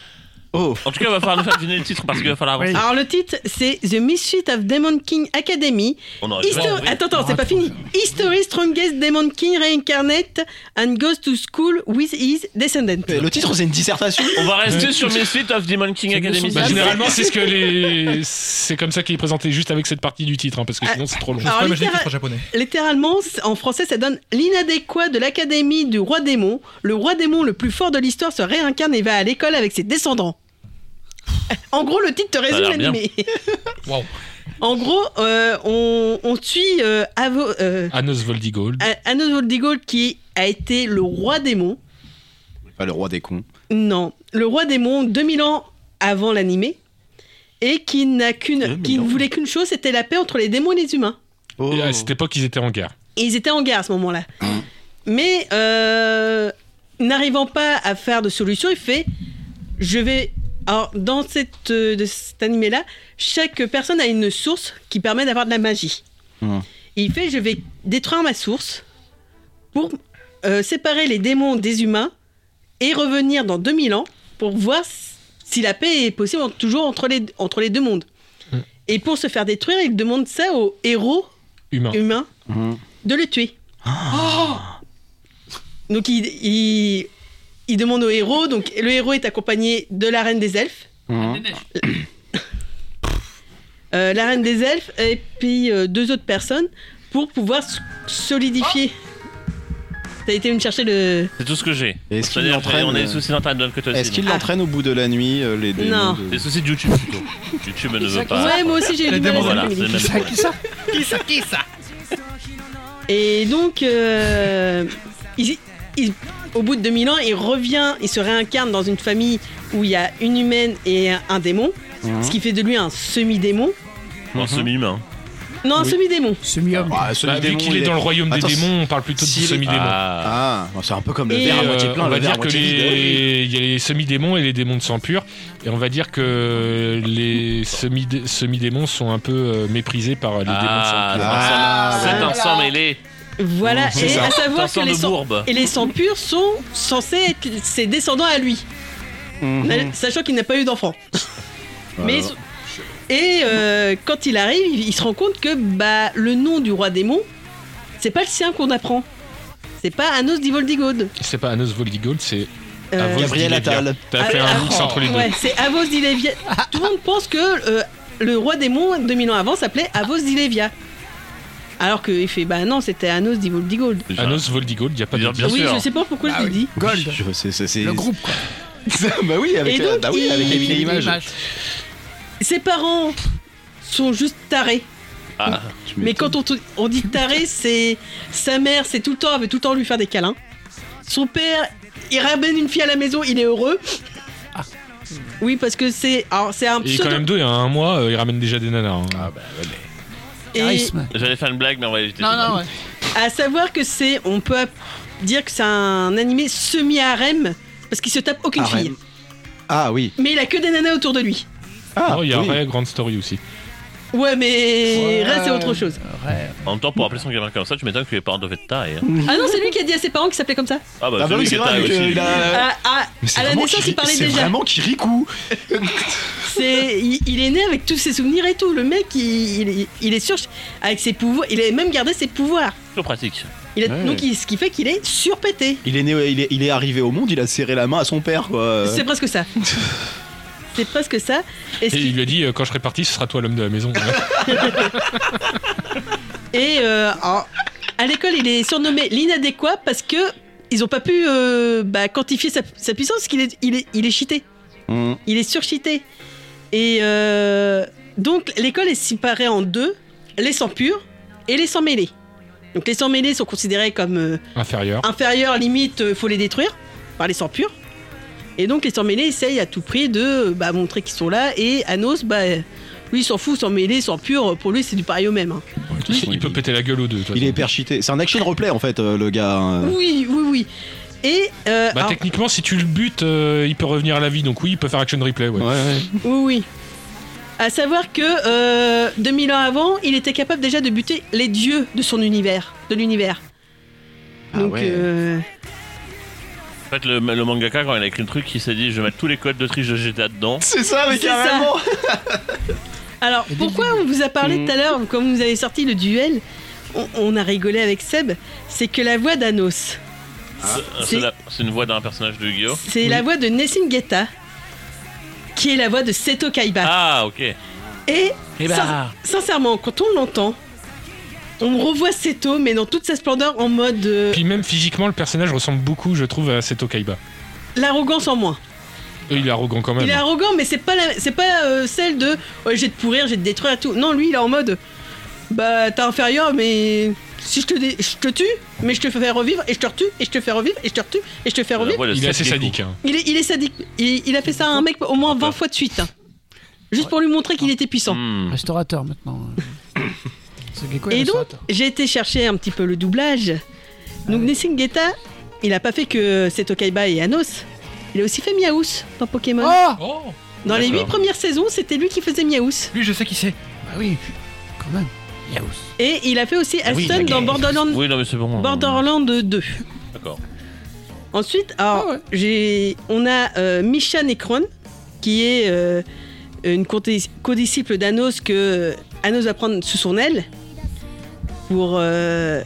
Speaker 4: Oh,
Speaker 10: En tout cas, il va falloir nous faire deviner le titre parce qu'il va falloir avancer.
Speaker 3: Alors le titre, c'est The Misfit of Demon King Academy.
Speaker 10: On aurait
Speaker 3: Histo-
Speaker 10: jamais-
Speaker 3: Attends, attends, c'est pas fini. History Strongest Demon King Reincarnate and Goes to School with His Descendant.
Speaker 4: le titre c'est une dissertation
Speaker 10: On va rester sur Misfit of Demon King
Speaker 6: C'est bon,
Speaker 10: Academy.
Speaker 6: son-
Speaker 5: Bah,
Speaker 6: Ah,
Speaker 5: généralement, c'est ce que les, c'est comme ça qu'il est présenté, juste avec cette partie du titre, hein, parce que
Speaker 3: Ah.
Speaker 5: sinon c'est trop long.
Speaker 9: je sais
Speaker 3: Alors,
Speaker 9: pas, mais j'ai
Speaker 3: littéra-
Speaker 9: le titre en japonais.
Speaker 3: Littéralement, c- en français, ça donne l'inadéquat de l'académie du roi démon. Le roi démon le plus fort de l'histoire se réincarne et va à l'école avec ses descendants. En gros, le titre te résume
Speaker 10: a l'air bien.
Speaker 3: l'animé.
Speaker 9: Waouh.
Speaker 3: En gros, euh, on, on suit euh, Avo, euh,
Speaker 5: Anos Voldigold.
Speaker 3: A- Anos Voldigol qui a été le roi démon.
Speaker 4: Pas le roi des cons.
Speaker 3: Non, le roi démon 2000 ans avant l'animé et qui n'a qu'une
Speaker 4: 2000
Speaker 3: qui ne
Speaker 4: ans.
Speaker 3: voulait qu'une chose, c'était la paix entre les démons et les humains.
Speaker 4: Oh.
Speaker 5: Et à cette époque, ils étaient en guerre.
Speaker 3: Et ils étaient en guerre à ce moment-là. Mais euh, n'arrivant pas à faire de solution, il fait je vais alors dans cette euh, de cet animé-là, chaque personne a une source qui permet d'avoir de la magie.
Speaker 4: Mhm.
Speaker 3: Et il fait je vais détruire ma source pour euh, séparer les démons des humains et revenir dans 2000 ans pour voir s- si la paix est possible en- toujours entre les, entre les deux mondes.
Speaker 5: Mm.
Speaker 3: Et pour se faire détruire, il demande ça aux héros
Speaker 5: Humain.
Speaker 3: humains
Speaker 4: Mhm.
Speaker 3: de le tuer. donc il, il, il demande au héros, donc le héros est accompagné de la reine des elfes.
Speaker 4: Mhm.
Speaker 12: Des neiges.
Speaker 3: Euh, la reine des elfes et puis euh, deux autres personnes pour pouvoir s- solidifier. T'as été me chercher le.
Speaker 10: C'est tout ce que j'ai.
Speaker 4: Est-ce qu'il
Speaker 10: C'est-à-dire,
Speaker 4: l'entraîne,
Speaker 10: On a
Speaker 4: euh,
Speaker 10: des soucis d'entraînement de l'autre côté
Speaker 4: Est-ce
Speaker 10: aussi.
Speaker 4: qu'il l'entraîne au bout de la nuit, euh, les démons
Speaker 3: Non.
Speaker 4: de-
Speaker 10: Des soucis de YouTube plutôt. YouTube ne veut pas.
Speaker 3: ouais, moi aussi j'ai eu
Speaker 9: La
Speaker 3: du mal à
Speaker 9: démon,
Speaker 10: Voilà,
Speaker 3: ça.
Speaker 10: c'est le même
Speaker 6: ça,
Speaker 10: problème.
Speaker 6: qui ça
Speaker 3: Et donc, euh, il- il- au bout de 2000 ans, il revient, il se réincarne dans une famille où il y a une humaine et un, un démon, ce qui fait de lui un semi-démon.
Speaker 10: En semi-humain.
Speaker 3: Non, un
Speaker 5: Oui.
Speaker 3: semi-démon.
Speaker 6: Semi-homme.
Speaker 4: Ah, celui
Speaker 5: Bah,
Speaker 4: des
Speaker 5: vu
Speaker 4: démons,
Speaker 5: qu'il est
Speaker 4: il
Speaker 5: dans le royaume
Speaker 4: Attends,
Speaker 5: des démons, on parle plutôt de
Speaker 4: s'il-
Speaker 5: semi-démons.
Speaker 10: Ah.
Speaker 4: Ah, bon, c'est un peu comme le
Speaker 3: Et,
Speaker 4: verre à moitié
Speaker 5: Euh,
Speaker 4: plein,
Speaker 5: on
Speaker 4: le
Speaker 5: va
Speaker 4: verre à
Speaker 5: dire que
Speaker 4: moitié vide.
Speaker 5: les... il y a les semi-démons et les démons de sang pur. Et on va dire que les semi- semi-démons sont un peu euh, méprisés par les démons de sang pur.
Speaker 10: Ah, c'est
Speaker 3: voilà.
Speaker 10: un sang mêlé.
Speaker 3: Voilà,
Speaker 5: C'est
Speaker 3: et
Speaker 5: ça.
Speaker 3: à
Speaker 10: C'est un
Speaker 3: savoir que
Speaker 10: sang
Speaker 3: les
Speaker 10: de
Speaker 3: sangs,
Speaker 10: bourbe.
Speaker 3: et les sangs purs sont censés être ses descendants à lui,
Speaker 4: Mhm.
Speaker 3: sachant qu'il n'a pas eu d'enfant. Mais
Speaker 4: Voilà.
Speaker 3: et euh, quand il arrive, il, il se rend compte que bah le nom du roi démon, c'est pas le sien qu'on apprend. C'est pas Anos d'Ivoldigod.
Speaker 5: C'est pas Anos Voldigold, c'est
Speaker 3: Euh,
Speaker 5: Avos
Speaker 4: Gabriel
Speaker 5: Dilevier.
Speaker 4: Attal.
Speaker 5: T'as fait
Speaker 3: Ah,
Speaker 5: un
Speaker 3: ah,
Speaker 5: mix entre les deux.
Speaker 3: Ouais, c'est Avos d'Ilevia. Tout le monde pense que euh, le roi démon, 2000 ans avant, s'appelait Avos d'Ilevia. Alors qu'il fait, bah non, c'était Anos d'Ivoldigod.
Speaker 5: Anos Voldigold, y a pas de
Speaker 10: Bien
Speaker 5: doute.
Speaker 3: Bah Oui,
Speaker 10: sûr.
Speaker 3: je sais pas pourquoi je l'ai dit.
Speaker 6: Gold.
Speaker 4: Ah, Je- c'est- c'est- c'est-
Speaker 6: Le groupe, quoi.
Speaker 4: bah oui, avec,
Speaker 3: Et
Speaker 4: la-
Speaker 3: donc,
Speaker 4: bah oui, avec la
Speaker 3: il-
Speaker 4: vieille image.
Speaker 3: Ses parents sont juste tarés.
Speaker 10: Ah.
Speaker 4: Tu
Speaker 3: Mais
Speaker 4: m'étonnes.
Speaker 3: quand on, on dit taré, c'est sa mère, c'est tout le temps, elle veut tout le temps lui faire des câlins. Son père, il ramène une fille à la maison, il est heureux. Ah. Oui, parce que c'est alors c'est un
Speaker 5: Et quand
Speaker 3: pseudo.
Speaker 5: même deux, il y a un mois, euh, il ramène déjà des nanas. hein.
Speaker 4: Ah bah.
Speaker 3: Et
Speaker 6: Charisme.
Speaker 10: J'allais faire une blague, mais on va éviter.
Speaker 6: Non,
Speaker 10: ça.
Speaker 6: non, ouais.
Speaker 3: à savoir que c'est, on peut app- dire que c'est un animé semi-harem parce qu'il se tape aucune
Speaker 4: Harem.
Speaker 3: fille.
Speaker 4: Ah oui.
Speaker 3: Mais il a que des nanas autour de lui.
Speaker 4: Ah,
Speaker 5: Non, Oh, il y a
Speaker 4: oui.
Speaker 5: Ray Grand Story aussi.
Speaker 3: Ouais, mais
Speaker 6: Ouais.
Speaker 3: reste c'est autre chose.
Speaker 6: Ouais.
Speaker 10: En même temps, pour appeler son gamin comme ça, tu m'étonnes que les parents doivent être tarés. hein.
Speaker 4: Mm.
Speaker 3: Ah non, c'est lui qui a dit à ses parents qu'il s'appelait comme ça.
Speaker 10: Ah bah,
Speaker 4: Ah bah
Speaker 10: celui
Speaker 4: oui,
Speaker 10: qui
Speaker 4: c'est
Speaker 10: est
Speaker 4: vrai,
Speaker 10: taré
Speaker 4: vu que
Speaker 10: aussi.
Speaker 4: il a-
Speaker 3: À- à-
Speaker 4: Euh, Mais c'est
Speaker 3: à la
Speaker 4: vraiment
Speaker 3: naissance, il
Speaker 4: Kiri-
Speaker 3: parlait
Speaker 4: C'est
Speaker 3: déjà.
Speaker 4: vraiment Kirikou.
Speaker 3: C'est, il, il est né avec tous ses souvenirs et tout. Le mec, il, il- il est sur avec ses pouvoirs. Il a même gardé ses pouvoirs.
Speaker 10: Plutôt pratique.
Speaker 3: Il a-
Speaker 4: Ouais.
Speaker 3: Donc, il- ce qui fait qu'il est surpété.
Speaker 4: Il est né, euh, il est, il est arrivé au monde, il a serré la main à son père, quoi.
Speaker 3: C'est presque ça. C'est presque ça. Et, ce
Speaker 5: Et
Speaker 3: qui-
Speaker 5: il lui a dit euh, quand je serai parti, ce sera toi l'homme de la maison. euh,
Speaker 3: et, euh, en- à l'école, il est surnommé l'inadéquat parce que ils n'ont pas pu euh, bah, quantifier sa, sa puissance. Parce qu'il est, il est, il est cheaté.
Speaker 4: Mm.
Speaker 3: Il est surcheaté. Et euh, donc, l'école est séparée en deux les sangs purs et les sangs mêlés. Donc, les sangs mêlés sont considérés comme. euh,
Speaker 5: Inférieur.
Speaker 3: inférieurs, limite, euh, faut les détruire par les sangs purs. Et donc les sangs mêlés essayent à tout prix de euh, bah, montrer qu'ils sont là. Et Anos, bah, euh, lui, il s'en fout, sans mêlés, sans pur, pour lui, c'est du pareil au même. hein.
Speaker 5: Il, peut péter la gueule aux deux. de toute
Speaker 4: Il est
Speaker 5: façon.
Speaker 4: hyper cheaté. C'est un action replay en fait, euh, le gars. hein.
Speaker 3: Oui, oui, oui. Et euh,
Speaker 5: Bah,
Speaker 3: alors-
Speaker 5: techniquement, si tu le butes, euh, il peut revenir à la vie. Donc oui, il peut faire action replay. Ouais.
Speaker 4: Ouais, ouais.
Speaker 3: oui, oui. À savoir que euh, 2000 ans avant, il était capable déjà de buter les dieux de son univers, de l'univers.
Speaker 4: Ah
Speaker 3: Donc,
Speaker 4: ouais.
Speaker 3: euh,
Speaker 10: En fait, le, le mangaka, quand il a écrit le truc, il s'est dit je vais mettre tous les codes de triche de GTA dedans.
Speaker 4: C'est ça, mais
Speaker 3: C'est ça.
Speaker 4: carrément.
Speaker 3: Alors, pourquoi on vous a parlé
Speaker 4: Mm.
Speaker 3: tout à l'heure, quand vous avez sorti le duel, on, on a rigolé avec Seb, c'est que la voix d'Anos,
Speaker 10: Euh, C'est-
Speaker 3: C'est-
Speaker 10: C'est la- c'est une voix d'un personnage de Yu-Gi-Oh!
Speaker 3: c'est la voix de Nessin Guetta, qui est la voix de Seto Kaiba.
Speaker 10: Ah, ok.
Speaker 3: Et
Speaker 10: Eh ben.
Speaker 3: sin- sincèrement, quand on l'entend, on revoit Seto, mais dans toute sa splendeur, en mode euh,
Speaker 5: Puis même physiquement, le personnage ressemble beaucoup, je trouve, à Seto Kaiba.
Speaker 3: l'arrogance en moins.
Speaker 5: Euh, il est arrogant quand même.
Speaker 3: Il est arrogant, mais c'est pas, la- c'est pas euh, celle de ouais, j'ai de pourrir, j'ai de détruire et tout. Non, lui, il est en mode bah t'es inférieur, mais si je te, dé- je te tue, mais je te fais revivre et je te retue et je te fais revivre et je te retue et je te fais
Speaker 10: La
Speaker 3: revivre.
Speaker 10: voix de
Speaker 5: Il est assez
Speaker 10: Sasuke.
Speaker 5: sadique. hein.
Speaker 3: Il est, il est sadique. Il, il a fait ça à un mec au moins 20 fois de suite. hein. Juste pour lui montrer qu'il était puissant.
Speaker 10: Hmm.
Speaker 6: Restaurateur maintenant. Ce gecko est
Speaker 3: Et donc,
Speaker 6: restaurateur.
Speaker 3: j'ai été chercher un petit peu le doublage. Donc, Nessing Guetta, il a pas fait que Seto Kaiba et Anos. Il a aussi fait Miaus dans Pokémon.
Speaker 6: Oh
Speaker 5: Oh
Speaker 3: dans les
Speaker 10: d'accord.
Speaker 3: 8 premières saisons, c'était lui qui faisait Miaus.
Speaker 9: Lui, je sais qui c'est.
Speaker 6: Bah oui, quand même. Yaous.
Speaker 3: Et il a fait aussi Aston
Speaker 10: Ah la
Speaker 3: dans
Speaker 10: guerre.
Speaker 3: Borderlands,
Speaker 10: Oui, non, mais c'est bon.
Speaker 3: Borderlands 2.
Speaker 10: D'accord.
Speaker 3: Ensuite, alors, j'ai, on a euh, Misha Necron, qui est euh, une conti- codisciple d'Anos que euh, Anos va prendre sous son aile. Pour, euh,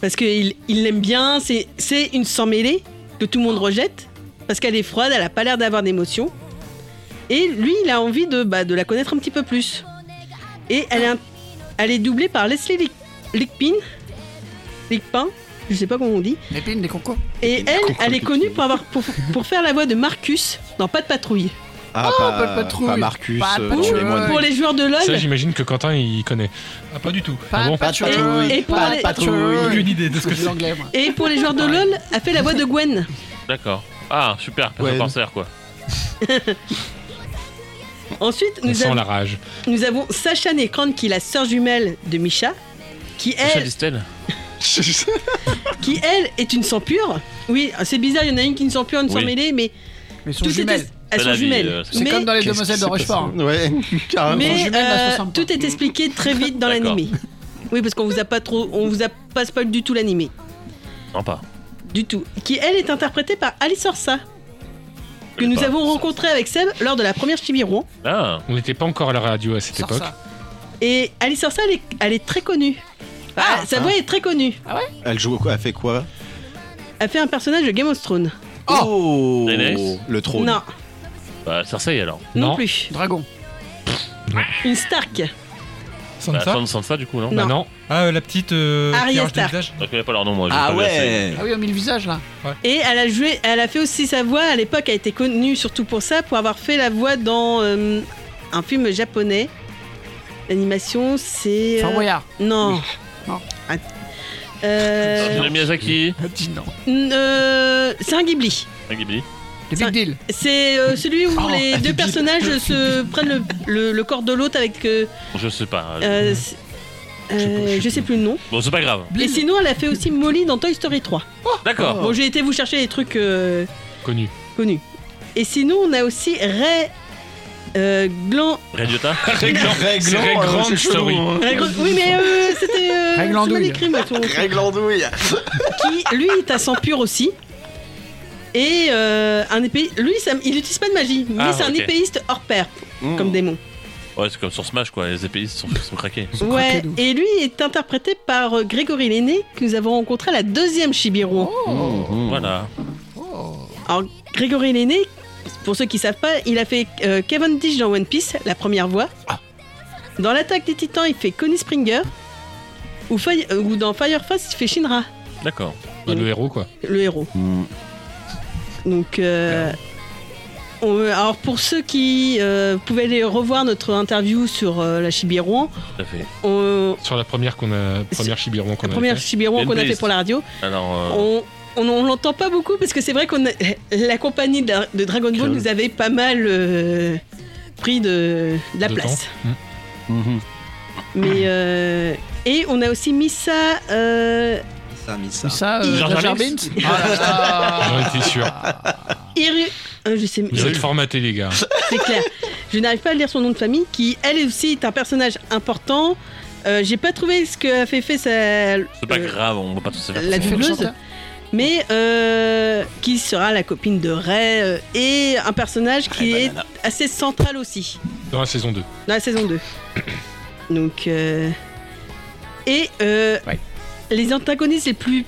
Speaker 3: parce qu'il il l'aime bien, c'est, c'est une sans mêlée que tout le monde rejette, parce qu'elle est froide, elle a pas l'air d'avoir d'émotion. Et lui, il a envie de, bah, de la connaître un petit peu plus. Et elle est, un- elle est doublée par Leslie Lick- Lickpin, Lickpin, je sais pas comment on dit.
Speaker 6: L'épine des concours.
Speaker 3: Et elle, elle est connue pour, avoir, pour, pour faire la voix de Marcus dans Pas de patrouille.
Speaker 4: Ah,
Speaker 6: pas de patrouille.
Speaker 4: Pas Marcus.
Speaker 6: Pas de
Speaker 4: euh, dans
Speaker 6: patrouille.
Speaker 4: les moines.
Speaker 3: Pour les joueurs de
Speaker 5: Ça,
Speaker 3: LoL,
Speaker 5: j'imagine que Quentin, il connaît.
Speaker 9: Ah, pas du tout.
Speaker 5: Ah bon
Speaker 6: pas de
Speaker 4: Et-
Speaker 6: patrouille.
Speaker 3: et pour
Speaker 6: pas
Speaker 3: les-
Speaker 6: de patrouille.
Speaker 9: Aucune idée de ce que
Speaker 6: Les
Speaker 9: c'est.
Speaker 6: anglais, moi.
Speaker 3: et pour les joueurs de LoL, a fait la voix de Gwen.
Speaker 10: D'accord. Ah, super, perso
Speaker 4: Ouais.
Speaker 10: corsaire, quoi.
Speaker 3: Ensuite,
Speaker 5: On
Speaker 3: nous,
Speaker 5: sent
Speaker 3: av-
Speaker 5: la rage.
Speaker 3: nous avons Sacha Nekran, qui est la sœur jumelle de Misha, qui
Speaker 10: Sacha
Speaker 3: elle,
Speaker 10: Distel
Speaker 3: qui, elle est une sang pure. Oui, c'est bizarre, il y en a une qui est une sang pure, une sans
Speaker 10: Oui.
Speaker 3: mêlée, mais
Speaker 6: Mais son
Speaker 3: toutes étaient-
Speaker 6: jumelle.
Speaker 3: elles
Speaker 10: C'est
Speaker 3: sont
Speaker 10: la vie,
Speaker 3: jumelles.
Speaker 10: euh, c'est-
Speaker 6: C'est
Speaker 3: Mais,
Speaker 6: comme dans les
Speaker 4: Qu'est-ce
Speaker 6: demoiselles
Speaker 4: qui
Speaker 6: de
Speaker 4: s'est
Speaker 6: Rochefort. hein.
Speaker 4: passé Ouais, carrément.
Speaker 3: mais,
Speaker 6: jumelles, elles
Speaker 3: euh,
Speaker 6: se ressemblent pas.
Speaker 3: tout est expliqué très vite dans
Speaker 10: D'accord.
Speaker 3: l'animé. Oui, parce qu'on vous a pas trop, on vous a pas spoil du tout l'animé.
Speaker 10: Non, pas.
Speaker 3: du tout, qui elle est interprétée par Alice Orsa, que
Speaker 10: Elle est
Speaker 3: nous
Speaker 10: pas-
Speaker 3: avons rencontrée avec Seb lors de la première Chibi Rouen.
Speaker 10: Ah,
Speaker 5: On n'était pas encore à la radio à cette
Speaker 6: Sors
Speaker 5: époque.
Speaker 6: ça.
Speaker 3: Et Alice Orsa, elle est, elle est très connue. Ah, sa voix est très connue.
Speaker 4: Elle joue quoi Elle fait quoi
Speaker 3: Elle fait un personnage de Game of Thrones.
Speaker 4: Oh,
Speaker 10: Daenerys
Speaker 4: Le trône.
Speaker 3: Non,
Speaker 10: bah, Cersei alors.
Speaker 3: non,
Speaker 5: Non.
Speaker 3: plus.
Speaker 6: Dragon.
Speaker 3: Une Stark.
Speaker 10: Bah,
Speaker 9: Sansa
Speaker 10: Sansa, Sansa, du coup, non
Speaker 5: Bah
Speaker 3: Non.
Speaker 5: non.
Speaker 9: Ah, euh, la petite. euh,
Speaker 3: Arya
Speaker 9: qui arrache des
Speaker 3: Stark.
Speaker 9: visages.
Speaker 10: Je connais pas leur nom, moi. j'ai
Speaker 4: Ah
Speaker 10: pas vu la série.
Speaker 4: ouais
Speaker 6: Ah oui, on met le visage là.
Speaker 3: Et elle a joué, elle a fait aussi sa voix à l'époque. Elle était connue surtout pour ça, pour avoir fait la voix dans euh, un film japonais. L'animation, c'est. euh,
Speaker 6: Fort Boyard.
Speaker 3: Non.
Speaker 6: Non.
Speaker 3: Ah. Euh,
Speaker 10: Studio Miyazaki,
Speaker 6: Dis non.
Speaker 3: n- euh, c'est un Ghibli.
Speaker 10: Ah, Ghibli.
Speaker 6: Le
Speaker 3: Ça-
Speaker 6: Big Deal.
Speaker 3: C'est euh, celui où
Speaker 6: Oh,
Speaker 3: les
Speaker 6: elle
Speaker 3: deux
Speaker 6: est bip.
Speaker 3: personnages se prennent le, le- le corps de l'autre avec. euh,
Speaker 10: Je sais pas.
Speaker 3: euh, c'est- euh, je sais plus le nom.
Speaker 10: Bon, c'est pas grave.
Speaker 3: Et sinon, elle a fait aussi Molly dans Toy Story 3.
Speaker 10: D'accord.
Speaker 3: Bon, j'ai été vous chercher les trucs euh,
Speaker 5: Connu.
Speaker 3: connus. Et sinon, on a aussi Ray. euh, Glan.
Speaker 10: Radiota
Speaker 5: Réglant. C'est
Speaker 4: Réglant,
Speaker 5: Ray
Speaker 4: euh,
Speaker 5: Grant
Speaker 4: c'est chelou,
Speaker 5: Story.
Speaker 4: hein.
Speaker 3: Ray Glan- Oui, mais euh, c'était. Euh,
Speaker 6: Ray
Speaker 3: c'est
Speaker 6: Glandouille.
Speaker 3: mal écrit, moi, ton-
Speaker 4: Réglandouille.
Speaker 3: Qui, lui, est à sang pur aussi. Et euh, un épée. Lui, ça- il n'utilise pas de magie, mais
Speaker 10: Ah,
Speaker 3: c'est un
Speaker 10: ok.
Speaker 3: épéiste hors pair, comme démon.
Speaker 10: Ouais, c'est comme sur Smash, quoi. Les épéistes sont, sont craqués.
Speaker 5: Mmh.
Speaker 3: Ouais,
Speaker 6: Craquelou.
Speaker 3: et lui est interprété par euh, Grégory Lenné, que nous avons rencontré à la deuxième Chibiron.
Speaker 10: Voilà.
Speaker 3: Alors, Grégory Lenné, pour ceux qui savent pas, il a fait euh, Cavendish dans One Piece, la première voix.
Speaker 5: Ah.
Speaker 3: Dans L'attaque des titans, il fait Connie Springer. Ou, Fi- euh, ou dans Fireface, il fait Shinra,
Speaker 10: D'accord.
Speaker 5: Bah, le héros, quoi.
Speaker 3: le héros.
Speaker 5: Hmm.
Speaker 3: Donc, euh, on- alors pour ceux qui euh, pouvaient aller revoir notre interview sur euh, la Chibiron,
Speaker 10: Tout à fait.
Speaker 3: on-
Speaker 5: Sur la première qu'on a. Première Chibiron qu'on
Speaker 3: la
Speaker 5: a.
Speaker 3: première
Speaker 5: fait.
Speaker 3: Chibiron
Speaker 10: Une
Speaker 3: qu'on a fait
Speaker 10: playlist.
Speaker 3: pour la radio,
Speaker 10: Alors. euh,
Speaker 3: on on, on l'entend pas beaucoup parce que c'est vrai qu'on a- la compagnie de, de Dragon Ball nous avait pas mal euh, pris de, de la
Speaker 5: De
Speaker 3: place.
Speaker 5: temps.
Speaker 3: Mais euh, et on a aussi mis ça. euh,
Speaker 4: Ça mis ça.
Speaker 6: Mais ça, euh,
Speaker 10: Jar Jar
Speaker 6: Jar Jar
Speaker 10: Binks
Speaker 6: Binks Ah là là.
Speaker 5: J'en étais sûr.
Speaker 6: Ah,
Speaker 3: Iru- euh, je sais,
Speaker 5: Vous êtes formatés, les gars.
Speaker 3: c'est clair. Je n'arrive pas à lire son nom de famille qui elle aussi est un personnage important. Euh, J'ai pas trouvé ce que fait fait sa
Speaker 10: C'est pas
Speaker 3: euh,
Speaker 10: grave, on va pas tous se faire.
Speaker 3: la
Speaker 6: Tu fais le
Speaker 3: doubleuse.
Speaker 6: chanteur.
Speaker 3: mais euh, qui sera la copine de Ray euh, et un personnage qui
Speaker 4: Ray
Speaker 3: est
Speaker 4: Banana.
Speaker 3: assez central aussi
Speaker 5: Dans la saison 2.
Speaker 3: dans la saison 2. Donc euh, et euh,
Speaker 6: Ouais.
Speaker 3: les antagonistes les plus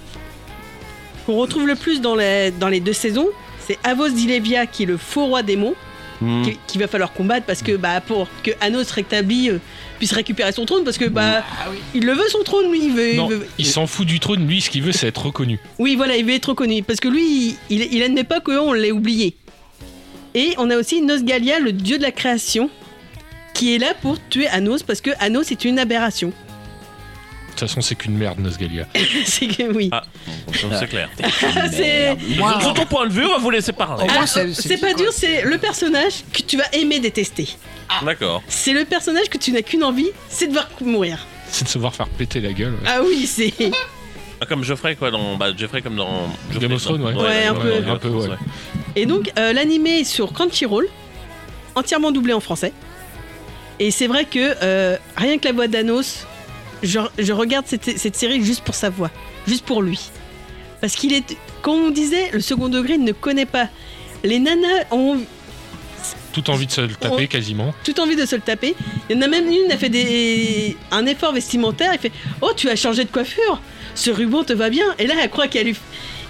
Speaker 3: qu'on retrouve le plus dans les dans les deux saisons, c'est Avos Dilevia qui est le faux roi démon
Speaker 4: Hmm.
Speaker 3: qui- qu'il va falloir combattre parce que bah pour que Anos rétabli euh, puisse récupérer son trône parce que bah
Speaker 6: Ah oui.
Speaker 3: il le veut son trône lui il veut, il
Speaker 5: Non,
Speaker 3: veut-
Speaker 5: il s'en fout du trône. Lui, ce qu'il veut, c'est être reconnu.
Speaker 3: oui, voilà, il veut être reconnu. Parce que lui, il, il, il admet pas qu'on l'ait oublié. Et on a aussi Nosgalia, le dieu de la création, qui est là pour tuer Anos, parce que Anos est une aberration.
Speaker 5: De toute façon, c'est qu'une merde, Nosgalia.
Speaker 3: c'est que oui.
Speaker 10: Ah, bon, ça, c'est clair.
Speaker 3: c'est
Speaker 6: Moi,
Speaker 10: Sur ton point de vue, on va vous laisser parler.
Speaker 6: Au moins,
Speaker 3: Ah,
Speaker 6: Oh, c'est-
Speaker 3: c'est pas dur, c'est le personnage que tu vas aimer détester. Oh.
Speaker 10: D'accord.
Speaker 3: C'est le personnage que tu n'as qu'une envie, c'est de voir mourir.
Speaker 5: C'est de se voir faire péter la gueule. ouais.
Speaker 3: Ah oui, c'est.
Speaker 10: Ah, Comme Geoffrey, quoi. Dans... Bah, Geoffrey, comme dans. Geoffrey,
Speaker 5: Game of Thrones,
Speaker 10: dans-
Speaker 5: ouais.
Speaker 3: Ouais, un
Speaker 10: dans-
Speaker 3: peu.
Speaker 10: dans-
Speaker 5: Un peu, ouais.
Speaker 3: Et donc, euh, l'animé est sur Crunchyroll, entièrement doublé en français. Et c'est vrai que euh, rien que la voix d'Anos, je, je regarde cette, cette série juste pour sa voix, juste pour lui. Parce qu'il est, comme on disait, le second degré ne connaît pas. Les nanas ont
Speaker 5: Tout envie de se le taper
Speaker 3: On-
Speaker 5: quasiment.
Speaker 3: tout envie de se le taper. Il y en a même une, elle fait des... un effort vestimentaire, elle fait Oh, tu as changé de coiffure Ce ruban te va bien. Et là, elle croit qu'elle lui.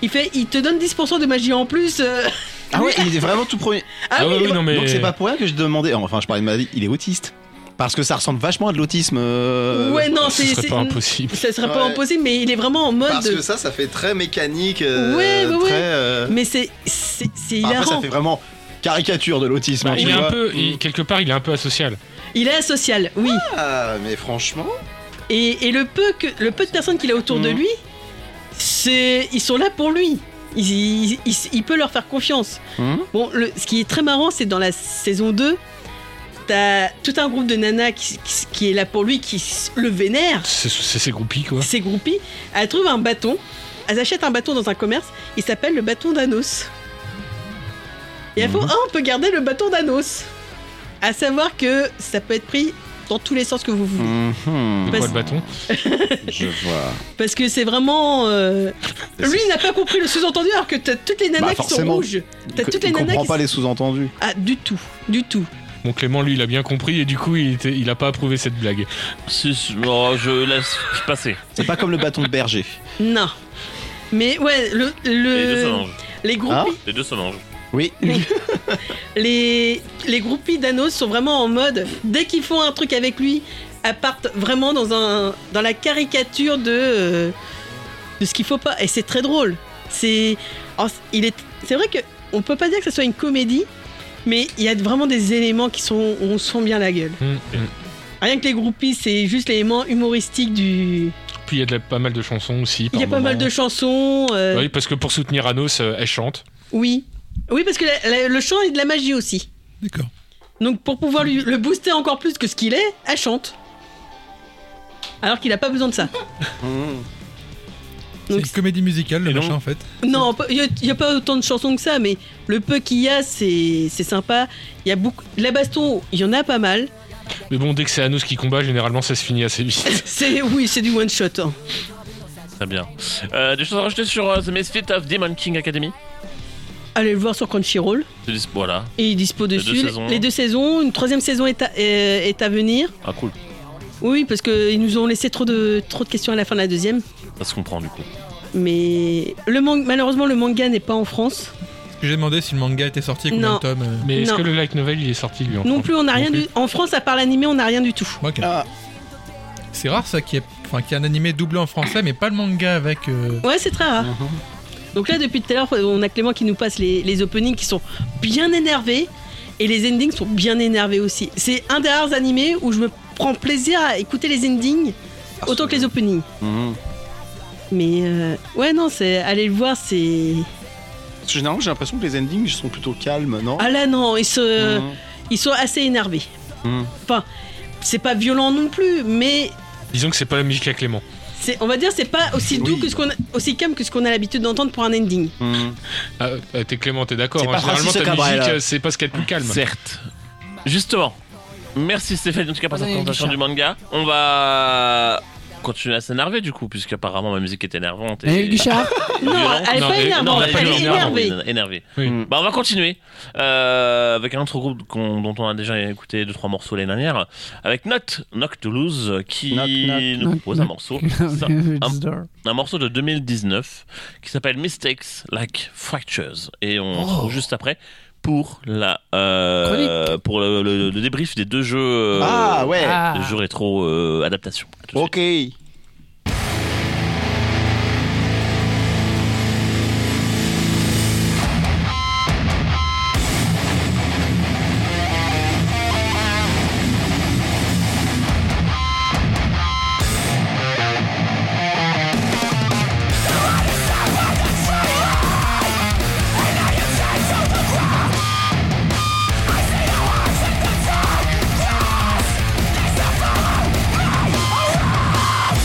Speaker 3: Il fait Il te donne 10% de magie en plus. euh.
Speaker 4: Ah ouais, il est vraiment tout premier.
Speaker 3: Ah,
Speaker 5: ouais,
Speaker 3: oui,
Speaker 5: non mais.
Speaker 4: Donc c'est pas pour rien que je demandais. Enfin, je parlais de ma vie. Il est autiste. Parce que ça ressemble vachement à de l'autisme. euh,
Speaker 3: Ouais, non,
Speaker 5: Ce
Speaker 3: c'est.
Speaker 5: serait
Speaker 3: c'est-
Speaker 5: pas impossible.
Speaker 3: Ça serait pas
Speaker 4: Ouais.
Speaker 3: impossible, mais il est vraiment en mode.
Speaker 4: Parce que ça, ça fait très mécanique. euh,
Speaker 3: Ouais, ouais, ouais.
Speaker 4: très, euh,
Speaker 3: Mais c'est. C'est c'est
Speaker 4: enfin, après, ça
Speaker 3: hilarant.
Speaker 4: fait vraiment caricature de l'autisme. hein,
Speaker 5: Ah, il
Speaker 4: tu
Speaker 5: est un
Speaker 4: vois.
Speaker 5: peu, il- quelque part, il est un peu asocial.
Speaker 3: Il est asocial, oui.
Speaker 4: Ah, mais franchement.
Speaker 3: Et, et le, peu que, le peu de personnes qu'il a autour de lui, c'est ils sont là pour lui. Il, il- il- il peut leur faire confiance.
Speaker 4: Mhm.
Speaker 3: Bon, le- ce qui est très marrant, c'est dans la saison 2, t'as tout un groupe de nanas qui, qui- qui est là pour lui, qui s- le vénère,
Speaker 5: C'est c'est ses groupies,
Speaker 4: Hein
Speaker 5: quoi.
Speaker 3: ses groupies. Elles trouvent un bâton, elles achètent un bâton dans un commerce, il s'appelle le bâton d'Anos. Et elles font
Speaker 4: Mhm.
Speaker 3: Ah, on peut garder le bâton d'Anos À savoir que ça peut être pris dans tous les sens que vous voulez.
Speaker 4: Mhm,
Speaker 5: C'est quoi le
Speaker 3: Parce-
Speaker 5: bâton
Speaker 4: je vois.
Speaker 3: Parce que c'est vraiment. euh, Lui, il n'a pas compris le sous-entendu alors que t'as toutes les nanas
Speaker 4: Bah,
Speaker 3: qui sont
Speaker 4: forcément.
Speaker 3: rouges. T'as
Speaker 4: Il co-
Speaker 3: toutes les
Speaker 4: il
Speaker 3: nanas
Speaker 4: comprend
Speaker 3: qui
Speaker 4: pas
Speaker 3: sont-
Speaker 4: les sous-entendus.
Speaker 3: Ah, du tout, du tout.
Speaker 5: Bon, Clément, lui, il a bien compris et du coup, il, était- il a pas approuvé cette blague.
Speaker 10: Si, si, oh, je laisse passer.
Speaker 4: C'est pas comme le bâton de berger.
Speaker 3: Non. Mais ouais, le, le-
Speaker 10: Les deux se mangent.
Speaker 3: les groupies,
Speaker 10: Les deux se mangent.
Speaker 4: Oui.
Speaker 3: les, les groupies d'Anos sont vraiment en mode dès qu'ils font un truc avec lui, elles partent vraiment dans un dans la caricature de euh, de ce qu'il faut pas. Et c'est très drôle. C'est en- il est c'est vrai que on peut pas dire que ce soit une comédie, mais il y a vraiment des éléments qui sont on sent bien la gueule.
Speaker 5: Mm, mm.
Speaker 3: Rien que les groupies, c'est juste l'élément humoristique du.
Speaker 5: Puis il y a de la- pas mal de chansons aussi.
Speaker 3: Il y a pas mal de chansons. euh,
Speaker 5: Oui, parce que pour soutenir Anos, euh, elle chante.
Speaker 3: oui. Oui, parce que la- la- le chant est de la magie aussi.
Speaker 9: D'accord.
Speaker 3: Donc pour pouvoir lui- le booster encore plus que ce qu'il est, elle chante. Alors qu'il n'a pas besoin de ça.
Speaker 9: C'est
Speaker 3: Donc,
Speaker 9: une comédie musicale, le
Speaker 10: Et donc-
Speaker 9: machin, en fait.
Speaker 3: Non, il n'y a, pas autant de chansons que ça, mais le peu qu'il y a, c'est c'est sympa. Il y a beaucoup. La baston, il y en a pas mal.
Speaker 5: Mais bon, dès que c'est Anos qui combat, généralement, ça se finit assez vite.
Speaker 3: C'est oui, c'est du one shot. hein.
Speaker 10: Très bien. Euh, des choses à rajouter sur euh, The Misfit of Demon King Academy
Speaker 3: Allez le voir sur Crunchyroll.
Speaker 10: C'est dis- Voilà.
Speaker 3: Et il est dispo
Speaker 10: deux
Speaker 3: dessus.
Speaker 10: saisons.
Speaker 3: Les deux saisons, une troisième saison est à- euh, est à venir.
Speaker 10: Ah, cool.
Speaker 3: Oui, parce qu'ils nous ont laissé trop de, trop de questions à la fin de la deuxième.
Speaker 10: Ça se comprend du coup.
Speaker 3: Mais le man- malheureusement, le manga n'est pas en France.
Speaker 9: J'ai demandé si le manga était sorti, combien
Speaker 3: Non.
Speaker 9: de tomes. euh.
Speaker 5: Mais est-ce
Speaker 3: Non.
Speaker 5: que le light novel, il est sorti, lui en
Speaker 3: Non
Speaker 5: France
Speaker 3: plus, on n'a rien
Speaker 5: plus.
Speaker 3: du. En France, à part l'animé, on n'a rien du tout.
Speaker 9: Ok.
Speaker 4: Ah.
Speaker 9: C'est rare ça qu'il y, ait... enfin, qu'il y ait un animé doublé en français, mais pas le manga avec. euh,
Speaker 3: Ouais, c'est très rare. Donc là, depuis tout à l'heure, on a Clément qui nous passe les, les openings qui sont bien énervés. Et les endings sont bien énervés aussi. C'est un des rares animés où je me prends plaisir à écouter les endings autant que les openings.
Speaker 4: Mhm.
Speaker 3: Mais euh, ouais, non, c'est allez le voir, c'est.
Speaker 4: Parce que Généralement, j'ai l'impression que les endings sont plutôt calmes, non
Speaker 3: Ah euh, là, non, ils se.
Speaker 4: Mhm.
Speaker 3: ils sont assez énervés.
Speaker 4: Mm.
Speaker 3: Enfin, c'est pas violent non plus, mais
Speaker 5: Disons que c'est pas la musique à Clément.
Speaker 3: c'est, on va dire c'est pas aussi doux
Speaker 4: Oui.
Speaker 3: que ce qu'on a- aussi calme que ce qu'on a l'habitude d'entendre pour un ending.
Speaker 4: Mhm.
Speaker 5: Ah, euh, t'es Clément, t'es d'accord.
Speaker 4: C'est
Speaker 5: hein.
Speaker 4: pas
Speaker 5: Généralement,
Speaker 4: Francis
Speaker 5: ta
Speaker 4: Cabrel,
Speaker 5: musique,
Speaker 4: là.
Speaker 5: euh, c'est pas ce qu'il y a de plus calme.
Speaker 10: Certes. Justement. Merci Stéphane en
Speaker 3: Ah,
Speaker 10: tout cas pour cette
Speaker 6: Allez,
Speaker 10: présentation du
Speaker 6: Richard.
Speaker 10: manga. On va continuer à s'énerver du coup, puisqu'apparemment ma musique est énervante.
Speaker 6: Eh, Guichard
Speaker 3: Non,
Speaker 10: Violent.
Speaker 3: elle est
Speaker 5: Non,
Speaker 3: pas
Speaker 5: mais-
Speaker 10: Non,
Speaker 3: énervante,
Speaker 10: on a pas
Speaker 3: elle
Speaker 10: eu
Speaker 3: est
Speaker 10: l'honneur,
Speaker 3: énervée.
Speaker 10: pardon, énervée.
Speaker 5: Oui.
Speaker 10: Mm. Bah, on va continuer euh, avec un autre groupe qu'on- dont on a déjà écouté deux trois morceaux l'année dernière, avec Not Noctulus euh, qui
Speaker 4: Knock, knock,
Speaker 10: nous
Speaker 6: knock,
Speaker 10: propose un
Speaker 6: knock.
Speaker 10: morceau, ça, un morceau de 2019 qui s'appelle Mistakes Like Fractures et on se retrouve juste après pour la euh, pour le, le- le débrief des deux jeux euh,
Speaker 4: Ah Oh, ouais.
Speaker 6: Ah.
Speaker 10: des jeux rétro euh, adaptation. À tout de suite.
Speaker 4: Ok.
Speaker 7: Thank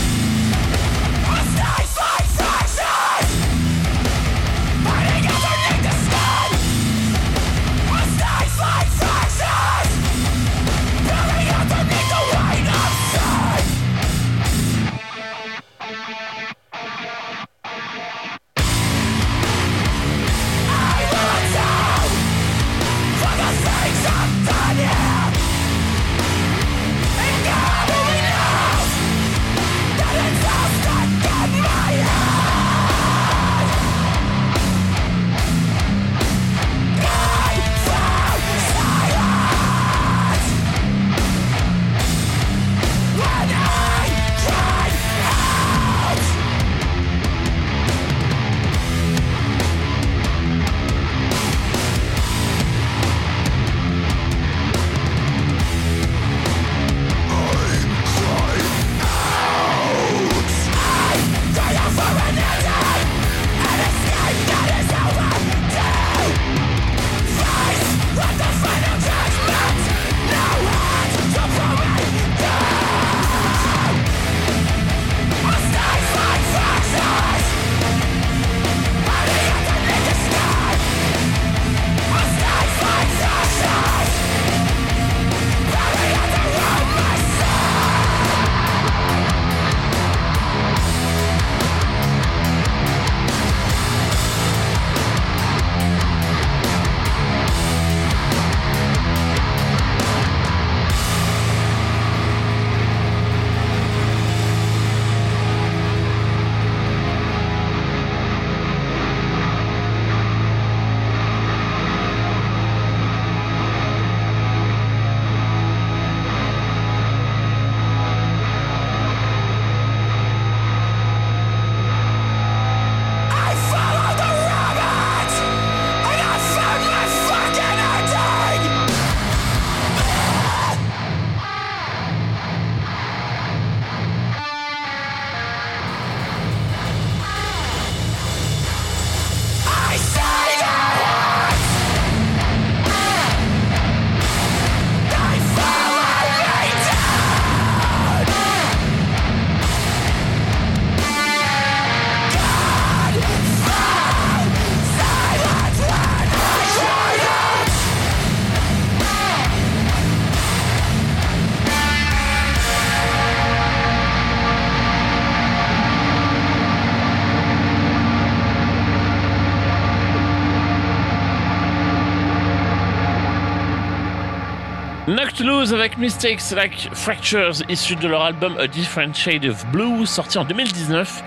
Speaker 10: Noctloose avec Mistakes Like Fractures, issu de leur album A Different Shade of Blue, sorti en 2019.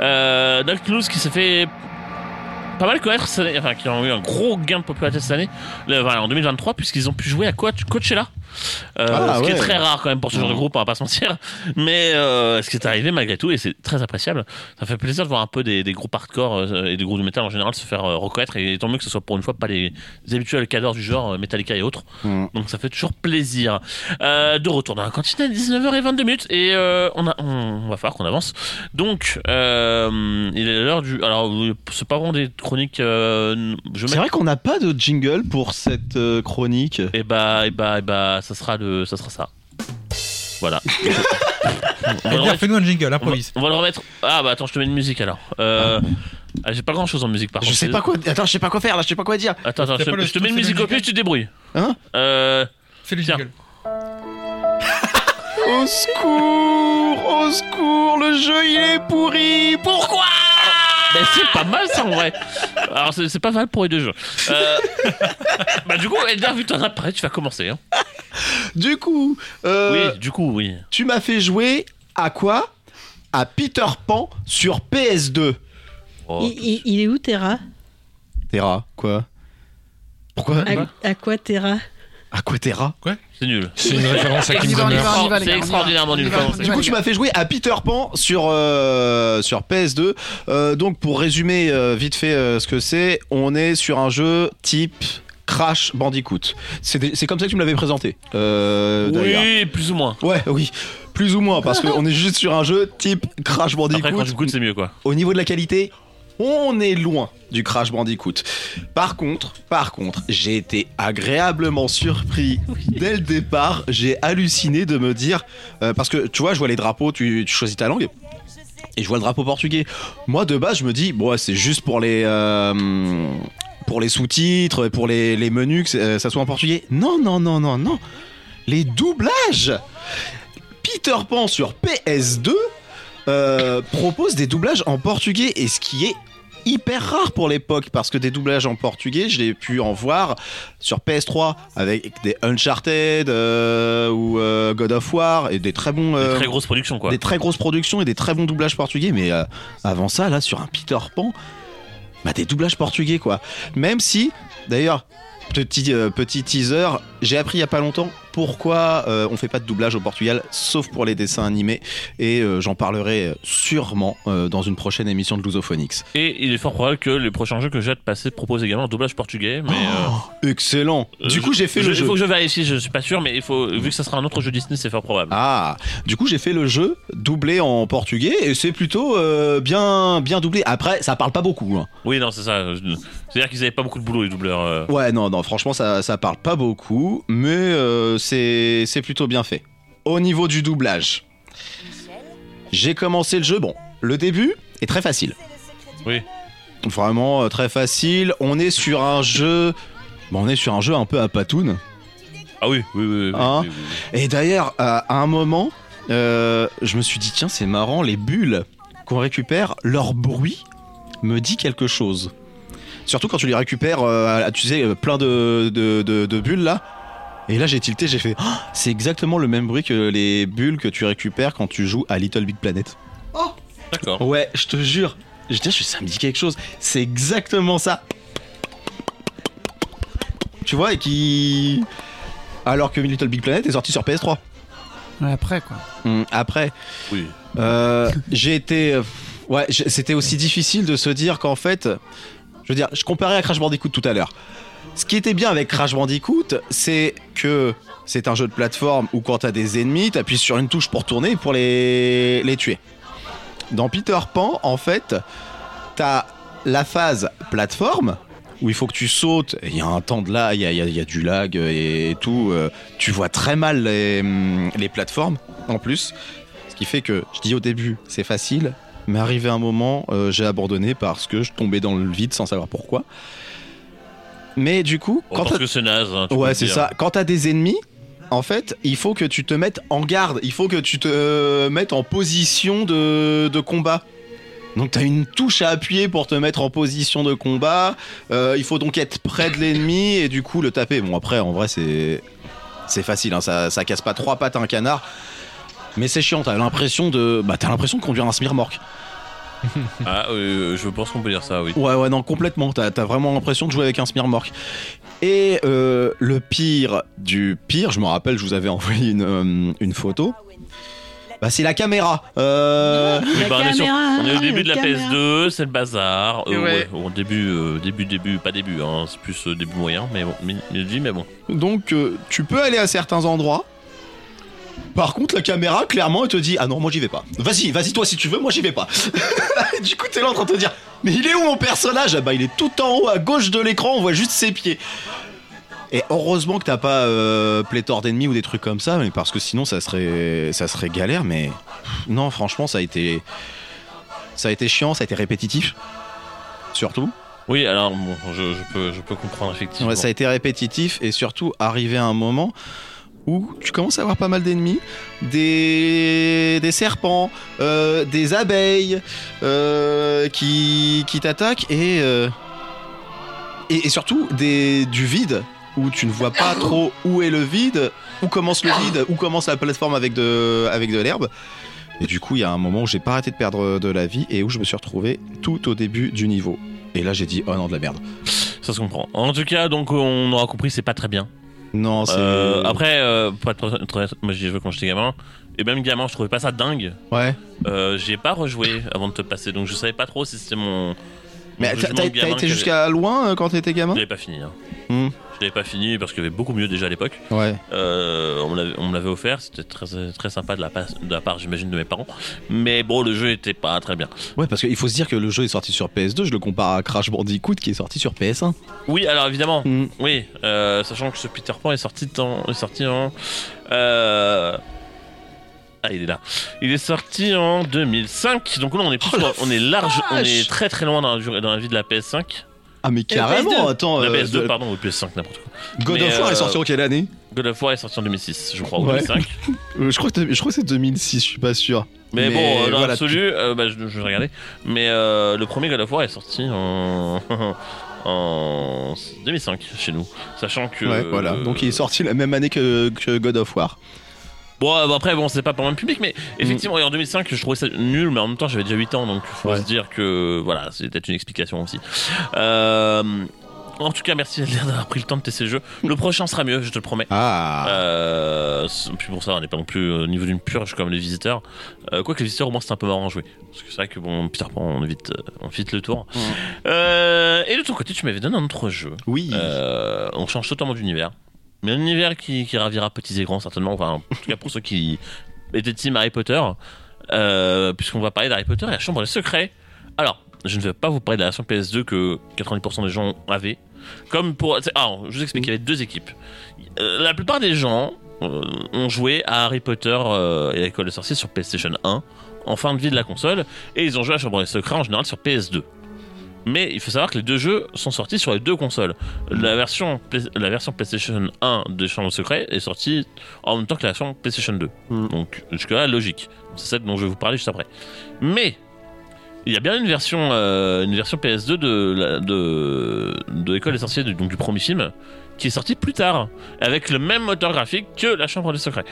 Speaker 10: Euh, Noctloose qui s'est fait pas mal connaître cette année, enfin qui ont eu un gros gain de popularité cette année, le- voilà, en 2023, puisqu'ils ont pu jouer à Coach- Coachella. Euh,
Speaker 4: Ah,
Speaker 10: ce qui
Speaker 4: ouais.
Speaker 10: est très rare quand même pour ce genre de
Speaker 4: Mhm.
Speaker 10: groupe, on va pas se mentir. Mais euh, ce qui est arrivé malgré tout, et c'est très appréciable, ça fait plaisir de voir un peu des, des groupes hardcore euh, et des groupes de métal en général se faire euh, reconnaître, et tant mieux que ce soit pour une fois pas les, les habituels cadors du genre euh, Metallica et autres.
Speaker 4: Mm.
Speaker 10: Donc ça fait toujours plaisir. Euh, de retour dans la cantine à 19h22 minutes et euh, on, a, on va falloir qu'on avance. Donc euh, il est l'heure du. Alors euh, c'est pas vraiment des chroniques. euh, je
Speaker 4: C'est
Speaker 10: mets.
Speaker 4: vrai qu'on n'a pas de jingle pour cette euh, chronique.
Speaker 10: Et bah et bah et bah ça sera le ça sera ça. Voilà. on, va
Speaker 9: Eh
Speaker 10: le
Speaker 9: bien,
Speaker 10: remettre,
Speaker 9: fais-nous un jingle,
Speaker 10: on va-
Speaker 9: improvise.
Speaker 10: on va le remettre. Ah bah attends je te mets une musique alors. Euh, ah, J'ai pas grand chose en musique par
Speaker 4: Je
Speaker 10: contre.
Speaker 4: sais pas quoi. Attends, je sais pas quoi faire là, je sais pas quoi dire.
Speaker 10: Attends attends
Speaker 9: T'as
Speaker 10: je, te-
Speaker 9: pas le-
Speaker 10: je te mets une
Speaker 9: c'est le
Speaker 10: musique au
Speaker 9: jingle
Speaker 10: pif tu te débrouilles.
Speaker 4: Hein
Speaker 10: euh,
Speaker 9: C'est le
Speaker 10: Tiens.
Speaker 9: jingle.
Speaker 4: Au secours Au secours Le jeu il est pourri Pourquoi
Speaker 10: Mais Ben, c'est pas mal ça en vrai. Alors c'est c'est pas mal pour les deux jeux. Euh, bah du coup, Elder, vu que t'en as parlé, tu vas commencer. Hein.
Speaker 4: Du coup, euh,
Speaker 10: Oui, du coup, oui.
Speaker 4: tu m'as fait jouer à quoi À Peter Pan sur PS2.
Speaker 10: Oh,
Speaker 3: Il, il- il est où Terra
Speaker 4: Terra, quoi Pourquoi
Speaker 3: à, à quoi Terra
Speaker 4: À quoi Terra
Speaker 10: c'est nul.
Speaker 5: C'est une référence à
Speaker 10: On y
Speaker 5: Kingdom
Speaker 10: va, on y va.
Speaker 5: Hearts.
Speaker 10: Hearts. C'est extraordinairement nul, pardon,
Speaker 4: Du coup, tu m'as fait jouer à Peter Pan sur, euh, sur PS2. Euh, donc, pour résumer euh, vite fait euh, ce que c'est, on est sur un jeu type Crash Bandicoot. C'est des- c'est comme ça que tu me l'avais présenté, euh, d'ailleurs.
Speaker 10: oui, plus ou moins.
Speaker 4: Ouais, oui. Plus ou moins, parce qu'on est juste sur un jeu type Crash Bandicoot.
Speaker 10: Après, quand tu coûtes, c'est mieux quoi.
Speaker 4: Au niveau de la qualité, on est loin du Crash Bandicoot. Par contre, par contre, j'ai été agréablement surpris dès le départ. J'ai halluciné de me dire euh, parce que tu vois, je vois les drapeaux, tu, tu choisis ta langue. Et je vois le drapeau portugais. Moi, de base, je me dis, bon, ouais, c'est juste pour les, euh, pour les sous-titres, et pour les, les menus, que c'est- euh, ça soit en portugais. Non, non, non, non, non. Les doublages Peter Pan sur PS2 euh, propose des doublages en portugais et ce qui est hyper rare pour l'époque parce que des doublages en portugais je l'ai pu en voir sur PS3 avec des Uncharted euh, ou euh, God of War et des très bons
Speaker 10: Des
Speaker 4: euh,
Speaker 10: Très grosse production quoi.
Speaker 4: des très grosses productions et des très bons doublages portugais mais euh, avant ça là sur un Peter Pan bah des doublages portugais quoi même si d'ailleurs petit euh, petit teaser j'ai appris il y a pas longtemps pourquoi euh, on fait pas de doublage au Portugal sauf pour les dessins animés et euh, j'en parlerai sûrement euh, dans une prochaine émission de Lusophonix
Speaker 10: Et il est fort probable que le prochain jeu que j'ai à te passer propose également un doublage portugais. Mais euh,
Speaker 4: Oh, excellent du
Speaker 10: euh,
Speaker 4: coup
Speaker 10: je-
Speaker 4: j'ai fait
Speaker 10: je-
Speaker 4: le jeu
Speaker 10: Il faut que je vérifie, je suis pas sûr, mais il faut, vu que ça sera un autre jeu Disney, c'est fort probable.
Speaker 4: Ah, du coup j'ai fait le jeu doublé en portugais et c'est plutôt euh, bien bien doublé. Après ça parle pas beaucoup. hein.
Speaker 10: Oui, non, c'est ça. C'est-à-dire qu'ils avaient pas beaucoup de boulot les doubleurs. euh.
Speaker 4: Ouais, non, non, franchement, ça, ça parle pas beaucoup, mais euh, c'est c'est plutôt bien fait. Au niveau du doublage, j'ai commencé le jeu. Bon, le début est très facile.
Speaker 10: Oui.
Speaker 4: Vraiment euh, très facile. On est sur un jeu. Bon, on est sur un jeu un peu à patoune.
Speaker 10: Ah oui, oui, oui. oui,
Speaker 4: Hein
Speaker 10: oui, oui, oui.
Speaker 4: Et d'ailleurs, à à un moment, euh, je me suis dit, tiens, c'est marrant, les bulles qu'on récupère, leur bruit me dit quelque chose. Surtout quand tu les récupères, euh, à- tu sais, euh, plein de, de- de- de bulles là. Et là, j'ai tilté, j'ai fait, Ah, c'est exactement le même bruit que les bulles que tu récupères quand tu joues à Little Big Planet.
Speaker 10: D'accord.
Speaker 4: Ouais, je te jure. Je dis, ça me dit quelque chose. C'est exactement ça. Tu vois, et qui. Alors que Little Big Planet est sorti sur PS3.
Speaker 6: Ouais, après, quoi.
Speaker 4: Hum, Après,
Speaker 10: Oui.
Speaker 4: euh, j'ai été. euh, Ouais, j'ai- c'était aussi difficile de se dire qu'en fait. Je veux dire, je comparais à Crash Bandicoot tout à l'heure. Ce qui était bien avec Crash Bandicoot, c'est que c'est un jeu de plateforme où quand t'as des ennemis, t'appuies sur une touche pour tourner et pour les, les tuer. Dans Peter Pan, en fait, t'as la phase plateforme où il faut que tu sautes. et Il y a un temps de là, il y a, il y a- il y a du lag et tout. euh, Tu vois très mal les, hum, les plateformes en plus. Ce qui fait que je dis au début, c'est facile, mais arrivé un moment, euh, j'ai abandonné parce que je tombais dans le vide sans savoir pourquoi. Mais du coup,
Speaker 10: Bon,
Speaker 4: quand
Speaker 10: Oh, parce
Speaker 4: t'as-
Speaker 10: que c'est naze. hein, tu peux
Speaker 4: ouais,
Speaker 10: le
Speaker 4: c'est
Speaker 10: dire.
Speaker 4: ça. Quand t'as des ennemis, en fait, il faut que tu te mettes en garde. Il faut que tu te euh, mettes en position de, de combat. Donc t'as une touche à appuyer pour te mettre en position de combat. Euh, il faut donc être près de l'ennemi et du coup le taper. Bon après, en vrai, c'est C'est facile, hein, ça, ça casse pas trois pattes à un canard. Mais c'est chiant, t'as l'impression de, bah, t'as l'impression de conduire un smirmorque.
Speaker 10: Ah, euh, je pense qu'on peut dire ça, oui.
Speaker 4: Ouais, ouais, non, complètement. T'as t'as vraiment l'impression de jouer avec un smirmorque. Et euh, le pire du pire, je me rappelle, je vous avais envoyé une, euh, une photo. Bah, c'est la caméra. Euh,
Speaker 10: Oui, bah, on, est sur-
Speaker 3: caméra,
Speaker 10: on est au début de la
Speaker 3: la Ah, caméra.
Speaker 10: PS2, c'est le bazar. Euh,
Speaker 9: Ouais.
Speaker 10: ouais, au début, euh, début, début, pas début, hein, c'est plus euh, début moyen, mais bon, mi- midi, mais bon.
Speaker 4: donc, euh, tu peux aller à certains endroits. Par contre, la caméra, clairement, elle te dit Ah non, moi j'y vais pas. Vas-y, vas-y, toi si tu veux, moi j'y vais pas. du coup, t'es là en train de te dire Mais il est où mon personnage Ah bah, il est tout en haut à gauche de l'écran, on voit juste ses pieds. Et heureusement que t'as pas euh, pléthore d'ennemis ou des trucs comme ça, mais parce que sinon ça serait ça serait galère. Mais pff, non, franchement, ça a été ça a été chiant, ça a été répétitif, surtout.
Speaker 10: Oui, alors bon, je, je peux, je peux comprendre effectivement.
Speaker 4: Ouais, ça a été répétitif et surtout arrivé à un moment où tu commences à avoir pas mal d'ennemis, des, des serpents, euh, des abeilles euh, qui, qui t'attaquent et, euh, et, et surtout des, du vide où tu ne vois pas trop où est le vide, où commence le vide, où commence la plateforme avec de, avec de l'herbe. Et du coup, il y a un moment où j'ai pas arrêté de perdre de la vie et où je me suis retrouvé tout au début du niveau. Et là, j'ai dit, oh non, de la merde.
Speaker 10: Ça se comprend. En tout cas, donc on aura compris, c'est pas très bien.
Speaker 4: Non, c'est.
Speaker 10: Euh, après, euh, pour être très- moi j'y jouais quand j'étais gamin, et même gamin, je trouvais pas ça dingue.
Speaker 4: Ouais.
Speaker 10: Euh, J'ai pas rejoué avant de te passer, donc je savais pas trop si c'était mon. mon
Speaker 4: Mais t'as-
Speaker 10: jugement
Speaker 4: t'as
Speaker 10: de gamin
Speaker 4: t'as été
Speaker 10: que-
Speaker 4: jusqu'à loin euh, quand t'étais gamin
Speaker 10: Je l'avais pas fini. Hein.
Speaker 4: Hmm.
Speaker 10: Je l'avais pas fini parce qu'il y avait beaucoup mieux déjà à l'époque.
Speaker 4: Ouais.
Speaker 10: Euh, on me l'avait- on me l'avait offert, c'était très, très sympa de la, pas- de la part, j'imagine, de mes parents. Mais bon, le jeu était pas très bien.
Speaker 4: Ouais, parce qu'il faut se dire que le jeu est sorti sur PS2, je le compare à Crash Bandicoot qui est sorti sur PS1.
Speaker 10: Oui, alors évidemment,
Speaker 4: Mm.
Speaker 10: oui, euh, sachant que ce Peter Pan est sorti en. est sorti en euh, ah, il est là. Il est sorti en 2005, donc là on est, plus
Speaker 4: Oh la
Speaker 10: sur- on est large, on
Speaker 4: vache
Speaker 10: est très très loin dans la, durée- dans la vie de la PS5.
Speaker 4: Ah, mais carrément,
Speaker 3: PS2.
Speaker 4: attends.
Speaker 10: la
Speaker 4: euh,
Speaker 10: PS2,
Speaker 4: de-
Speaker 10: pardon, ou PS5, n'importe quoi.
Speaker 4: God
Speaker 10: Mais,
Speaker 4: of War
Speaker 10: euh,
Speaker 4: est sorti en quelle année
Speaker 10: God of War est sorti en 2006, je crois, ou
Speaker 4: Ouais.
Speaker 10: 2005.
Speaker 4: Euh, je, crois que t'as- je crois que c'est 2006, je suis pas sûr.
Speaker 10: Mais,
Speaker 4: Mais
Speaker 10: bon, euh, dans
Speaker 4: voilà,
Speaker 10: l'absolu, euh, bah, je, je vais regarder. Mais euh, le premier God of War est sorti en, en 2005 chez nous. Sachant que.
Speaker 4: Ouais, voilà.
Speaker 10: euh,
Speaker 4: Donc il est sorti la même année que, que God of War.
Speaker 10: Bon, euh, bah, après, bon, c'est pas pour le même public, mais effectivement, et en 2005, je trouvais ça nul, mais en même temps, j'avais déjà 8 ans, donc faut
Speaker 4: Ouais.
Speaker 10: se dire que. Voilà, c'est peut-être une explication aussi. Euh, en tout cas, merci Adrien, d'avoir pris le temps de tester ce jeu. Le prochain sera mieux, je te le promets.
Speaker 4: Ah
Speaker 10: Euh, c'est- puis pour ça, on n'est pas non plus au niveau d'une purge comme les visiteurs. Euh, Quoique les visiteurs, au moins, c'est un peu marrant à jouer. Parce que c'est vrai que bon, Peter Pan, on évite, euh, on évite le tour. Euh, et de ton côté, tu m'avais donné un autre jeu.
Speaker 4: Oui
Speaker 10: Euh, on change totalement d'univers. Mais un univers qui, qui ravira petits et grands, certainement. Enfin, en tout cas, pour ceux qui étaient team Harry Potter. Euh, Puisqu'on va parler d'Harry Potter et la chambre des secrets. Alors, je ne vais pas vous parler de la version PS2 que 90% des gens avaient. Comme pour. c'est- Ah, je vous explique, il y avait deux équipes. Euh, la plupart des gens euh, ont joué à Harry Potter euh, et à l'école des sorciers sur PlayStation 1 en fin de vie de la console et ils ont joué à Chambre des secrets en général sur PS2. Mais il faut savoir que les deux jeux sont sortis sur les deux consoles. La version, Play- la version PlayStation 1 de Chambre des secrets est sortie en même temps que la version PlayStation 2.
Speaker 4: Mm.
Speaker 10: Donc jusque-là, logique. C'est celle dont je vais vous parler juste après. Mais il y a bien une version, euh, une version PS2 de, la- de, de École des sorciers, donc du premier film, qui est sorti plus tard, avec le même moteur graphique que La Chambre des Secrets,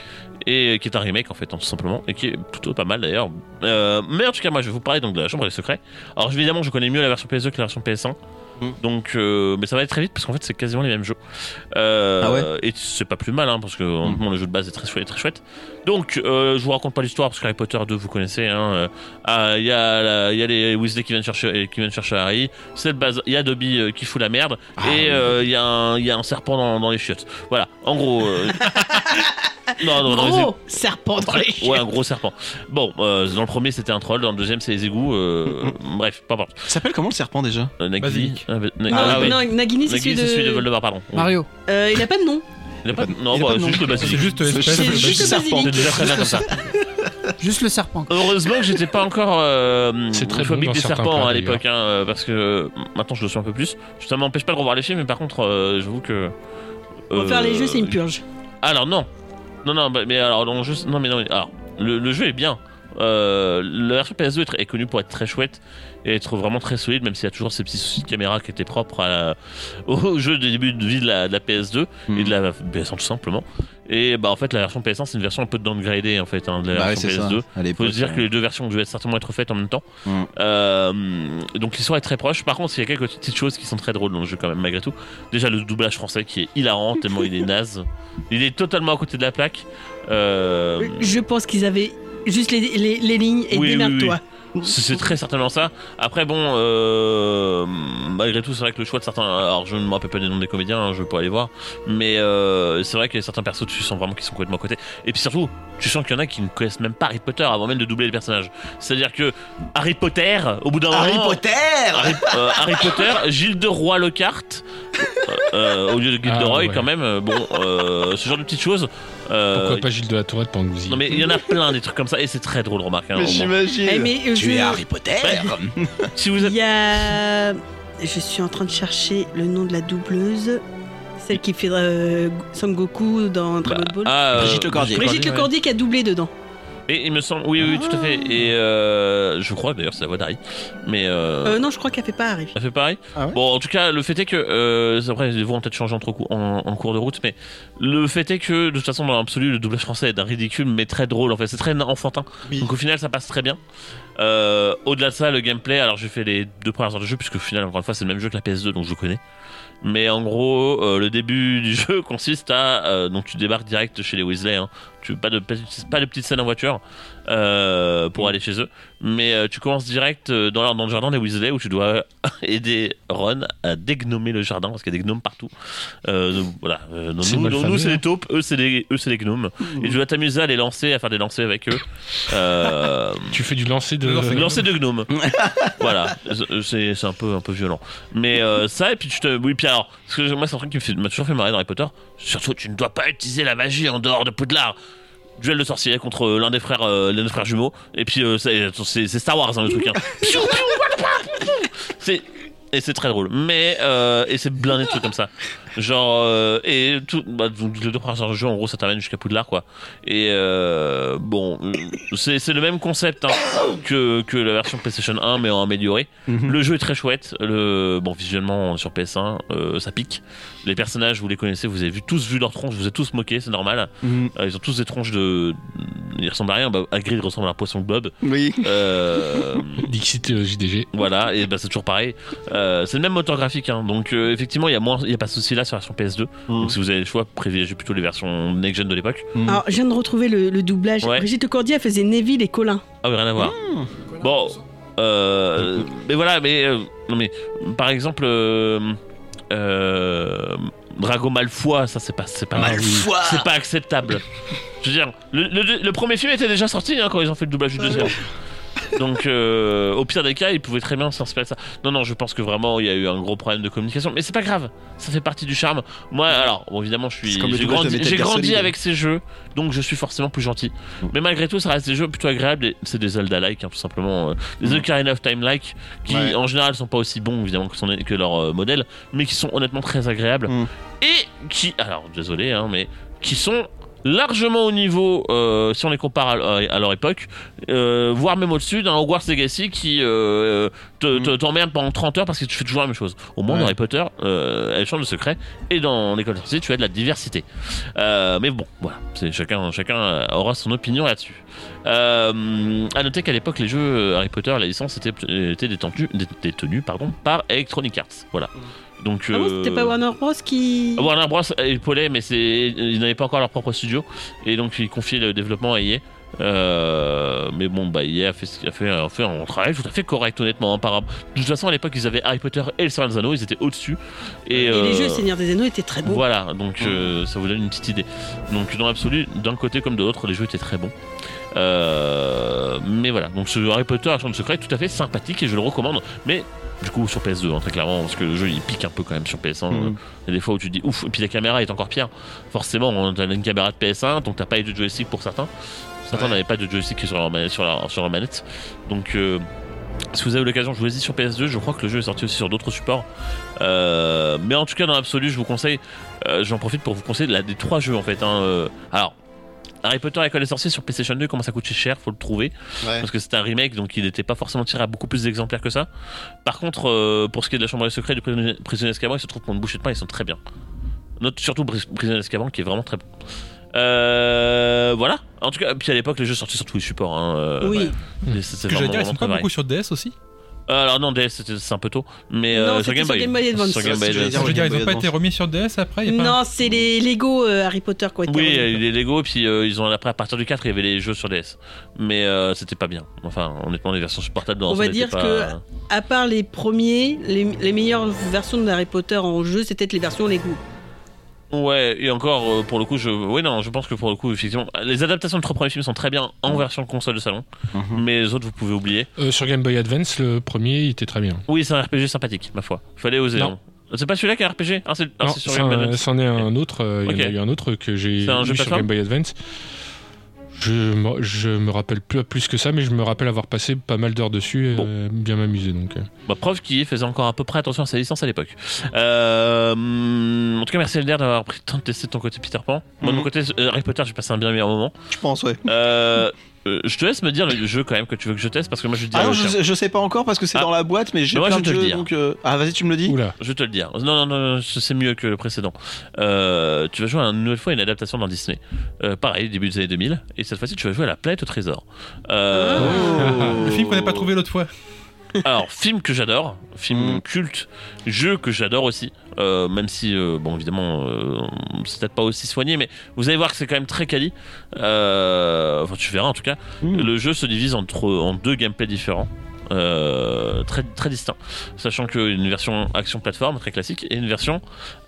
Speaker 10: et qui est un remake en fait, hein, tout simplement, et qui est plutôt pas mal d'ailleurs. Euh, mais en tout cas, moi, je vais vous parler donc de La Chambre des Secrets. Alors évidemment, je connais mieux la version PS2 que la version PS1. Donc, euh, mais ça va être très vite parce qu'en fait c'est quasiment les mêmes jeux. Euh,
Speaker 4: Ah
Speaker 10: Et c'est pas plus mal hein, parce que honnêtement, le jeu de base est très chouette, très chouette. Donc euh, je vous raconte pas l'histoire parce que Harry Potter 2 vous connaissez. hein, euh, ah, Il y, a la- il y a les Weasley qui viennent chercher, qui viennent chercher Harry. C'est le bazar. Il y a Dobby euh, qui fout la merde
Speaker 4: Ah,
Speaker 10: et
Speaker 4: oui.
Speaker 10: euh, il y a un- il y, a un serpent dans, dans les chiottes. Voilà, en gros. euh, non, non, dans les
Speaker 3: Gros serpent Oh, dans les
Speaker 10: égouts. Ouais, un gros serpent. Bon, euh, dans le premier c'était un troll, dans le deuxième c'est les égouts. euh, bref, peu importe.
Speaker 4: Ça s'appelle comment le serpent déjà
Speaker 10: Euh, Nagini-
Speaker 9: Basilic.
Speaker 10: Ah, bah, na-
Speaker 3: Ah,
Speaker 10: ah, oui.
Speaker 3: Non, Nagini, c'est
Speaker 10: Nagini,
Speaker 3: celui
Speaker 10: c'est celui de
Speaker 3: de.
Speaker 10: Voldemort, pardon. Oui.
Speaker 6: Mario.
Speaker 3: Euh, il a pas de nom.
Speaker 10: Il a pas de- Non,
Speaker 4: il a
Speaker 10: bah,
Speaker 4: pas de
Speaker 10: c'est
Speaker 4: nom.
Speaker 10: juste le
Speaker 9: C'est
Speaker 10: basilic.
Speaker 9: juste euh, espèce
Speaker 3: C'est
Speaker 9: de-
Speaker 3: juste le
Speaker 10: C'est
Speaker 3: basilic.
Speaker 10: déjà très bien comme ça.
Speaker 6: Juste le serpent. quoi.
Speaker 10: Heureusement que j'étais pas encore euh,
Speaker 5: C'est très
Speaker 10: phobique
Speaker 5: bon dans
Speaker 10: des
Speaker 5: certains
Speaker 10: serpents
Speaker 5: cas,
Speaker 10: à l'époque, hein, euh, parce que euh, maintenant je le suis un peu plus. Ça m'empêche pas de revoir les films, mais par contre, euh, j'avoue que. euh,
Speaker 3: Refaire les jeux, c'est une purge.
Speaker 10: Alors non, non, non, bah, mais alors dans le jeu, non, mais non, mais- alors le, le jeu est bien. Euh, la version PS2 est, très- est connue pour être très chouette et être vraiment très solide, même s'il y a toujours ces petits soucis de caméra qui étaient propres à la- au jeu du début de vie de la, de la PS2 et de
Speaker 4: Hmm.
Speaker 10: la PS1 tout simplement. Et bah en fait, la version PS1 c'est une version un peu downgradée en fait hein, de la
Speaker 4: Bah ouais,
Speaker 10: version
Speaker 4: c'est ça.
Speaker 10: PS2.
Speaker 4: À
Speaker 10: Il faut
Speaker 4: l'époque,
Speaker 10: se dire
Speaker 4: euh,
Speaker 10: que les deux versions devaient certainement être faites en même temps.
Speaker 4: Mm.
Speaker 10: Euh, donc l'histoire est très proche. Par contre, il y a quelques petites choses qui sont très drôles dans le jeu quand même, malgré tout. Déjà le doublage français qui est hilarant, tellement il est naze. Il est totalement à côté de la plaque. Euh,
Speaker 3: Je pense qu'ils avaient juste les, les- les lignes et
Speaker 10: Oui, oui,
Speaker 3: démerde-toi.
Speaker 10: C'est c'est très certainement ça. Après, bon, euh, malgré tout, c'est vrai que le choix de certains. Alors, je ne me rappelle pas des noms des comédiens, hein, je peux aller voir. Mais euh, c'est vrai que certains persos, tu sens vraiment qu'ils sont complètement à côté. Et puis surtout, tu sens qu'il y en a qui ne connaissent même pas Harry Potter avant même de doubler les personnages. C'est-à-dire que Harry Potter, au bout d'un
Speaker 4: Harry
Speaker 10: moment.
Speaker 4: Potter
Speaker 10: Harry, euh, Harry Potter, Gilles de Roy Lockhart, euh, euh, au lieu de Gilderoy,
Speaker 5: Ah, ouais.
Speaker 10: quand même. euh, Bon, euh, ce genre de petites choses. euh,
Speaker 5: Pourquoi pas Gilles de la Tourette pendant que vous y
Speaker 10: Non, mais il y en a plein des trucs comme ça, et c'est très drôle, remarque. hein,
Speaker 4: Mais
Speaker 10: au moins.
Speaker 4: j'imagine. Bah,
Speaker 3: Eh, mais, euh, je-
Speaker 4: Potter
Speaker 10: Si vous êtes
Speaker 3: Il y a. Je suis en train de chercher le nom de la doubleuse. Celle qui fait euh, Son Goku dans Dragon Ball.
Speaker 10: Ah, euh,
Speaker 4: Brigitte Lecordier. Ah.
Speaker 3: Brigitte
Speaker 5: ouais.
Speaker 3: Lecordier qui a doublé dedans.
Speaker 10: Et il me semble, oui, oui, tout à fait. Et euh, je crois d'ailleurs c'est la voix d'Harry. Mais euh,
Speaker 3: Euh, non, je crois qu'elle fait pas Harry.
Speaker 10: elle fait pareil.
Speaker 6: Ah ouais
Speaker 10: bon, en tout cas, le fait est que euh, après ils vont peut-être changer entre cou- en, en cours de route, mais le fait est que de toute façon dans l'absolu le doublage français est d'un ridicule mais très drôle. En fait, c'est très enfantin.
Speaker 4: Oui.
Speaker 10: Donc au final, ça passe très bien. Euh, Au-delà de ça, le gameplay. Alors j'ai fait les deux premières heures de jeu puisque au final, encore une fois, c'est le même jeu que la PS2, donc je le connais. Mais en gros, euh, le début du jeu consiste à euh, donc tu débarques direct chez les Weasley. Hein. Tu pas de pas de petite scène en voiture euh,
Speaker 5: Mm.
Speaker 10: pour aller chez eux. Mais euh, tu commences direct euh, dans, leur- dans le jardin des Weasley où tu dois aider Ron à dégnomer le jardin parce qu'il y a des gnomes partout. Euh, donc, voilà. Euh, donc,
Speaker 5: C'est
Speaker 10: nous,
Speaker 5: mal
Speaker 10: donc,
Speaker 5: famé,
Speaker 10: nous, c'est
Speaker 5: hein. Mm.
Speaker 10: les taupes, eux c'est les eux c'est les gnomes. Et tu dois t'amuser à les lancer, à faire des lancers avec eux. Euh,
Speaker 5: Tu fais du lancer de.
Speaker 9: Non, c'est
Speaker 10: lancer de gnome. voilà, c'est c'est un peu, un peu violent. Mais euh, ça, et puis tu te. Oui, puis alors, parce que moi, c'est un truc qui me fait- m'a toujours fait marrer dans Harry Potter. Surtout, tu ne dois pas utiliser la magie en dehors de Poudlard. Duel de sorcier contre l'un des frères, euh, l'un des frères jumeaux. Et puis, euh, c'est c'est- c'est Star Wars, hein, le truc. hein. Piou, piou, voilà, piou, piou. C'est. Et c'est très drôle, mais euh, et c'est blindé de trucs comme ça, genre euh, et tout, bah, donc, les deux premières heures de jeu en gros ça t'amène jusqu'à Poudlard quoi. Et euh, bon, c'est c'est le même concept hein, que, que la version PlayStation 1, mais en amélioré. Le jeu est très chouette. Le, bon, visuellement, sur PS1, euh, ça pique. Les personnages, vous les connaissez, vous avez vu, tous vu leurs tronches, vous êtes tous moqués, c'est normal.
Speaker 4: Mhm.
Speaker 10: Euh, ils ont tous des tronches de. Ils ressemblent à rien. Bah, Hagrid ressemble à un poisson Bob.
Speaker 4: Oui.
Speaker 10: Euh,
Speaker 5: Dixit euh, JDG.
Speaker 10: voilà, et bah, c'est toujours pareil. Euh, c'est le même moteur graphique, hein, donc euh, effectivement, il n'y a, moins- il y a pas de souci là sur la version PS2. Donc si vous avez le choix, privilégiez plutôt les versions next-gen de l'époque.
Speaker 3: Alors, je viens de retrouver le, le doublage.
Speaker 10: hmm. Ouais.
Speaker 3: Brigitte Lecordier elle faisait Neville et Colin.
Speaker 10: Ah oui, rien à voir. Bon, euh, mais voilà, mais, euh, non, mais par exemple, euh, euh, Drago Malfoy, ça c'est pas, c'est pas,
Speaker 4: Malfoy
Speaker 10: c'est pas acceptable. Je veux dire, le, le- le premier film était déjà sorti hein, quand ils ont fait le doublage du deuxième. Donc, euh, au pire des cas, ils pouvaient très bien s'inspirer de ça. Non, non, je pense que vraiment, il y a eu un gros problème de communication. Mais c'est pas grave, ça fait partie du charme. Moi, alors, bon, évidemment, je suis,
Speaker 4: C'est comme le
Speaker 10: j'ai
Speaker 4: doublage de
Speaker 10: grandi,
Speaker 4: Metal
Speaker 10: j'ai
Speaker 4: Gear
Speaker 10: grandi
Speaker 4: Solid. Mm.
Speaker 10: avec ces jeux, donc je suis forcément plus gentil. Mais malgré tout, ça reste des jeux plutôt agréables. et C'est des Zelda-like, hein, tout simplement. euh, des Ocarina of Time-like, qui
Speaker 4: Ouais.
Speaker 10: en général sont pas aussi bons, évidemment, que, son- que leur euh, modèle, mais qui sont honnêtement très agréables.
Speaker 4: Mm.
Speaker 10: Et qui, alors, désolé, hein, mais qui sont largement au niveau, euh, si on les compare à, à leur époque, euh, voire même au-dessus d'un Hogwarts Legacy qui euh, te- te- t'emmerde pendant 30 heures parce que tu fais toujours la même chose. Au moins,
Speaker 5: Ouais.
Speaker 10: dans Harry Potter, euh, elle change de secret, et dans l'école sorcier, tu as de la diversité. Euh, mais bon, voilà, c'est chacun, chacun aura son opinion là-dessus. Euh, à noter qu'à l'époque, les jeux euh, Harry Potter, la licence était, était détentue- dé- détenue pardon, par Electronic Arts. Voilà. Donc,
Speaker 3: Ah bon,
Speaker 10: euh, Ah,
Speaker 3: c'était pas Warner Bros qui.
Speaker 10: Warner Bros épaulait, euh, mais c'est ils n'avaient pas encore leur propre studio et donc ils confiaient le développement à EA. Euh, mais bon, bah, EA a fait, ce qu'il a fait, a fait un travail tout à fait correct, honnêtement. hein, par- de toute façon, à l'époque, ils avaient Harry Potter et le Seigneur des Anneaux, ils étaient au-dessus. Et,
Speaker 3: Et, les
Speaker 10: euh,
Speaker 3: jeux Seigneur des Anneaux étaient très beaux.
Speaker 10: voilà, donc euh, ça vous donne une petite idée. Donc dans l'absolu, d'un côté comme de l'autre, les jeux étaient très bons. Euh, mais voilà, donc ce Harry Potter à la chambre de secret est tout à fait sympathique et je le recommande. Mais du coup sur PS2, hein, très clairement, parce que le jeu il pique un peu quand même sur PS1. euh, Il y a des fois où tu te dis ouf, et puis la caméra est encore pire. Forcément, on a une caméra de PS1, donc t'as pas eu de joystick pour certains. Certains n'avaient pas de joystick sur leur manette. Sur leur, sur leur manette. Donc euh, si vous avez l'occasion, je vous ai dit sur PS2, je crois que le jeu est sorti aussi sur d'autres supports. Euh, mais en tout cas, dans l'absolu, je vous conseille, euh, j'en profite pour vous conseiller la, des trois jeux en fait. hein, euh. alors, Harry Potter et l'école des sorciers sur PlayStation 2 commence à coûter cher, faut le trouver.
Speaker 4: Ouais.
Speaker 10: Parce que c'était un remake, donc il n'était pas forcément tiré à beaucoup plus d'exemplaires que ça. Par contre, euh, pour ce qui est de la chambre des secrets du prisonnier prisonnier d'Azkaban, ils se trouvent pour une bouchée de pain, ils sont très bien. Note surtout Pris- prisonnier d'Azkaban qui est vraiment très bon. Euh, voilà. En tout cas, puis à l'époque, les jeux sortaient sur tous les supports. hein, euh,
Speaker 3: oui.
Speaker 10: ouais. Et c'est- c'est
Speaker 9: Ce que j'allais
Speaker 10: vraiment-
Speaker 9: dire, ils
Speaker 10: vraiment
Speaker 9: sont
Speaker 10: très
Speaker 9: pas
Speaker 10: varié.
Speaker 9: beaucoup sur DS aussi.
Speaker 10: Euh, Alors non, DS, c'était- c'est un peu tôt, mais
Speaker 3: Non,
Speaker 10: euh, sur
Speaker 3: c'était
Speaker 10: Game
Speaker 3: sur
Speaker 10: Boy.
Speaker 3: Game Boy Advance.
Speaker 10: Sur Game Boy
Speaker 4: C'est ce que j'allais
Speaker 10: Advance.
Speaker 4: dire,
Speaker 9: Je veux dire, ils ont
Speaker 4: Game
Speaker 9: pas
Speaker 4: Boy
Speaker 9: été
Speaker 4: Advance.
Speaker 9: remis sur DS après il y a pas un-
Speaker 3: Non, c'est les Lego euh, Harry Potter quoi.
Speaker 10: Oui, il y a eu les Lego, et puis euh, ils ont après à partir du 4, il y avait les jeux sur DS. Mais euh, c'était pas bien. Enfin, honnêtement, les versions portables dans
Speaker 3: On va
Speaker 10: l'ensemble
Speaker 3: dire
Speaker 10: étaient
Speaker 3: que-
Speaker 10: pas-
Speaker 3: À part les premiers, les, les meilleures versions d'Harry Potter en jeu, c'était les versions Lego.
Speaker 10: Ouais, et encore euh, pour le coup, je oui non, je pense que pour le coup, effectivement, les adaptations de trois premiers films sont très bien en version console de salon,
Speaker 4: Mhm.
Speaker 10: mais les autres vous pouvez oublier.
Speaker 5: Euh, sur Game Boy Advance, le premier, il était très bien.
Speaker 10: Oui, c'est un RPG sympathique, ma foi. Fallait oser.
Speaker 5: Non.
Speaker 10: hein. C'est pas celui-là qui est un RPG Ah, c'est ah,
Speaker 5: Non,
Speaker 10: c'est sur Game
Speaker 5: c'en-
Speaker 10: Boy Advance.
Speaker 5: c'en est un autre. euh, Il
Speaker 10: Ok.
Speaker 5: y en a eu un autre que j'ai
Speaker 10: C'est un
Speaker 5: eu
Speaker 10: jeu
Speaker 5: sur
Speaker 10: plateforme
Speaker 5: Game Boy Advance. Je me, je me rappelle plus, plus que ça, mais je me rappelle avoir passé pas mal d'heures dessus, et
Speaker 10: Bon.
Speaker 5: bien m'amuser donc. euh.
Speaker 10: Bah, preuve qu'il faisait encore à peu près attention à sa licence à l'époque. Euh, hum, en tout cas, merci Elder d'avoir pris le temps de tester ton côté Peter Pan. Moi, de mon
Speaker 4: Mhm.
Speaker 10: côté, euh, Harry Potter, j'ai passé un bien meilleur moment.
Speaker 4: Je pense, ouais.
Speaker 10: Euh, euh, je te laisse me dire le jeu quand même que tu veux que je teste parce que moi je vais te dire.
Speaker 4: Ah non,
Speaker 10: le tien.
Speaker 4: je, je sais pas encore parce que c'est
Speaker 10: Ah.
Speaker 4: dans la boîte, mais j'ai
Speaker 10: Mais moi,
Speaker 4: plein
Speaker 10: je
Speaker 4: de
Speaker 10: te le
Speaker 4: jeux,
Speaker 10: dis.
Speaker 4: donc... euh, Ah, vas-y, tu me le dis
Speaker 5: Oula,
Speaker 10: Je vais te le dire. Non, non, non, non, c'est mieux que le précédent. Euh, tu vas jouer une nouvelle fois à une adaptation dans Disney. Euh, pareil, début des années 2000. Et cette fois-ci, tu vas jouer à la planète au trésor. Euh,
Speaker 9: Ah.
Speaker 4: Oh.
Speaker 9: Le film qu'on n'a pas trouvé l'autre fois.
Speaker 10: alors, film que j'adore, film
Speaker 4: Mm.
Speaker 10: culte, jeu que j'adore aussi. euh, même si, euh, bon, évidemment, euh, c'est peut-être pas aussi soigné, mais vous allez voir que c'est quand même très quali. Euh, enfin, tu verras en tout cas.
Speaker 4: Mm.
Speaker 10: Le jeu se divise entre, en deux gameplays différents. euh, très, très distincts sachant qu'une version action plateforme très classique et une version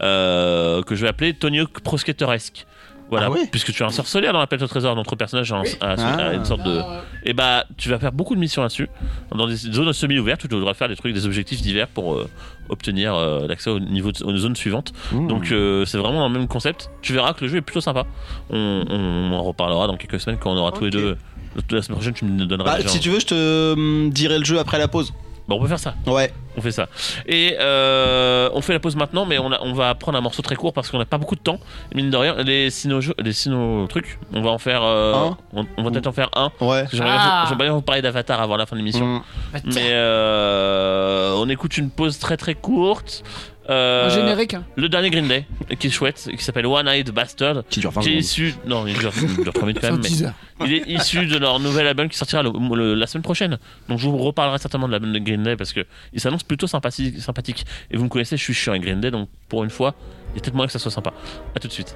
Speaker 10: euh, que je vais appeler Tony Hawk Pro Skater-esque. Voilà,
Speaker 4: Ah ouais
Speaker 10: puisque tu as un sorcelaire dans la planète au trésor, notre personnage a, un- a- a
Speaker 4: Ah.
Speaker 10: une sorte de. Et bah, tu vas faire beaucoup de missions là-dessus, dans des zones semi-ouvertes où tu devras faire des trucs, des objectifs divers pour euh, obtenir euh, l'accès au niveau de- aux zones suivantes. Donc,
Speaker 4: Hmm.
Speaker 10: euh, c'est vraiment dans le même concept. Tu verras que le jeu est plutôt sympa. On, on en reparlera dans quelques semaines quand on aura tous les
Speaker 4: Ok.
Speaker 10: deux. La semaine prochaine, tu me donneras.
Speaker 4: Bah,
Speaker 10: déjà
Speaker 4: si
Speaker 10: un-
Speaker 4: tu veux, je te euh, dirai le jeu après la pause.
Speaker 10: Bon, on peut faire ça.
Speaker 4: Ouais.
Speaker 10: On fait ça. Et euh, on fait la pause maintenant, mais on, a- on va prendre un morceau très court parce qu'on n'a pas beaucoup de temps. Mine de rien, les sino, les sino trucs, on va en faire. euh,
Speaker 4: Un.
Speaker 10: on, on va peut-être en faire un.
Speaker 4: Ouais. Mm.
Speaker 10: Parce que J'aimerais bien,
Speaker 12: Ah.
Speaker 10: vous- j'aimerais bien vous parler d'Avatar avant la fin de l'émission. Mais euh, on écoute une pause très très courte. Euh,
Speaker 6: Un générique. hein.
Speaker 10: le dernier Green Day, qui est chouette, qui s'appelle One Eyed Bastard,
Speaker 4: Qui dure 20
Speaker 10: qui est
Speaker 4: secondes.
Speaker 10: issu. Non, il dure, il dure trois minutes quand
Speaker 6: C'est un
Speaker 10: même, mais-
Speaker 6: teaser.
Speaker 10: il est issu de leur nouvel album qui sortira le- le- la semaine prochaine. Donc je vous reparlerai certainement de l'album de Green Day parce que il s'annonce plutôt sympathique, sympathique. Et vous me connaissez, je suis chiant avec Green Day, donc pour une fois, il y a peut-être moyen que ça soit sympa. A tout de suite.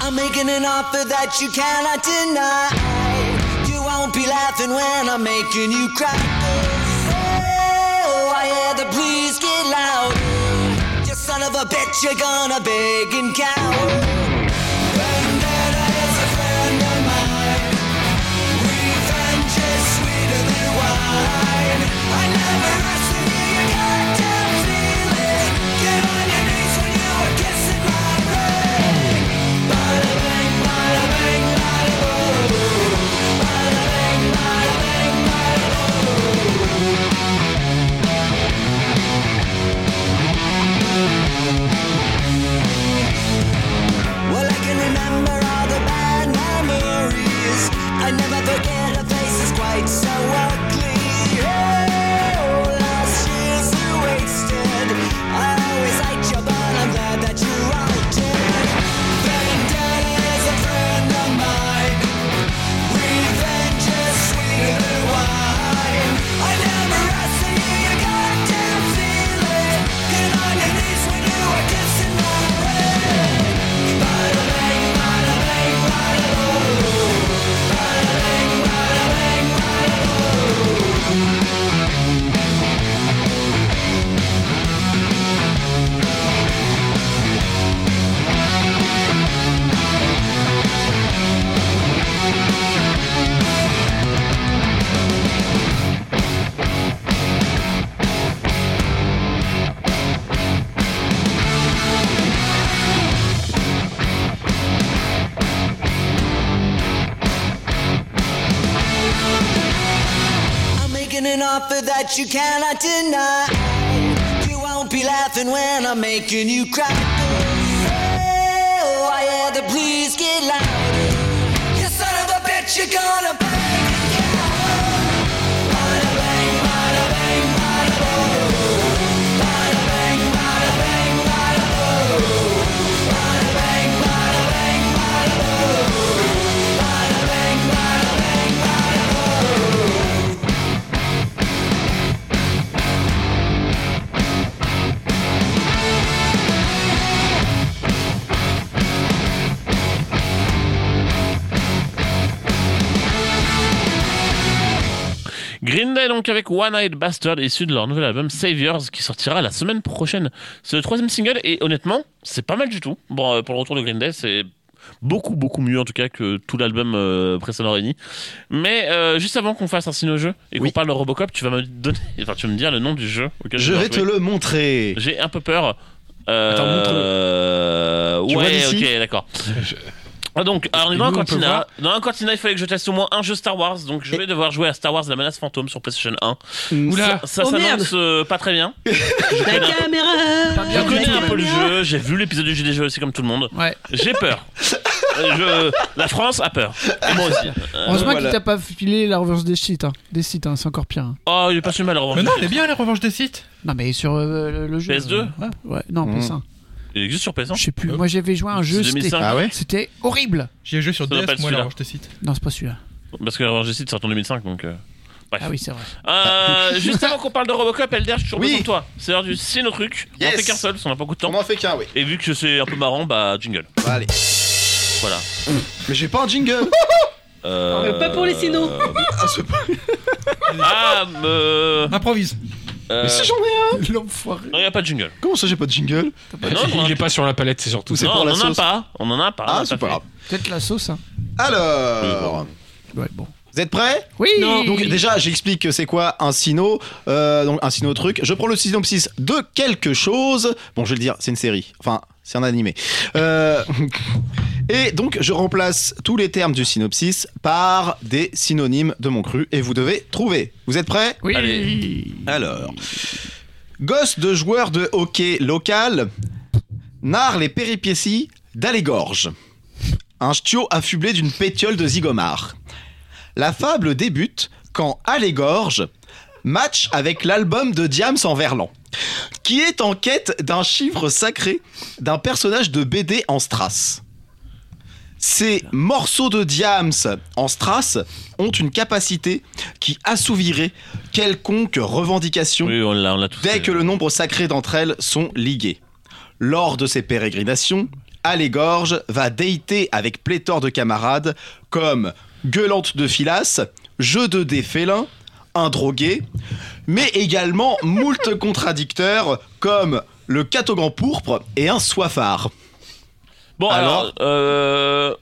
Speaker 13: I'm making an offer that you cannot deny. You won't be laughing when I'm making you cry. Oh, I hear the please get loud. You son of a bitch, you're gonna beg and cower. Vendetta is a friend of mine. Revenge is sweeter than wine. I never asked you your goddamn feeling. Get on your knees when you were kissing my ring. Oh, offer that you cannot deny. You won't be laughing when I'm making you cry. Oh, I hear the please get louder. You son of a bitch, you're gonna bang. Bada bang, bada bang, bada boom. Bada bang, bada bang, bada boom. Bada bang, bada bang, bada boom. Bada bang, bada bang, bada boom.
Speaker 10: Green Day donc avec One Eyed Bastard issu de leur nouvel album Saviors qui sortira la semaine prochaine. C'est le troisième single et honnêtement c'est pas mal du tout. Bon euh, pour le retour de Green Day c'est beaucoup beaucoup mieux en tout cas que tout l'album euh, précédent réuni. Mais euh, juste avant qu'on fasse un signe au jeu et qu'on
Speaker 4: Oui.
Speaker 10: parle de Robocop tu vas me donner enfin tu vas me dire le nom du jeu. auquel
Speaker 4: Je
Speaker 10: dois
Speaker 4: vais te
Speaker 10: jouer.
Speaker 4: le montrer.
Speaker 10: J'ai un peu peur.
Speaker 4: Attends, montre-le.
Speaker 10: Euh...
Speaker 4: Tu vois
Speaker 10: Ouais,
Speaker 4: d'ici
Speaker 10: ok, d'accord. Ah, Donc, alors, on est dans
Speaker 5: Et
Speaker 10: un
Speaker 5: nous, on peut
Speaker 10: cantina.
Speaker 5: voir.
Speaker 10: Dans un cantina, il fallait que je teste au moins un jeu Star Wars. Donc, je vais devoir jouer à Star Wars La menace fantôme sur PlayStation 1.
Speaker 5: Oula
Speaker 10: Ça
Speaker 3: Oh,
Speaker 10: s'annonce euh, pas très bien.
Speaker 3: La caméra
Speaker 6: Pas
Speaker 10: Je
Speaker 6: bien
Speaker 10: connais un peu le
Speaker 3: caméra.
Speaker 10: jeu. J'ai vu l'épisode du jeu des jeux aussi, comme tout le monde.
Speaker 6: Ouais.
Speaker 10: J'ai peur. Euh, je- La France a peur. Et moi aussi. Euh,
Speaker 6: Heureusement
Speaker 4: voilà.
Speaker 6: qu'il t'a pas filé la revanche des sites. Hein. Des sites, hein, c'est encore pire. hein.
Speaker 10: Oh, il est pas si mal, en revanche.
Speaker 9: Mais non, elle est bien la revanche des sites.
Speaker 6: Non, mais sur euh, le, le jeu.
Speaker 10: PS2?
Speaker 6: euh, ouais, ouais, non,
Speaker 4: Mhm.
Speaker 6: PS1.
Speaker 10: Il existe sur PS1.
Speaker 6: Je sais plus. Moi, j'avais joué à un jeu.
Speaker 10: C'est
Speaker 6: C'était
Speaker 10: 2005.
Speaker 4: Ah ouais
Speaker 6: c'était horrible.
Speaker 9: J'y ai joué sur
Speaker 10: Ça doit pas
Speaker 9: DS,
Speaker 10: être
Speaker 9: moi,
Speaker 10: celui-là.
Speaker 9: la revanche des sites.
Speaker 6: Non, c'est pas celui-là.
Speaker 10: Parce que la revanche des sites sort en 2005, donc. euh, Bref.
Speaker 6: Ah oui, c'est vrai.
Speaker 10: Euh, juste avant qu'on parle de Robocop, Elder, je suis toujours
Speaker 4: Oui.
Speaker 10: besoin de toi. C'est l'heure du c'est nos trucs. On en
Speaker 4: Yes.
Speaker 10: fait qu'un seul, parce qu'on n'a pas beaucoup de temps.
Speaker 4: On en fait qu'un, oui.
Speaker 10: Et vu que c'est un peu marrant, bah jingle.
Speaker 4: Bah, allez.
Speaker 10: Voilà.
Speaker 4: Mais j'ai pas un jingle.
Speaker 10: Euh...
Speaker 3: mais pas pour les sinos.
Speaker 4: Ah, ce-
Speaker 10: Ah, euh...
Speaker 9: Improvise.
Speaker 10: euh,
Speaker 4: Mais si j'en ai un.
Speaker 6: L'enfoiré.
Speaker 10: Non, y a pas de jingle.
Speaker 4: Comment ça, j'ai pas de jingle
Speaker 10: Bah non, on en
Speaker 5: Il
Speaker 10: a-
Speaker 5: est pas sur la palette, c'est surtout
Speaker 4: Ou
Speaker 5: ça.
Speaker 4: c'est
Speaker 10: non,
Speaker 4: pour
Speaker 10: on
Speaker 4: la
Speaker 10: en a
Speaker 4: sauce
Speaker 10: pas. On en a pas. on
Speaker 4: Ah,
Speaker 10: a
Speaker 4: c'est
Speaker 10: pas
Speaker 4: pas
Speaker 10: fait.
Speaker 4: grave.
Speaker 6: Peut-être la sauce. Hein.
Speaker 4: Alors,
Speaker 6: Ouais, bon.
Speaker 4: vous êtes prêts
Speaker 6: Oui.
Speaker 4: Donc déjà, j'explique c'est quoi un sino. euh, donc un sino truc. Je prends le synopsis de quelque chose. Bon, je vais le dire, c'est une série. Enfin, c'est un animé. Euh, et donc, je remplace tous les termes du synopsis par des synonymes de mon cru. Et vous devez trouver. Vous êtes prêts
Speaker 6: Oui.
Speaker 10: Allez.
Speaker 4: Alors. Gosse de joueur de hockey local narre les péripéties d'Allégorge. Un ch'tio affublé d'une pétiole de zigomar. La fable débute quand Allégorge match avec l'album de Diams en Verlan, qui est en quête d'un chiffre sacré d'un personnage de BD en strass. Ces morceaux de Diams en strass ont une capacité qui assouvirait quelconque revendication
Speaker 10: Oui, on l'a, on l'a tous.
Speaker 4: dès
Speaker 10: fait.
Speaker 4: que le nombre sacré d'entre elles sont ligués. Lors de ces pérégrinations, Allégorge va déiter avec pléthore de camarades comme Gueulante de Filas, Jeu de dés félin, un drogué, mais également moult contradicteurs comme le catogan pourpre et un soifard.
Speaker 10: Bon, alors,
Speaker 4: Alors
Speaker 10: euh...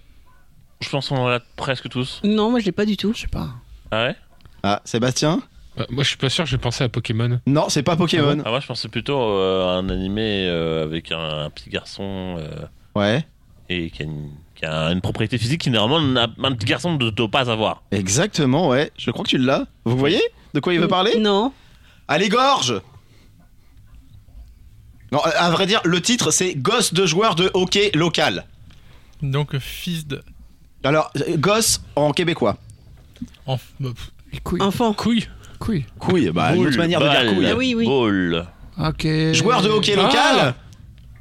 Speaker 10: je pense qu'on en a presque tous.
Speaker 3: Non, moi je l'ai pas du tout.
Speaker 6: Je sais pas.
Speaker 10: Ah ouais
Speaker 4: Ah, Sébastien
Speaker 5: Bah, Moi, je suis pas sûr, j'ai pensé à Pokémon.
Speaker 4: Non, c'est pas Pokémon.
Speaker 10: Ah, moi je pensais plutôt euh, à un animé euh, avec un, un petit garçon euh,
Speaker 4: Ouais,
Speaker 10: et qui a, une, qui a une propriété physique qui normalement n'a- un petit garçon ne doit pas avoir.
Speaker 4: exactement, ouais. Je crois que tu l'as. Vous voyez de quoi il
Speaker 3: Mmh.
Speaker 4: veut parler
Speaker 3: Non.
Speaker 4: Allégorge Non, à- à vrai dire, le titre c'est Gosse de joueur de hockey local.
Speaker 9: Donc, euh, fils de.
Speaker 4: Alors, euh, gosse en québécois.
Speaker 9: enf- bah, pff,
Speaker 6: Les couilles.
Speaker 3: Enfant. Ah
Speaker 5: Couille
Speaker 6: Couilles.
Speaker 4: Couille, bah, une autre
Speaker 10: Boule,
Speaker 4: manière de
Speaker 10: balle,
Speaker 4: dire couille.
Speaker 3: Oui, oui.
Speaker 10: Boule.
Speaker 6: Ok.
Speaker 4: Joueur de hockey
Speaker 5: Ah
Speaker 4: local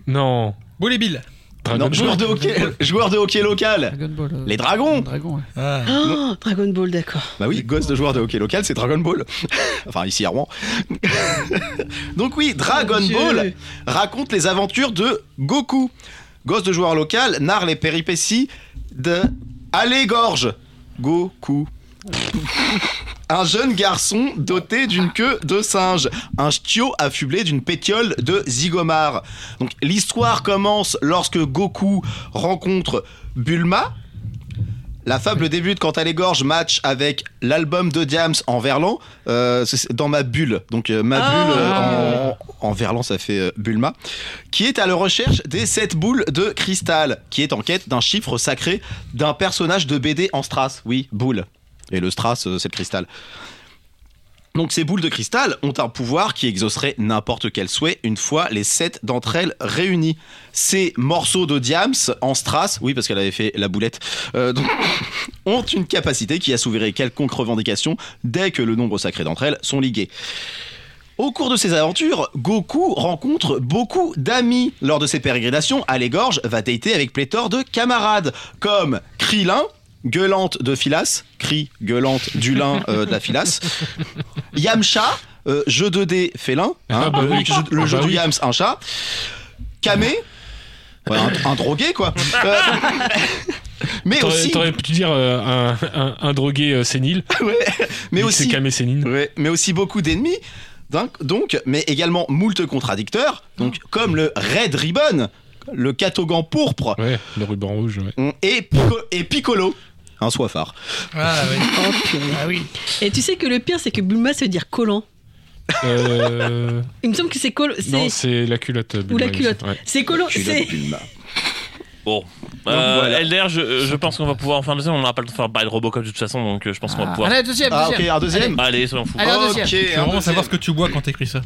Speaker 5: Non.
Speaker 9: Boule et Bill.
Speaker 5: Dragon
Speaker 4: Non, joueur
Speaker 5: Ball
Speaker 4: de hockey, joueur de hockey local
Speaker 6: Dragon Ball. euh,
Speaker 4: Les dragons
Speaker 6: Dragon, ouais.
Speaker 9: Ah.
Speaker 3: Oh, Dragon Ball, d'accord.
Speaker 4: Bah oui, gosse de joueur de hockey local, c'est Dragon Ball. enfin, ici à Rouen. Donc oui, Dragon
Speaker 3: Mon Dieu.
Speaker 4: Ball raconte les aventures de Goku. Gosse de joueur local narre les péripéties de Allégorge. Goku. Un jeune garçon doté d'une queue de singe, un ch'tio affublé d'une pétiole de zigomar. Donc l'histoire commence lorsque Goku rencontre Bulma, la fable débute quand Allégorge match avec l'album de Diams en verlan, euh, c'est- c'est dans ma bulle. Donc euh, ma
Speaker 3: Ah.
Speaker 4: bulle euh, en, en verlan, ça fait euh, Bulma, qui est à la recherche des sept boules de cristal, qui est en quête d'un chiffre sacré d'un personnage de BD en strass. Oui, boule. Et le strass, euh, c'est le cristal. Donc ces boules de cristal ont un pouvoir qui exaucerait n'importe quel souhait une fois les sept d'entre elles réunies. Ces morceaux de diams en strass, oui parce qu'elle avait fait la boulette, euh, donc, ont une capacité qui assouvirait quelconque revendication dès que le nombre sacré d'entre elles sont ligués. Au cours de ses aventures, Goku rencontre beaucoup d'amis. Lors de ses pérégrinations à les gorges, va dater avec pléthore de camarades, comme Krilin, gueulante de Philas, cri gueulante du lin euh, de la Philas, Yamcha, euh, jeu 2D félin, hein,
Speaker 5: Ah bah
Speaker 4: le,
Speaker 5: oui.
Speaker 4: jeu, le
Speaker 5: Ah
Speaker 4: jeu
Speaker 5: bah
Speaker 4: du
Speaker 5: oui.
Speaker 4: Yams, un chat, Kame, ouais, un, un drogué quoi, Euh, mais
Speaker 5: T'aurais
Speaker 4: aussi,
Speaker 5: t'aurais pu dire euh, un, un- un drogué euh, sénile,
Speaker 4: ouais, mais
Speaker 5: vu que c'est
Speaker 4: aussi
Speaker 5: camé sénile.
Speaker 4: Ouais, mais aussi beaucoup d'ennemis. d'un- Donc, mais également moult contradicteurs, donc comme le Red Ribbon, le Catogan pourpre
Speaker 10: Euh.
Speaker 5: Ouais, le ruban rouge. ouais.
Speaker 4: et, Pico- et Piccolo, un soifard.
Speaker 9: Ah, oui.
Speaker 3: Et tu sais que le pire, c'est que Bulma, ça veut dire collant.
Speaker 5: Euh,
Speaker 3: Il me semble que c'est collant.
Speaker 5: non, c'est la culotte.
Speaker 3: Ou la
Speaker 5: Bulma,
Speaker 3: culotte.
Speaker 5: ouais.
Speaker 3: C'est
Speaker 6: Oh,
Speaker 3: collant. C'est.
Speaker 10: Bon. Euh,
Speaker 4: voilà.
Speaker 10: LDR, je, euh, je pense qu'on va pouvoir en faire un deuxième. On n'aura pas le temps de faire Battle Robocop de toute façon, donc euh, je pense qu'on va pouvoir.
Speaker 6: Allez, deuxième,
Speaker 4: Ah ok,
Speaker 6: deuxième.
Speaker 4: un deuxième
Speaker 10: Allez, soyons fous.
Speaker 6: Allez, un
Speaker 4: Ok,
Speaker 6: deuxième.
Speaker 9: Je veux
Speaker 4: un
Speaker 9: vraiment savoir
Speaker 4: deuxième.
Speaker 9: ce que tu bois quand t'écris ça.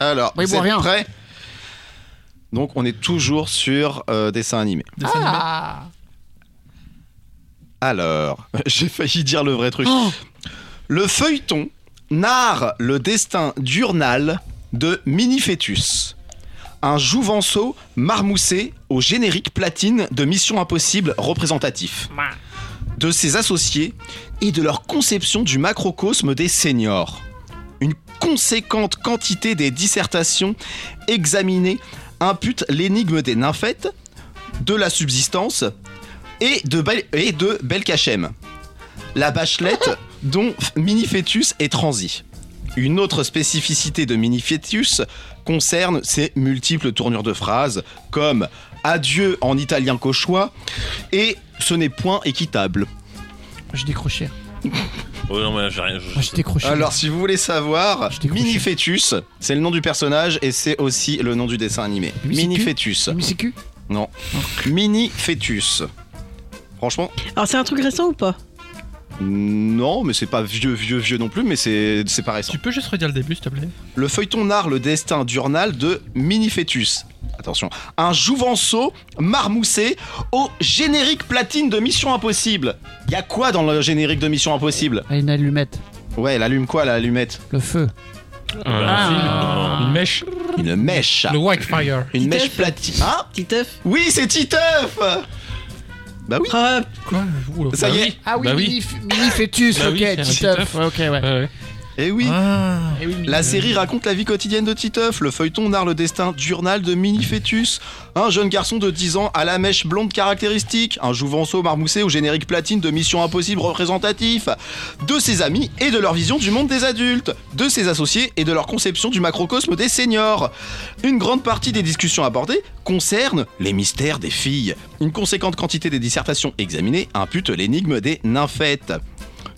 Speaker 4: Alors,
Speaker 6: Oui,
Speaker 4: vous
Speaker 6: bon,
Speaker 4: êtes
Speaker 6: rien.
Speaker 4: prêts Donc, on est toujours sur euh, dessin animé.
Speaker 9: Dessin animé.
Speaker 6: Ah.
Speaker 4: Alors, j'ai failli dire le vrai truc. Le feuilleton narre le destin d'Urnal de Minifetus, un jouvenceau marmoussé au générique platine de Mission Impossible représentatif, de ses associés et de leur conception du macrocosme des seniors. Une conséquente quantité des dissertations examinées impute l'énigme des nymphètes, de la subsistance et de, Bel et de Belkacem. La bachelette dont Minifetus est transi. Une autre spécificité de Minifetus concerne ses multiples tournures de phrases, comme adieu en italien cauchois et ce n'est point équitable.
Speaker 6: Je décrochais.
Speaker 10: Oh, non, mais j'ai rien. je-
Speaker 6: Moi, je décrochais.
Speaker 4: Alors, si vous voulez savoir,
Speaker 6: Je t'ai compris.
Speaker 4: Minifetus, c'est le nom du personnage et c'est aussi le nom du dessin animé.
Speaker 6: Mais c'est
Speaker 4: Minifetus.
Speaker 6: Mais c'est que-
Speaker 4: Non. Minifetus. Franchement,
Speaker 3: Alors, c'est un truc récent ou pas
Speaker 4: Non, mais c'est pas vieux, vieux, vieux non plus, mais c'est c'est pas récent.
Speaker 9: Tu peux juste redire le début, s'il te plaît
Speaker 4: Le feuilleton narre le destin d'Urnal de Minifetus. Attention, un jouvenceau marmoussé au générique platine de Mission Impossible. Y a quoi dans le générique de Mission Impossible
Speaker 6: Ah, une allumette.
Speaker 4: Ouais, elle allume quoi, l'allumette
Speaker 6: Le feu.
Speaker 5: Un
Speaker 10: Ah.
Speaker 5: fil, Une mèche.
Speaker 4: Une mèche.
Speaker 9: Le Whitefire.
Speaker 4: Une mèche
Speaker 3: Titeuf.
Speaker 4: platine. Hein
Speaker 3: Petit œuf.
Speaker 4: Oui, c'est Titeuf Bah oui,
Speaker 3: Ah,
Speaker 9: Quoi Oula.
Speaker 4: ça y est.
Speaker 6: Ah oui,
Speaker 5: Bah oui.
Speaker 6: mini, mini fœtus,
Speaker 5: Bah
Speaker 6: ok,
Speaker 5: oui, c'est un
Speaker 6: petit
Speaker 5: petit
Speaker 6: œuf.
Speaker 5: œuf.
Speaker 6: Ouais, ok, ouais.
Speaker 5: Ouais, ouais.
Speaker 4: Eh oui.
Speaker 9: Ah.
Speaker 6: Eh oui, mini-
Speaker 4: La série raconte la vie quotidienne de Titeuf. Le feuilleton narre le destin d'Urnal de Minifetus, un jeune garçon de 10 ans à la mèche blonde caractéristique, un jouvenceau marmoussé au générique platine de Mission Impossible représentatif, de ses amis et de leur vision du monde des adultes, de ses associés et de leur conception du macrocosme des seniors. Une grande partie des discussions abordées concerne les mystères des filles. Une conséquente quantité des dissertations examinées impute l'énigme des nymphètes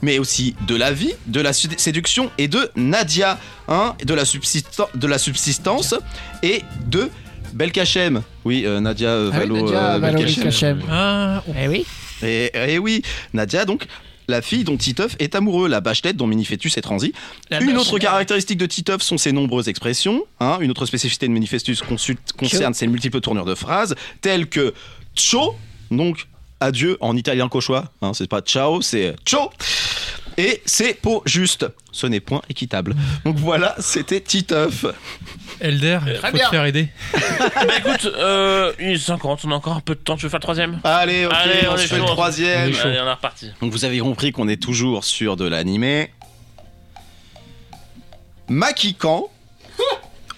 Speaker 4: mais aussi de la vie, de la sud- séduction et de Nadia, hein, de, la subsista- de la subsistance et de Belkacem. Oui, euh, Nadia euh,
Speaker 6: Ah oui,
Speaker 4: Valo,
Speaker 6: Nadia
Speaker 4: euh,
Speaker 6: Valo
Speaker 4: Belkacem.
Speaker 6: Belkacem.
Speaker 9: Ah.
Speaker 6: Eh oui.
Speaker 4: Et, et oui, Nadia donc. La fille dont Titeuf est amoureux, la bachelette dont Minifetus est transi. Une autre caractéristique de Titeuf sont ses nombreuses expressions. hein. Une autre spécificité de Minifestus consulte- concerne ses multiples tournures de phrases, telles que ciao, donc adieu en italien cauchois. hein, c'est pas ciao, c'est ciao. Et c'est peau juste. Ce n'est point équitable. Donc voilà, c'était Titeuf.
Speaker 9: Elder, faut
Speaker 6: bien.
Speaker 9: te faire aider.
Speaker 10: Bah écoute, euh, 1h50, on a encore un peu de temps. Tu veux faire le troisième
Speaker 4: Allez, ok,
Speaker 10: Allez, on
Speaker 4: on
Speaker 10: est
Speaker 4: se fait le
Speaker 10: chaud.
Speaker 4: troisième.
Speaker 5: On est chaud.
Speaker 10: Allez, on est reparti.
Speaker 4: Donc vous avez compris qu'on est toujours sur de l'animé. Makikan,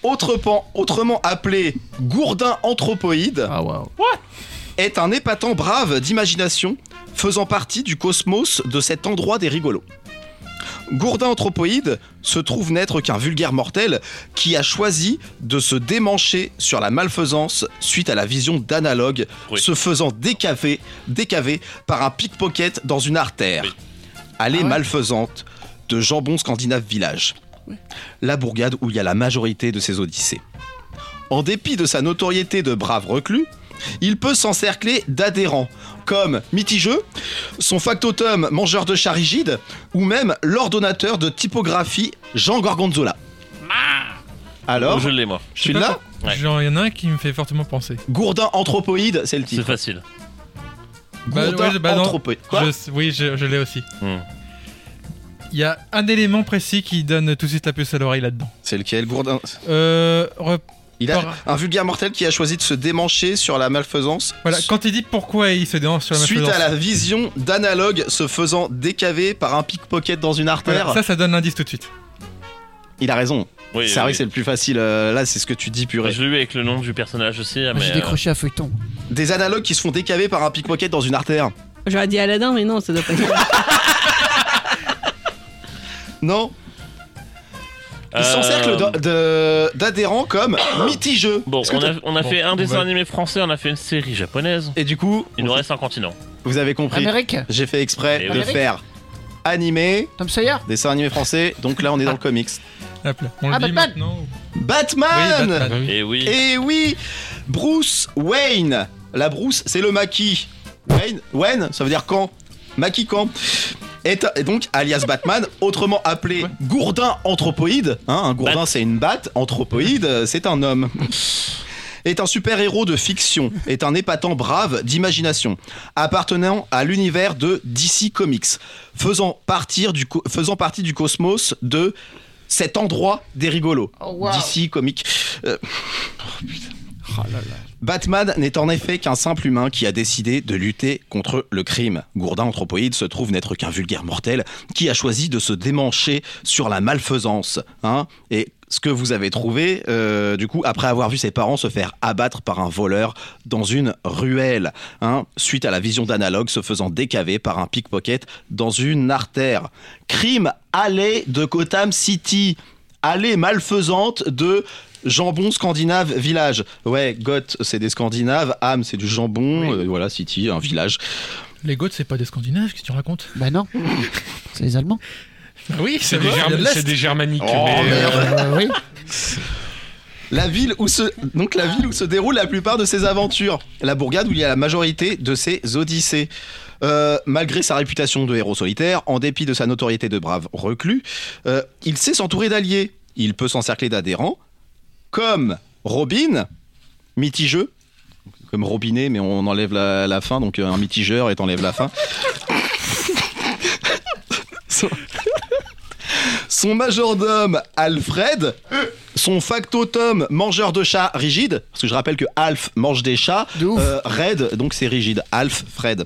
Speaker 4: autre pan- autrement appelé gourdin anthropoïde,
Speaker 6: Ah, waouh.
Speaker 4: est un épatant brave d'imagination, faisant partie du cosmos de cet endroit des rigolos. Gourdin anthropoïde se trouve n'être qu'un vulgaire mortel qui a choisi de se démancher sur la malfaisance suite à la vision d'analogue,
Speaker 10: Oui.
Speaker 4: se faisant décaver, décaver par un pickpocket dans une artère.
Speaker 10: Oui.
Speaker 4: Allée
Speaker 6: Ah ouais.
Speaker 4: malfaisante de Jambon Scandinave Village, la bourgade où il y a la majorité de ses odyssées. En dépit de sa notoriété de brave reclus, Il peut s'encercler d'adhérents comme mitigeux, son factotum mangeur de chat rigide ou même l'ordonnateur de typographie Jean Gorgonzola.
Speaker 6: Ah.
Speaker 4: Alors,
Speaker 10: Je l'ai, moi.
Speaker 4: je suis là
Speaker 10: Ouais.
Speaker 9: Genre, il y en a un qui me fait fortement penser.
Speaker 4: Gourdin anthropoïde, c'est le
Speaker 10: C'est
Speaker 4: titre.
Speaker 10: facile.
Speaker 9: Bah,
Speaker 4: Gourdin
Speaker 9: ouais, bah non.
Speaker 4: anthropoïde. Quoi
Speaker 9: Je- oui, je, je l'ai aussi.
Speaker 10: Hmm.
Speaker 9: Il y a un élément précis qui donne tout de suite la puce à l'oreille là-dedans.
Speaker 4: C'est lequel Gourdin
Speaker 9: Euh, re-
Speaker 4: Il a
Speaker 9: Par-
Speaker 4: un vulgaire mortel qui a choisi de se démancher sur la malfaisance.
Speaker 9: voilà, quand il dit pourquoi il se dérange sur la
Speaker 4: Suite
Speaker 9: malfaisance,
Speaker 4: à la vision d'analogue se faisant décaver par un pickpocket dans une
Speaker 9: voilà,
Speaker 4: artère,
Speaker 9: ça, ça donne l'indice tout de suite.
Speaker 4: il a raison.
Speaker 10: Oui,
Speaker 4: c'est vrai
Speaker 10: oui.
Speaker 4: que c'est le plus facile. euh, là, c'est ce que tu dis, purée.
Speaker 10: Je l'ai eu avec le nom du personnage aussi.
Speaker 6: Moi,
Speaker 10: mais,
Speaker 6: Ah, J'ai
Speaker 10: euh,
Speaker 6: décroché à feuilleton.
Speaker 4: Des analogues qui se font décaver par un pickpocket dans une artère.
Speaker 3: J'aurais dit Aladdin, mais non, ça doit pas être. ça.
Speaker 4: Non Ils
Speaker 10: euh,
Speaker 4: s'encerclent d'a- de- d'adhérents comme mitigeux.
Speaker 10: Bon,
Speaker 4: Est-ce que
Speaker 10: on a,
Speaker 4: t'as-
Speaker 10: on a
Speaker 9: Bon,
Speaker 10: fait un
Speaker 9: on
Speaker 10: dessin
Speaker 9: va-
Speaker 10: animé français, on a fait une série japonaise.
Speaker 4: Et du coup,
Speaker 10: Il nous reste un continent.
Speaker 4: vous avez compris,
Speaker 6: Amérique
Speaker 4: j'ai fait exprès
Speaker 10: Eh
Speaker 4: de
Speaker 10: oui.
Speaker 4: faire animé,
Speaker 6: Tom Sawyer
Speaker 4: dessin animé français, donc là on est dans le
Speaker 9: Ah.
Speaker 4: comics.
Speaker 9: Hop là, on
Speaker 6: Ah,
Speaker 9: le dit
Speaker 6: Batman
Speaker 9: maintenant. ou-
Speaker 4: Batman,
Speaker 9: Oui, Batman.
Speaker 5: Bah oui.
Speaker 10: Et oui.
Speaker 4: Et Eh oui Bruce Wayne La Bruce, c'est le maquis. Wayne, Wayne, ça veut dire quand Maquis quand est est donc alias Batman, autrement appelé Gourdin anthropoïde. hein, un gourdin, c'est une batte. Anthropoïde, euh, c'est un homme. Est un super-héros de fiction, est un épatant brave d'imagination, appartenant à l'univers de DC Comics, faisant, partir du co- faisant partie du cosmos de cet endroit des rigolos.
Speaker 6: Oh, wow.
Speaker 4: DC Comics. Euh, Batman n'est en effet qu'un simple humain qui a décidé de lutter contre le crime. Gourdin Anthropoïde se trouve n'être qu'un vulgaire mortel qui a choisi de se démancher sur la malfaisance. hein. Et ce que vous avez trouvé, euh, du coup, après avoir vu ses parents se faire abattre par un voleur dans une ruelle, hein, suite à la vision d'analogue se faisant décaver par un pickpocket dans une artère. Crime allée de Gotham City. Allée malfaisante de Jambon Scandinave Village. Ouais, Goth, c'est des Scandinaves. Ham, c'est du jambon. euh, voilà, City, un village.
Speaker 9: Les Goths, c'est pas des Scandinaves, qu'est-ce que tu racontes
Speaker 6: Bah non, c'est les Allemands.
Speaker 9: Oui,
Speaker 5: C'est des, Germ- c'est des germaniques.
Speaker 4: Oh,
Speaker 5: mais, euh,
Speaker 4: merde.
Speaker 6: Euh, oui.
Speaker 4: La ville où se, donc la ville où se déroulent la plupart de ses aventures. La bourgade où il y a la majorité de ses odyssées. Euh, malgré sa réputation de héros solitaire, en dépit de sa notoriété de brave reclus, euh, il sait s'entourer d'alliés. Il peut s'encercler d'adhérents, comme Robin, mitigeux, comme Robinet, mais on enlève la, la fin, donc euh, un mitigeur et t'enlèves la fin. son, son majordome Alfred, son factotum mangeur de chats rigide, parce que je rappelle que Alf mange des chats,
Speaker 6: De ouf.
Speaker 4: euh, Red, donc c'est rigide, Alf, Fred.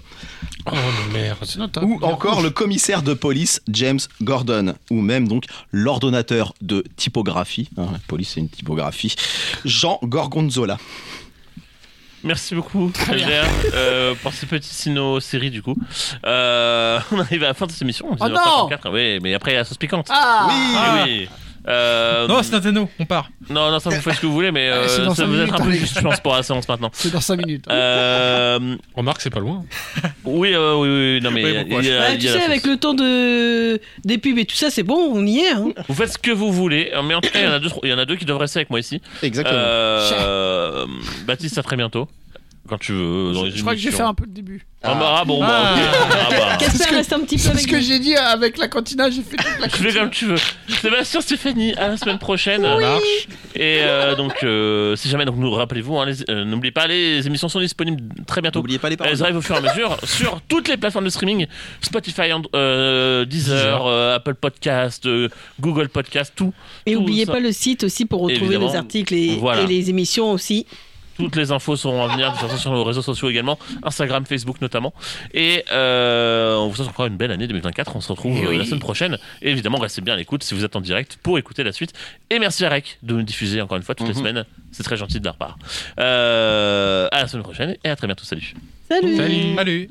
Speaker 5: Oh merde.
Speaker 6: Sinon, t'as-
Speaker 4: Ou encore le commissaire de police James Gordon, ou même donc l'ordonnateur de typographie, hein, la police c'est une typographie, Jean Gorgonzola.
Speaker 10: Merci beaucoup, Elder, euh, pour ces petites sino-séries du coup. Euh, on arrive à la fin de cette émission.
Speaker 6: Oh
Speaker 10: 19h54, Oui, mais après, il y a la sauce piquante.
Speaker 6: Ah
Speaker 4: Oui.
Speaker 10: Eh oui. Euh,
Speaker 9: Non, c'est Nintendo, on part.
Speaker 10: non, non, ça vous faites ce que vous voulez, mais euh,
Speaker 6: c'est dans
Speaker 10: ça
Speaker 6: cinq
Speaker 10: vous être un peu
Speaker 6: minutes,
Speaker 10: juste, je pense, pour la séance maintenant.
Speaker 6: C'est dans 5 minutes. hein.
Speaker 10: Euh,
Speaker 5: Remarque, c'est pas loin.
Speaker 10: oui, euh, oui, oui, oui, non, mais.
Speaker 9: Oui,
Speaker 10: il y a-
Speaker 9: pourquoi
Speaker 10: il y a-
Speaker 3: Ouais,
Speaker 10: il
Speaker 3: tu
Speaker 10: y a la
Speaker 3: sais,
Speaker 10: sauce.
Speaker 3: avec le temps de... des pubs et tout ça, c'est bon, on y est. Hein.
Speaker 6: Ah,
Speaker 10: Vous faites ce que vous voulez, euh, mais en tout cas, il y en a deux, il y en a deux qui doivent rester avec moi ici.
Speaker 4: Exactement.
Speaker 10: Euh, Baptiste, à très bientôt. Quand tu veux. dans les
Speaker 6: Je crois que j'ai fait
Speaker 10: émissions.
Speaker 6: un peu le début.
Speaker 10: Ah, bah, ah, bon, bah,
Speaker 6: Ah.
Speaker 10: ok. Ah, bah.
Speaker 3: Casper
Speaker 6: C'est ce que-
Speaker 3: reste un petit peu
Speaker 6: C'est ce
Speaker 3: avec
Speaker 6: que
Speaker 3: nous.
Speaker 6: j'ai dit avec la cantina, j'ai fait toute la
Speaker 10: Tu fais
Speaker 6: cantina.
Speaker 10: comme tu veux. Sébastien, Stéphanie, à la semaine prochaine. Et euh, donc, euh, si jamais, donc nous rappelez-vous, hein, les- euh, n'oubliez pas, les émissions sont disponibles très bientôt.
Speaker 4: N'oubliez pas les paroles.
Speaker 10: Elles arrivent au fur et à mesure sur toutes les plateformes de streaming Spotify, and- euh, Deezer, euh, Apple Podcast, euh, Google Podcast, tout.
Speaker 3: Et
Speaker 10: Tout
Speaker 3: n'oubliez
Speaker 10: ça.
Speaker 3: pas le site aussi pour retrouver
Speaker 10: Évidemment.
Speaker 3: nos articles et,
Speaker 10: Voilà.
Speaker 3: et les émissions aussi.
Speaker 10: Toutes les infos seront à venir, de toute façon, sur nos réseaux sociaux également, Instagram, Facebook notamment. Et euh, on vous souhaite encore une belle année 2024. On se retrouve euh, la semaine prochaine. Et évidemment, restez bien à l'écoute si vous êtes en direct pour écouter la suite. Et merci à Rec de nous diffuser encore une fois toutes les
Speaker 4: Mhm.
Speaker 10: semaines. C'est très gentil de leur part. Euh, à la semaine prochaine et à très bientôt. Salut.
Speaker 3: Salut.
Speaker 5: Salut.
Speaker 9: Salut